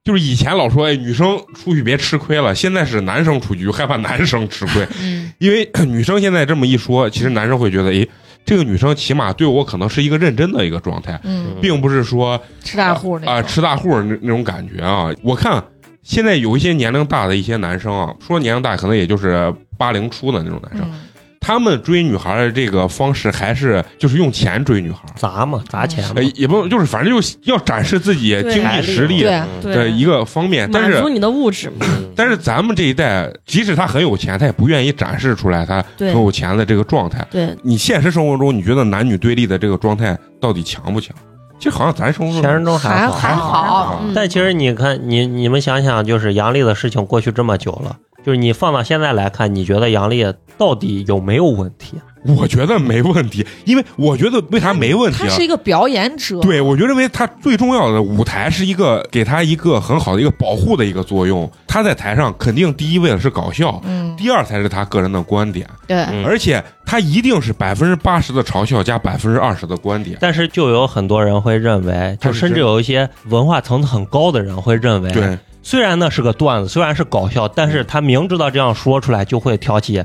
Speaker 1: 就是以前老说，哎，女生出去别吃亏了。现在是男生出去就害怕男生吃亏，
Speaker 7: 嗯，
Speaker 1: 因为 女生现在这么一说，其实男生会觉得，诶，这个女生起码对我可能是一个认真的一个状态，
Speaker 5: 嗯，
Speaker 1: 并不是说
Speaker 5: 吃大户那
Speaker 1: 啊、
Speaker 5: 种
Speaker 1: 吃大户那那种感觉啊。我看现在有一些年龄大的一些男生啊，说年龄大可能也就是八零初的那种男生，
Speaker 5: 嗯
Speaker 1: 他们追女孩的这个方式还是就是用钱追女孩。
Speaker 6: 砸嘛，砸钱嘛
Speaker 1: 呃，，也不用，就是反正就是要展示自己
Speaker 4: 对
Speaker 1: 经
Speaker 6: 财
Speaker 1: 济
Speaker 6: 力
Speaker 1: 实力
Speaker 5: 对
Speaker 1: 的一个方面，但
Speaker 4: 满足
Speaker 1: 是
Speaker 4: 你的物质嘛，
Speaker 6: 嗯
Speaker 1: 但是咱们这一代，即使他很有钱，他也不愿意展示出来他很
Speaker 4: 对
Speaker 1: 有钱的这个状态。
Speaker 4: 对，
Speaker 1: 你现实生活中，你觉得男女对立的这个状态到底强不强？其实好像咱生活
Speaker 6: 钱
Speaker 1: 中，
Speaker 6: 中还好。
Speaker 2: 还好，嗯
Speaker 6: 但其实你看，你你们想想，就是杨笠的事情过去这么久了，就是你放到现在来看，你觉得杨笠到底有没有问题？
Speaker 1: 我觉得没问题，因为我觉得为啥没问题
Speaker 5: 他
Speaker 1: 啊
Speaker 5: 是？一个表演者，
Speaker 1: 对，我就认为他最重要的舞台是一个给他一个很好的一个保护的一个作用。他在台上肯定第一位的是搞笑，
Speaker 5: 嗯，
Speaker 1: 第二才是他个人的观点，
Speaker 2: 对，
Speaker 6: 嗯
Speaker 1: 而且他一定是百分之八十的嘲笑加百分之二十的观点。
Speaker 6: 但是就有很多人会认为，
Speaker 1: 他
Speaker 6: 就是甚至有一些文化层次很高的人会认为，
Speaker 1: 对，
Speaker 6: 虽然那是个段子，虽然是搞笑，但是他明知道这样说出来就会挑起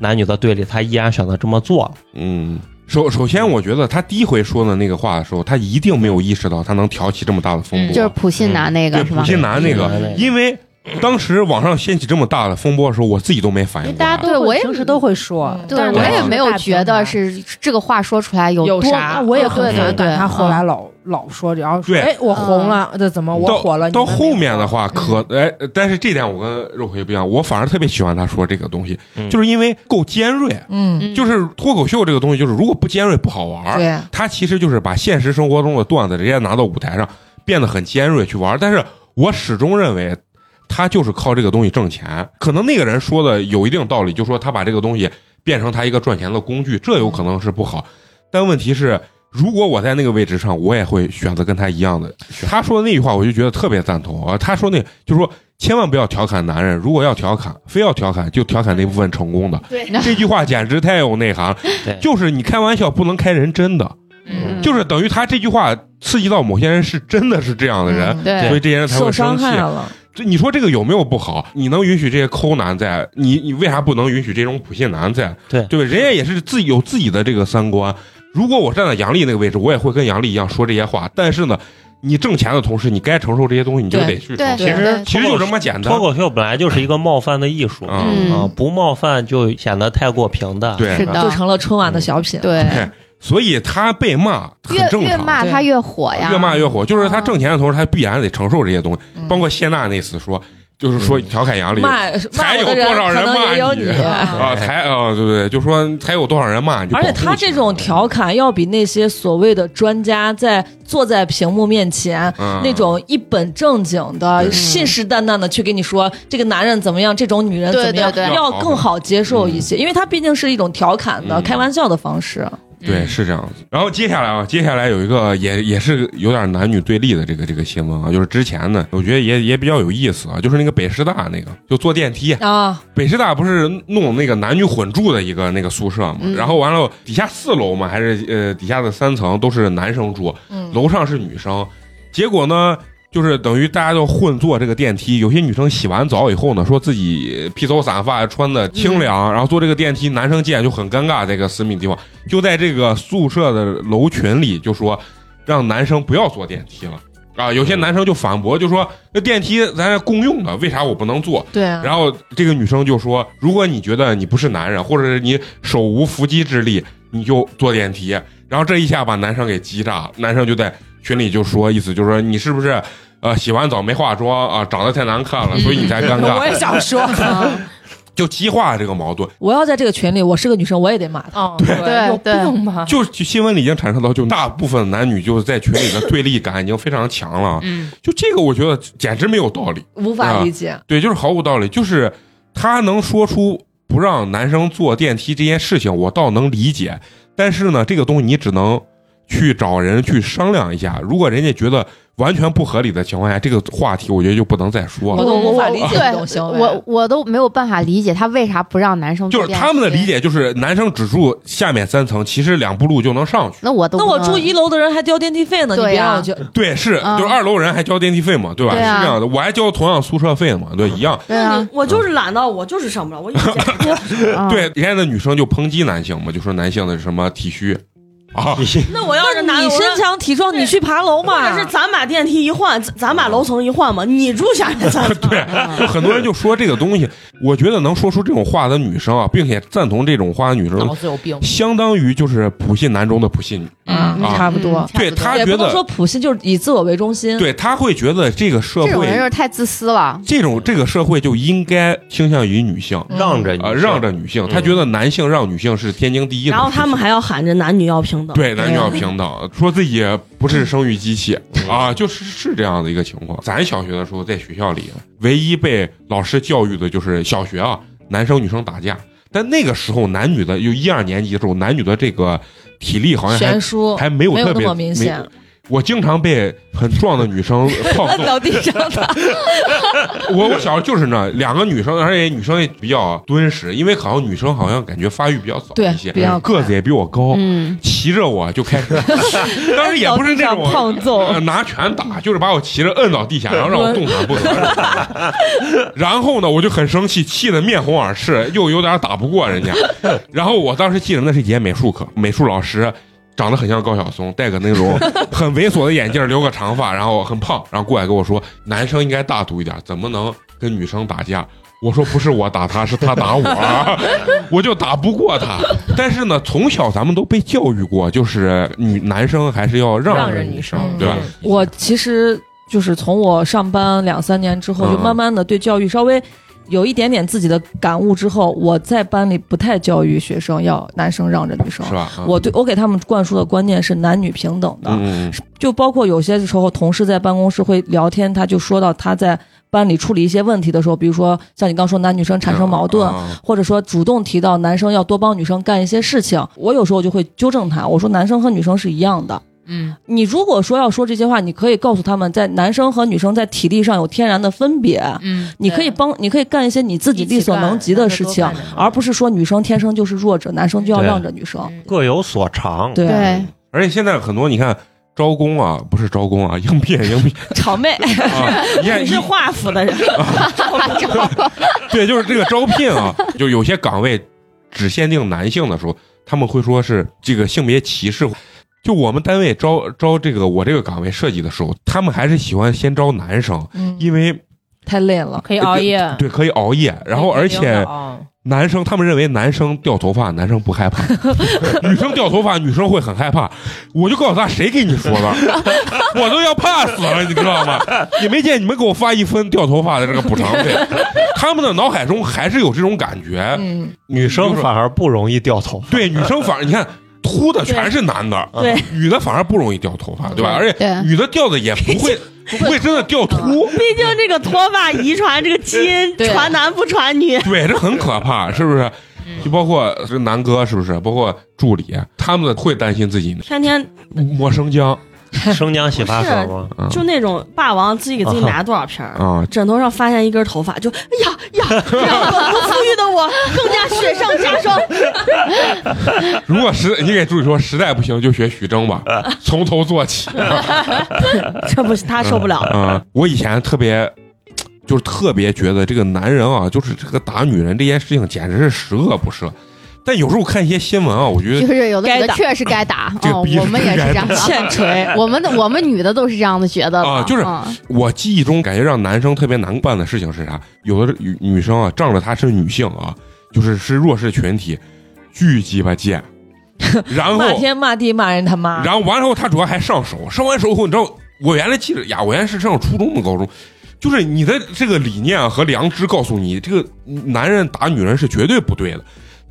Speaker 6: 男女的对立，他依然选择这么做了。
Speaker 1: 嗯。首首先，我觉得他第一回说的那个话的时候，他一定没有意识到他能挑起这么大的风波。
Speaker 7: 嗯
Speaker 2: 就是普信男那个
Speaker 1: 对
Speaker 2: 是吧
Speaker 1: 普？信男那个，因为当时网上掀起这么大的风波的时候，我自己都没反
Speaker 7: 因为
Speaker 1: 应
Speaker 7: 大
Speaker 1: 过
Speaker 7: 家
Speaker 1: 来。
Speaker 2: 对
Speaker 7: 都会
Speaker 2: 我也
Speaker 7: 平时都会说，
Speaker 5: 嗯
Speaker 2: 对
Speaker 7: 但
Speaker 2: 我
Speaker 7: 是
Speaker 2: 也
Speaker 7: 大
Speaker 2: 没有觉
Speaker 7: 平
Speaker 2: 得
Speaker 7: 台
Speaker 2: 是这个话说出来有
Speaker 5: 有
Speaker 2: 多
Speaker 5: 啥
Speaker 7: 啊，我也
Speaker 2: 对
Speaker 7: 很
Speaker 2: 对
Speaker 7: 反
Speaker 2: 对，
Speaker 7: 感他后来
Speaker 2: 嗯
Speaker 7: 老老说，然后说
Speaker 1: 对
Speaker 7: 啊哎我红了，这怎么我火了？
Speaker 1: 到
Speaker 7: 你们没
Speaker 1: 后面的话，
Speaker 7: 火
Speaker 1: 可哎，但是这点我跟肉葵不一样，我反而特别喜欢他说这个东西，
Speaker 6: 嗯
Speaker 1: 就是因为够尖锐。
Speaker 5: 嗯，
Speaker 1: 就是脱口秀这个东西，就是如果不尖锐不好玩儿。
Speaker 5: 对，
Speaker 1: 他其实就是把现实生活中的段子直接拿到舞台上，变得很尖锐去玩儿。但是我始终认为，他就是靠这个东西挣钱。可能那个人说的有一定道理，就说他把这个东西变成他一个赚钱的工具，这有可能是不好。但问题是，如果我在那个位置上，我也会选择跟他一样的。他说的那句话，我就觉得特别赞同啊。他说那，就是说千万不要调侃男人，如果要调侃，非要调侃，就调侃那部分成功的。
Speaker 8: 对，
Speaker 1: 这句话简直太有内涵了
Speaker 6: 对，
Speaker 1: 就是你开玩笑不能开人真的，
Speaker 6: 嗯
Speaker 1: 就是等于他这句话刺激到某些人是真的是这样的人，
Speaker 2: 对
Speaker 1: 所以这些人才
Speaker 5: 嗯受
Speaker 1: 会生
Speaker 5: 伤
Speaker 1: 气啊
Speaker 5: 害。了，
Speaker 1: 这你说这个有没有不好？你能允许这些抠男在，你你为啥不能允许这种普信男在？
Speaker 6: 对
Speaker 1: 对吧，人家也是自己有自己的这个三观。如果我站在杨丽那个位置，我也会跟杨丽一样说这些话。但是呢，你挣钱的同时，你该承受这些东西，你就
Speaker 5: 对
Speaker 1: 得去承
Speaker 2: 对，
Speaker 1: 受。
Speaker 6: 其实
Speaker 1: 其实就这么简单
Speaker 6: 脱。口秀本来就是一个冒犯的艺术
Speaker 1: 啊
Speaker 2: 嗯
Speaker 6: 啊，不冒犯就显得太过平淡。
Speaker 1: 对，
Speaker 2: 是的
Speaker 5: 就成了春晚的小品。
Speaker 2: 对，
Speaker 1: 哎所以他被骂很
Speaker 2: 越
Speaker 1: 正常。
Speaker 2: 越骂他越火呀，
Speaker 1: 越骂越火，就是他挣钱的同时，他必然得承受这些东西，
Speaker 5: 嗯
Speaker 1: 包括谢娜那次说，就是说调侃杨笠
Speaker 5: 骂骂
Speaker 1: 才
Speaker 5: 我
Speaker 1: 有
Speaker 5: 的
Speaker 1: 多少
Speaker 5: 可
Speaker 1: 人
Speaker 5: 能
Speaker 1: 骂
Speaker 5: 也有你。
Speaker 1: 啊，才啊，对对，对就说才有多少人骂你就
Speaker 5: 而且
Speaker 1: 保护
Speaker 5: 他
Speaker 1: 起来
Speaker 5: 这种调侃要比那些所谓的专家在坐在屏幕面前、
Speaker 1: 嗯
Speaker 5: 那种一本正经的、嗯信誓旦旦的去给你说这个男人怎么样，这种女人怎么样，
Speaker 2: 对对
Speaker 1: 对
Speaker 5: 要更好接受一些，因为他毕竟是一种调侃的、
Speaker 1: 嗯
Speaker 5: 开玩笑的方式。嗯
Speaker 1: 对是这样子。然后接下来啊，接下来有一个也也是有点男女对立的这个这个新闻啊，就是之前呢，我觉得也也比较有意思啊，就是那个北师大那个，就坐电梯，
Speaker 5: 啊，
Speaker 1: 北师大不是弄那个男女混住的一个那个宿舍嘛，
Speaker 2: 嗯
Speaker 1: 然后完了底下四楼嘛，还是呃底下的三层都是男生住，
Speaker 5: 嗯
Speaker 1: 楼上是女生，结果呢，就是等于大家都混坐这个电梯，有些女生洗完澡以后呢，说自己披头散发，穿的清凉，然后坐这个电梯，男生进来就很尴尬，在一个私密地方，就在这个宿舍的楼群里就说，让男生不要坐电梯了。啊，有些男生就反驳，就说那电梯咱是共用的，为啥我不能坐？
Speaker 5: 对
Speaker 7: 嗯
Speaker 5: 啊，
Speaker 1: 然后这个女生就说：“如果你觉得你不是男人，或者是你手无缚鸡之力，你就坐电梯。”然后这一下把男生给激炸了，男生就在群里就说，意思就是说你是不是呃洗完澡没化妆啊、长得太难看了，所以你才尴
Speaker 7: 嗯我
Speaker 1: 尬，
Speaker 7: 也 想说，
Speaker 1: 就激化这个矛盾。
Speaker 5: 啊我要在这个群里，我是个女生，我也得骂他。
Speaker 7: 嗯，对，有
Speaker 2: 对
Speaker 7: 病吧？
Speaker 1: 就是就新闻里已经产生到，就大部分男女就是在群里的对立感已经非常强了。
Speaker 7: 嗯，
Speaker 1: 就这个，我觉得简直没有道理。
Speaker 5: 无法理解，
Speaker 1: 对，就是毫无道理。就是他能说出不让男生坐电梯这件事情，我倒能理解。但是呢，这个东西你只能去找人去商量一下。如果人家觉得完全不合理的情况下，这个话题我觉得就不能再说
Speaker 5: 我
Speaker 1: 了。
Speaker 5: 都无法
Speaker 2: 我
Speaker 5: 理解这种
Speaker 2: 对，
Speaker 5: 行为。
Speaker 2: 我我都没有办法理解他为啥不让男生
Speaker 1: 就
Speaker 2: 坐
Speaker 1: 是
Speaker 2: 电梯
Speaker 1: 他们的理，解，就是男生只住下面三层，其实两步路就能上去。
Speaker 2: 那我都
Speaker 5: 那我
Speaker 2: 不能
Speaker 5: 住一楼的人还交电梯费呢，你
Speaker 2: 对
Speaker 5: 别
Speaker 2: 呀
Speaker 5: 让我觉
Speaker 1: 对，是，
Speaker 2: 嗯
Speaker 1: 就是二楼人还交电梯费嘛，对吧？
Speaker 2: 对啊
Speaker 1: 是这样的，我还交同样宿舍费嘛，对，一样。
Speaker 2: 对啊，
Speaker 4: 我就是懒到我就是上不了，我一点儿也不
Speaker 2: 嗯
Speaker 1: 对，人家的女生就抨击男性嘛，就说男性的什么体虚啊，
Speaker 4: 那我要是
Speaker 5: 那
Speaker 4: 男
Speaker 5: 你
Speaker 4: 的，我
Speaker 5: 身
Speaker 4: 要
Speaker 5: 强体壮，你去爬楼嘛。
Speaker 4: 或者是咱把电梯一换，咱咱把楼层一换嘛，你住下面 三层，
Speaker 2: 嗯
Speaker 1: 就很多人就说这个东西，我觉得能说出这种话的女生啊，并且赞同这种话的女
Speaker 7: 脑
Speaker 4: 哦
Speaker 1: 生，
Speaker 7: 子有病。
Speaker 1: 相当于就是普信男中的普信女。
Speaker 5: 嗯
Speaker 1: 啊
Speaker 5: 差不多
Speaker 2: 嗯。
Speaker 1: 对他
Speaker 5: 也
Speaker 1: 觉
Speaker 5: 不能说
Speaker 1: 得，
Speaker 5: 普信，就是以自我为中
Speaker 4: 嗯
Speaker 5: 心。
Speaker 1: 对他会觉得这个社
Speaker 2: 这种人就
Speaker 1: 会，
Speaker 2: 是太自私了，
Speaker 1: 这种这个社会就应该倾向于女性
Speaker 5: 嗯
Speaker 6: 让
Speaker 4: 嗯
Speaker 6: 着你
Speaker 1: 啊，让着女性。他觉得男性让女性是天经地义的事情。
Speaker 4: 然后他们嗯还要喊着男女要平等。
Speaker 1: 对男女要平等，说自己不是生育机器
Speaker 5: 嗯
Speaker 1: 啊，就是是这样的一个情况。咱小学的时候在学校里，啊唯一被老师教育的就是小学啊，男生女生打架。但那个时候，男女的就一二年级的时候，男女的这个体力好像
Speaker 5: 悬
Speaker 1: 还
Speaker 5: 殊
Speaker 1: 还没有
Speaker 5: 没有
Speaker 1: 特
Speaker 5: 那
Speaker 1: 别
Speaker 5: 么明显
Speaker 1: 没。我经常被很壮的女 生操纵，
Speaker 5: 倒地上 的，
Speaker 1: 我我小时候就是那两个女生，而且女生也比较敦实，因为好像女生好像感觉发育比较早
Speaker 5: 对
Speaker 1: 一些
Speaker 5: 比较，
Speaker 1: 个子也比我高，
Speaker 2: 嗯，
Speaker 1: 骑着我就开 始，当时也不是那种
Speaker 5: 胖
Speaker 1: 呃
Speaker 5: 揍，
Speaker 1: 拿拳打，就是把我骑着摁到地下，然后让我动弹不得。 然后呢，我就很生气，气得面红耳赤，又有点打不过人家。然后我当时记得那是节美术课，美术老师长得很像高晓松，戴个那种很猥琐的眼镜，留个长发，然后很胖，然后过来跟我说，男生应该大度一点，怎么能跟女生打架？我说不是我打他，是他打我，我就打不过他。但是呢，从小咱们都被教育过，就是女男生还是要让
Speaker 7: 让
Speaker 1: 着
Speaker 7: 着
Speaker 1: 女
Speaker 7: 女
Speaker 1: 生
Speaker 7: 生，嗯
Speaker 1: 对吧？
Speaker 5: 我其实就是从我上班两三年之后，
Speaker 1: 嗯
Speaker 5: 就慢慢的对教育稍微有一点点自己的感悟之后，我在班里不太教育学生要男生让着女生
Speaker 1: 是。吧？嗯
Speaker 5: 我对我给他们灌输的观念是男女平等的，
Speaker 1: 嗯嗯嗯
Speaker 5: 就包括有些时候同事在办公室会聊天，他就说到他在班里处理一些问题的时候，比如说像你刚说男女生产生矛盾，
Speaker 1: 啊
Speaker 5: 或者说主动提到男生要多帮女生干一些事情，我有时候就会纠正他，我说男生和女生是一样的，
Speaker 7: 嗯，
Speaker 5: 你如果说要说这些话，你可以告诉他们，在男生和女生在体力上有天然的分别，
Speaker 7: 嗯，
Speaker 5: 你可以
Speaker 7: 对
Speaker 5: 帮，你可以干一些你自己力所能及的事情
Speaker 7: 一起干，
Speaker 5: 而不是说女生天生就是弱者，男生就要
Speaker 6: 对
Speaker 5: 让着女生。
Speaker 7: 嗯
Speaker 6: 各有所长。
Speaker 5: 对，
Speaker 2: 对，
Speaker 1: 而且现在很多你看招工啊，不是招工啊，应聘应聘
Speaker 5: 场 妹，
Speaker 1: 啊，你 看
Speaker 4: 你是
Speaker 1: 一
Speaker 4: 华府的人，
Speaker 1: 对，就是这个招聘啊， 就有些岗位只限定男性的时候，他们会说是这个性别歧视。就我们单位招招这个我这个岗位设计的时候，他们还是喜欢先招男生，
Speaker 5: 嗯，
Speaker 1: 因为
Speaker 5: 太累了。
Speaker 7: 可以熬夜，
Speaker 1: 对可以熬夜，然后而
Speaker 7: 可以
Speaker 1: 且
Speaker 7: 盯着啊
Speaker 1: 男生他们认为男生掉头发男生不害怕， 女生掉头发女生会很害怕。我就告诉他谁给你说的，我都要怕死了，你知道吗？也没见你们给我发一分掉头发的这个补偿费，他们的脑海中还是有这种感觉。
Speaker 5: 嗯，
Speaker 6: 女生反而不容易掉头发。
Speaker 1: 对，女生反而你看秃的全是男的，
Speaker 4: 对，
Speaker 1: 女的反而不容易掉头发，对吧？而且
Speaker 2: 对
Speaker 1: 女的掉的也不会 嗯不会真的掉秃，
Speaker 4: 毕竟这个脱发遗传这个基因
Speaker 7: 对
Speaker 4: 传男不传女，
Speaker 1: 对，这很可怕，是不是？就包括这南哥，是不是？包括助理，他们会担心自己
Speaker 4: 天天
Speaker 1: 抹生姜
Speaker 6: 生姜洗发水吗？
Speaker 1: 啊
Speaker 4: 就那种霸王自己给自己拿多少瓶儿。
Speaker 1: 啊，
Speaker 4: 枕头上发现一根头发，就哎呀呀，让我不富裕的我更加雪上加霜。
Speaker 1: 如果实你给助理说实在不行，就学许峥吧，从头做起。
Speaker 4: 这不是他受不了了，
Speaker 1: 啊、我以前特别，就是特别觉得这个男人啊，就是这个打女人这件事情，简直是十恶不赦。但有时候我看一些新闻啊，我觉
Speaker 2: 就
Speaker 1: 得
Speaker 2: 是有的
Speaker 4: 该
Speaker 2: 女的
Speaker 4: 打
Speaker 2: 确实该打，
Speaker 1: 这个
Speaker 2: 哦，
Speaker 1: 逼
Speaker 2: 我
Speaker 1: 是
Speaker 2: 们也
Speaker 1: 真该
Speaker 2: 是这样
Speaker 1: 打
Speaker 2: 的，
Speaker 4: 锤。
Speaker 1: 哦
Speaker 2: 我们的我们女的都是这样子觉得
Speaker 1: 啊
Speaker 2: 的，
Speaker 1: 就是
Speaker 2: 嗯
Speaker 1: 我记忆中感觉让男生特别难办的事情是啥？有的女女生啊，仗着她是女性啊，就是是弱势群体，巨鸡巴贱，然后
Speaker 5: 骂天骂地骂人他妈。
Speaker 1: 然后完了后，他主要还上手，上完手以后，你知道，我原来记着呀，我原来是上初中的高中，就是你的这个理念啊和良知告诉你，这个男人打女人是绝对不对的。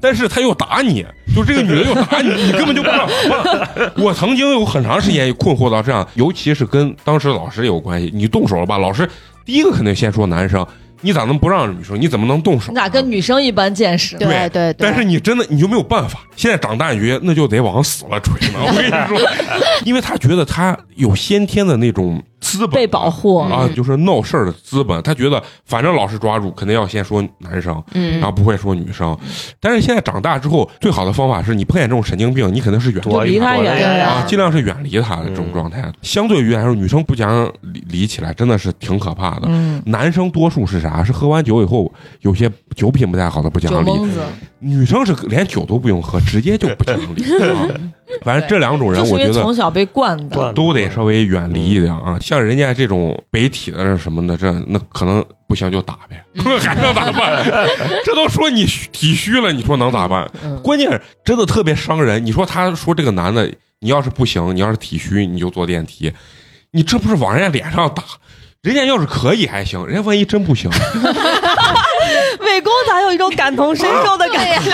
Speaker 1: 但是他又打你，就这个女的又打你，你根本就不知道。 我曾经有很长时间困惑到这样，尤其是跟当时老师有关系。你动手了吧？老师第一个肯定先说男生，你咋能不让女生？你怎么能动手呢？啊
Speaker 5: 你咋跟女生一般见识？
Speaker 1: 对
Speaker 2: 对对对。
Speaker 1: 但是你真的你就没有办法。现在长大你觉得那就得往死了锤 呢。我跟你说，因为他觉得他有先天的那种资本
Speaker 5: 被保护嗯
Speaker 1: 啊，就是闹事儿的资本。他觉得反正老师抓住，肯定要先说男生，
Speaker 2: 嗯
Speaker 1: 然后不会说女生。但是现在长大之后，最好的方法是你碰见这种神经病，你肯定是远离
Speaker 6: 躲一
Speaker 5: 离他
Speaker 6: 躲
Speaker 5: 远
Speaker 2: 远
Speaker 1: 啊，
Speaker 5: 啊
Speaker 1: 尽量是远离他的这种状
Speaker 5: 嗯
Speaker 1: 态。相对于来说，女生不讲理理起来真的是挺可怕的。
Speaker 5: 嗯，
Speaker 1: 男生多数是啥？是喝完酒以后，有些酒品不太好的不
Speaker 5: 酒
Speaker 1: 讲理，
Speaker 5: 蒙子，
Speaker 1: 女生是连酒都不用喝，直接就不讲理。啊反正这两种人
Speaker 5: 就，是因
Speaker 1: 我觉
Speaker 5: 为
Speaker 1: 得
Speaker 5: 从嗯小被惯的。
Speaker 6: 断
Speaker 1: 都得稍微远离一点啊。像人家这种北体的这什么的，这那可能不行就打呗，
Speaker 5: 嗯
Speaker 1: 还能咋办？这都说你虚体虚了，你说能咋办？
Speaker 7: 嗯
Speaker 1: 关键是真的特别伤人。你说他说这个男的，你要是不行，你要是体虚，你就坐电梯，你这不是往人家脸上打？人家要是可以还行，人家万一真不行，
Speaker 5: 伟公咋有一种感同身受的感觉？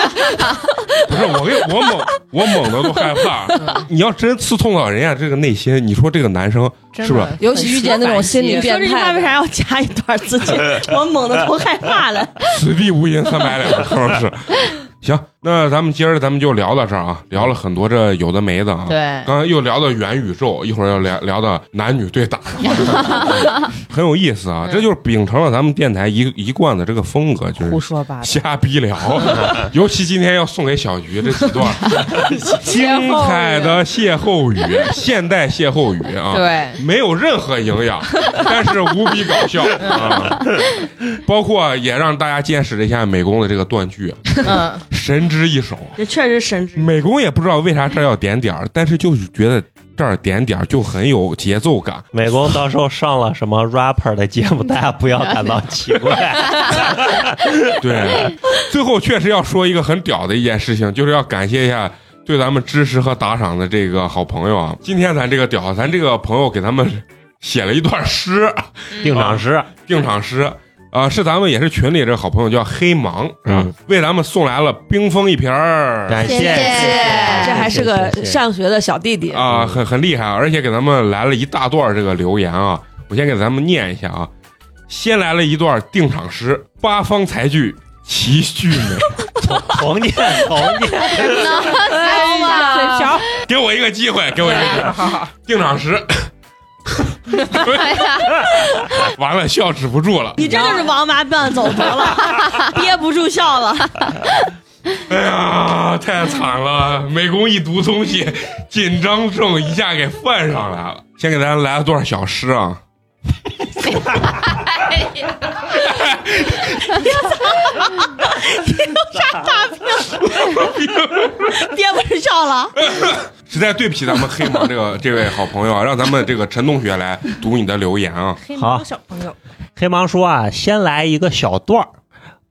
Speaker 1: 不是我跟我猛我猛的都害
Speaker 7: 嗯
Speaker 1: 怕。你要真刺痛到人家这个内心，你说这个男生
Speaker 7: 真
Speaker 1: 是不是
Speaker 7: 的
Speaker 5: 尤其遇见那种心理
Speaker 4: 说
Speaker 5: 变
Speaker 4: 这句话
Speaker 5: 态
Speaker 4: 为啥
Speaker 5: 的，
Speaker 4: 要加一段自 己？我猛的都害怕了。
Speaker 1: 此地无银三百两，是不 是？行，那咱们今儿咱们就聊到这儿啊，聊了很多这有的没的啊。
Speaker 7: 对，
Speaker 1: 刚刚又聊到元宇宙，一会儿又聊聊到男女 对打，很有意思啊！这就是秉承了咱们电台一一贯的这个风格，就
Speaker 7: 胡
Speaker 1: 是
Speaker 7: 说八道，
Speaker 1: 瞎逼聊。尤其今天要送给小菊这几段精彩的歇后语，现代歇后语啊。
Speaker 7: 对，
Speaker 1: 没有任何营养，但是无比搞笑啊！包括也让大家见识了一下美工的这个断句，啊
Speaker 7: 嗯，
Speaker 1: 神之一手。
Speaker 4: 也确实神之
Speaker 1: 美工也不知道为啥这儿要点点儿，但是就是觉得这儿点点儿就很有节奏感。
Speaker 6: 美工到时候上了什么 rapper 的节目，大家不要感到奇怪。
Speaker 1: 对，最后确实要说一个很屌的一件事情，就是要感谢一下对咱们支持和打赏的这个好朋友啊！今天咱这个屌，咱这个朋友给咱们写了一段诗，
Speaker 6: 定场诗，
Speaker 1: 定场诗啊、是咱们也是群里这个好朋友叫黑芒，是吧？
Speaker 6: 嗯哎
Speaker 1: 为咱们送来了冰封一瓶儿。
Speaker 6: 感谢，
Speaker 2: 谢谢
Speaker 5: 这还哎是个
Speaker 6: 谢谢
Speaker 5: 上学的小弟弟。
Speaker 1: 啊，很很厉害，而且给咱们来了一大段这个留言啊，我先给咱们念一下啊。先来了一段定场诗：八方才聚齐聚美，
Speaker 6: 童年童年，
Speaker 2: 能
Speaker 7: 啊
Speaker 5: 哎呀，
Speaker 7: 小
Speaker 1: 给我一个机会，给我一个机会
Speaker 7: 好好，
Speaker 1: 定场诗。 完了，笑止不住了。
Speaker 4: 你真的是王八蛋走读了，憋不住笑了。
Speaker 1: 哎呀，太惨了！美工一读东西，紧张症一下给犯上来了。先给大家来了多少小诗啊？
Speaker 4: 憋不住笑了，
Speaker 1: 实在对不起咱们黑马这个这位好朋友啊，让咱们这个陈同学来读你的留言啊。
Speaker 7: 黑
Speaker 6: 好
Speaker 7: 猫小朋友，
Speaker 6: 黑芒说啊，先来一个小段儿：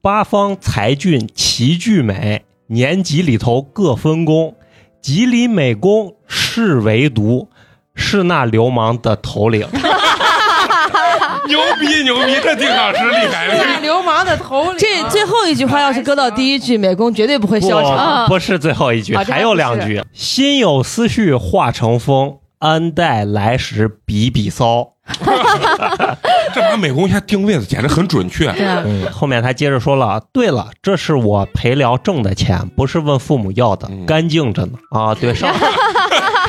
Speaker 6: 八方才俊齐聚美，年级里头各分工，吉林美工是唯独，是那流氓的头 领。
Speaker 1: 牛逼牛逼，这定场诗厉害！
Speaker 7: 大流氓的头领，
Speaker 5: 这最后一句话要是搁到第一句，美工绝对不会笑
Speaker 7: 啊
Speaker 5: 场。
Speaker 6: 不，不是最后一句，
Speaker 7: 啊这还
Speaker 6: 还有两
Speaker 7: 不是
Speaker 6: 句：心有思绪化成风，安待来时比比骚。
Speaker 1: 这把美工一下定位的简直很准确。
Speaker 2: 对啊，
Speaker 6: 嗯，后面他接着说了，对了，这是我陪聊挣的钱，不是问父母要的
Speaker 1: 嗯，
Speaker 6: 干净着呢。啊，对， 上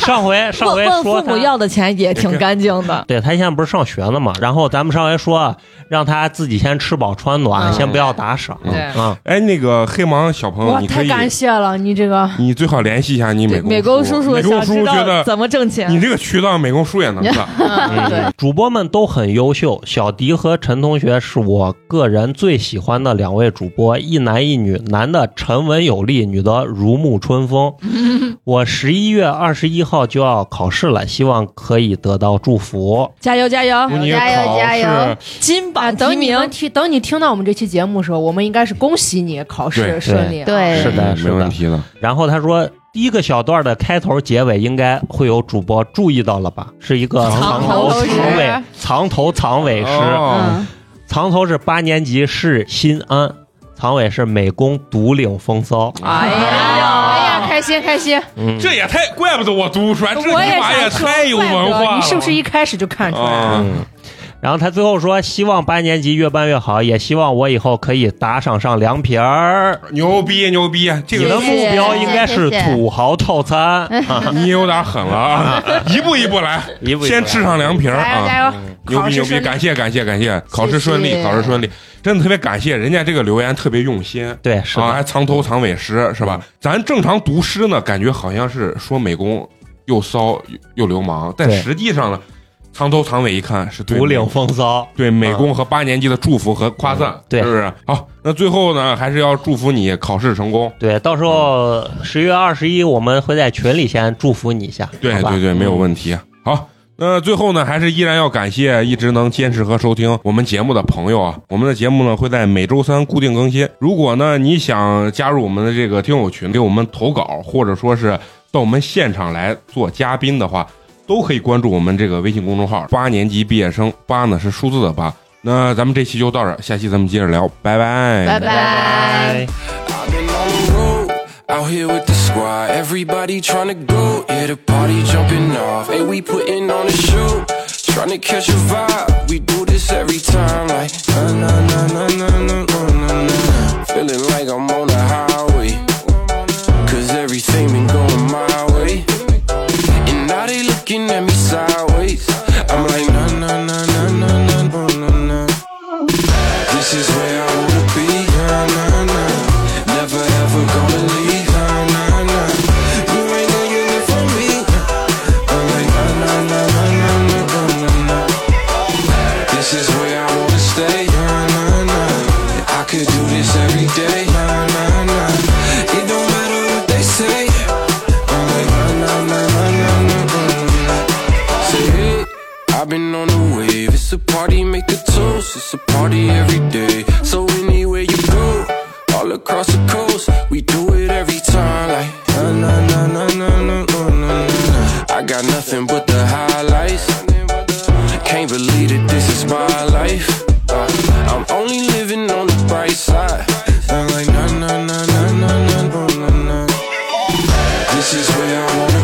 Speaker 6: 上回上回
Speaker 5: 问问
Speaker 6: 说
Speaker 5: 父
Speaker 6: 他
Speaker 5: 母。要的钱也挺干净 的。
Speaker 6: 对他现在不是上学呢嘛，然后咱们上回说啊让他自己先吃饱穿暖，
Speaker 7: 嗯
Speaker 6: 先不要打赏
Speaker 1: 嗯
Speaker 7: 对
Speaker 6: 啊。
Speaker 1: 哎，那个黑芒小朋友，
Speaker 7: 哇，
Speaker 1: 嗯你可
Speaker 7: 太
Speaker 1: 以，
Speaker 7: 感谢了你这个，
Speaker 1: 你最好联系一下你美
Speaker 5: 对
Speaker 1: 工
Speaker 5: 美工叔
Speaker 1: 叔，美工
Speaker 5: 想
Speaker 1: 叔
Speaker 5: 知
Speaker 1: 觉
Speaker 5: 道
Speaker 1: 得
Speaker 5: 怎么挣钱
Speaker 1: 你。这个渠道，美工叔也能干。
Speaker 7: 嗯对，
Speaker 6: 主播们都很优秀，小迪和陈同学是我个人最喜欢的两位主播，一男一女，男的沉稳有力，女的如沐春 风。我十一月二十一号就要考试了，希望可以得到祝福。
Speaker 5: 加油加油！
Speaker 1: 你
Speaker 2: 加油
Speaker 1: 考
Speaker 2: 加油
Speaker 1: 试
Speaker 5: 金
Speaker 7: 啊，
Speaker 5: 榜题
Speaker 7: 等你
Speaker 5: 名，
Speaker 7: 能听，等你听到我们这期节目的时候，我们应该是恭喜你考
Speaker 1: 对
Speaker 7: 试顺利啊，
Speaker 2: 对
Speaker 6: 是的，
Speaker 1: 嗯
Speaker 6: 是
Speaker 1: 没问
Speaker 6: 的。
Speaker 1: 题的。
Speaker 6: 然后他说，第一个小段的开头、结尾应该会有主播注意到了吧？是一个
Speaker 5: 藏
Speaker 6: 藏
Speaker 5: 头
Speaker 6: 头
Speaker 5: 诗
Speaker 6: 藏尾、藏头藏尾诗。
Speaker 1: 哦
Speaker 2: 嗯，
Speaker 6: 藏头是八年级是新安，藏尾是美工独领风骚。
Speaker 7: 哎呀，哎呀，开心开心，
Speaker 6: 嗯，
Speaker 1: 这也太，怪不得我读不出来，这你
Speaker 7: 我
Speaker 1: 妈
Speaker 7: 想
Speaker 1: 也
Speaker 7: 说，
Speaker 1: 太有
Speaker 7: 怪不
Speaker 1: 文
Speaker 7: 得
Speaker 1: 化了。
Speaker 7: 你是不是一开始就看出来了？
Speaker 1: 啊？
Speaker 6: 嗯。然后他最后说，希望八年级越办越好，也希望我以后可以打赏上凉皮儿。
Speaker 1: 牛逼牛逼，这
Speaker 6: 你的
Speaker 1: 个
Speaker 2: 谢
Speaker 6: 目标应该是
Speaker 2: 谢谢
Speaker 6: 土豪套餐，
Speaker 1: 你有点狠了啊！ 一步一步来，
Speaker 6: 一步一步
Speaker 1: 先吃上凉皮儿
Speaker 7: 加油
Speaker 1: 啊！
Speaker 7: 加油！
Speaker 1: 牛逼牛逼，感谢感谢感谢，考试顺利考试顺利，真的特别感谢人家这个留言特别用心。
Speaker 6: 对，是
Speaker 1: 啊，
Speaker 6: 的，嗯
Speaker 1: 还藏头藏尾诗是吧？咱正常读诗呢，感觉好像是说美工又骚又又流氓，但
Speaker 6: 对
Speaker 1: 实际上呢，藏头藏尾一看是对
Speaker 6: 独
Speaker 1: 美
Speaker 6: 领风骚。
Speaker 1: 对美工和八年级的祝福和夸赞，
Speaker 6: 嗯对
Speaker 1: 是不是？好，那最后呢，还是要祝福你考试成功。
Speaker 6: 对，到时候十月二十一，我们会在群里先祝福你一下，
Speaker 1: 对
Speaker 6: 好吧
Speaker 1: 对对，没有问题。啊好，那最后呢，还是依然要感谢一直能坚持和收听我们节目的朋友啊。我们的节目呢会在每周三固定更新。如果呢你想加入我们的这个听友群，给我们投稿，或者说是到我们现场来做嘉宾的话，都可以关注我们这个微信公众号“八年级毕业生”，八呢是数字的八。那咱们这期就到这儿，下期咱们接着聊，拜拜，
Speaker 2: 拜拜。
Speaker 9: I've been on the road, out here with the squad. Everybody tryna go, yeah, the party jumping off. And we putting on a show, tryna catch a vibe. We do this every time, like na na na na na na na na. na. Feeling like I'm on the highway, cause everything been going my way. And now they looking at me sideways. I'm like na na na na na na na na. na. This is where I wanna be, nah, nah, nah. Never ever gonna leave, nah, nah, nah. You ain't no unit for me. I'm like, nah, nah, nah, nah, nah, nah, nah, nah, nah. This is where I wanna stay, nah, nah, nah. I could do this every day, nah, nah, nah. It don't matter what they say. I'm like, nah, nah, nah, nah, nah, nah, nah, nah, nah. Say, hey, I've been on the wave. It's a party, make a toast. It's a party every day. So anywhere you go, all across the coast, we do it every time. Like na na na na na na na na. na. I got nothing but the highlights. Can't believe that this is my life. Uh, I'm only living on the bright side. I'm like na na na na na na na na. This is where I wanna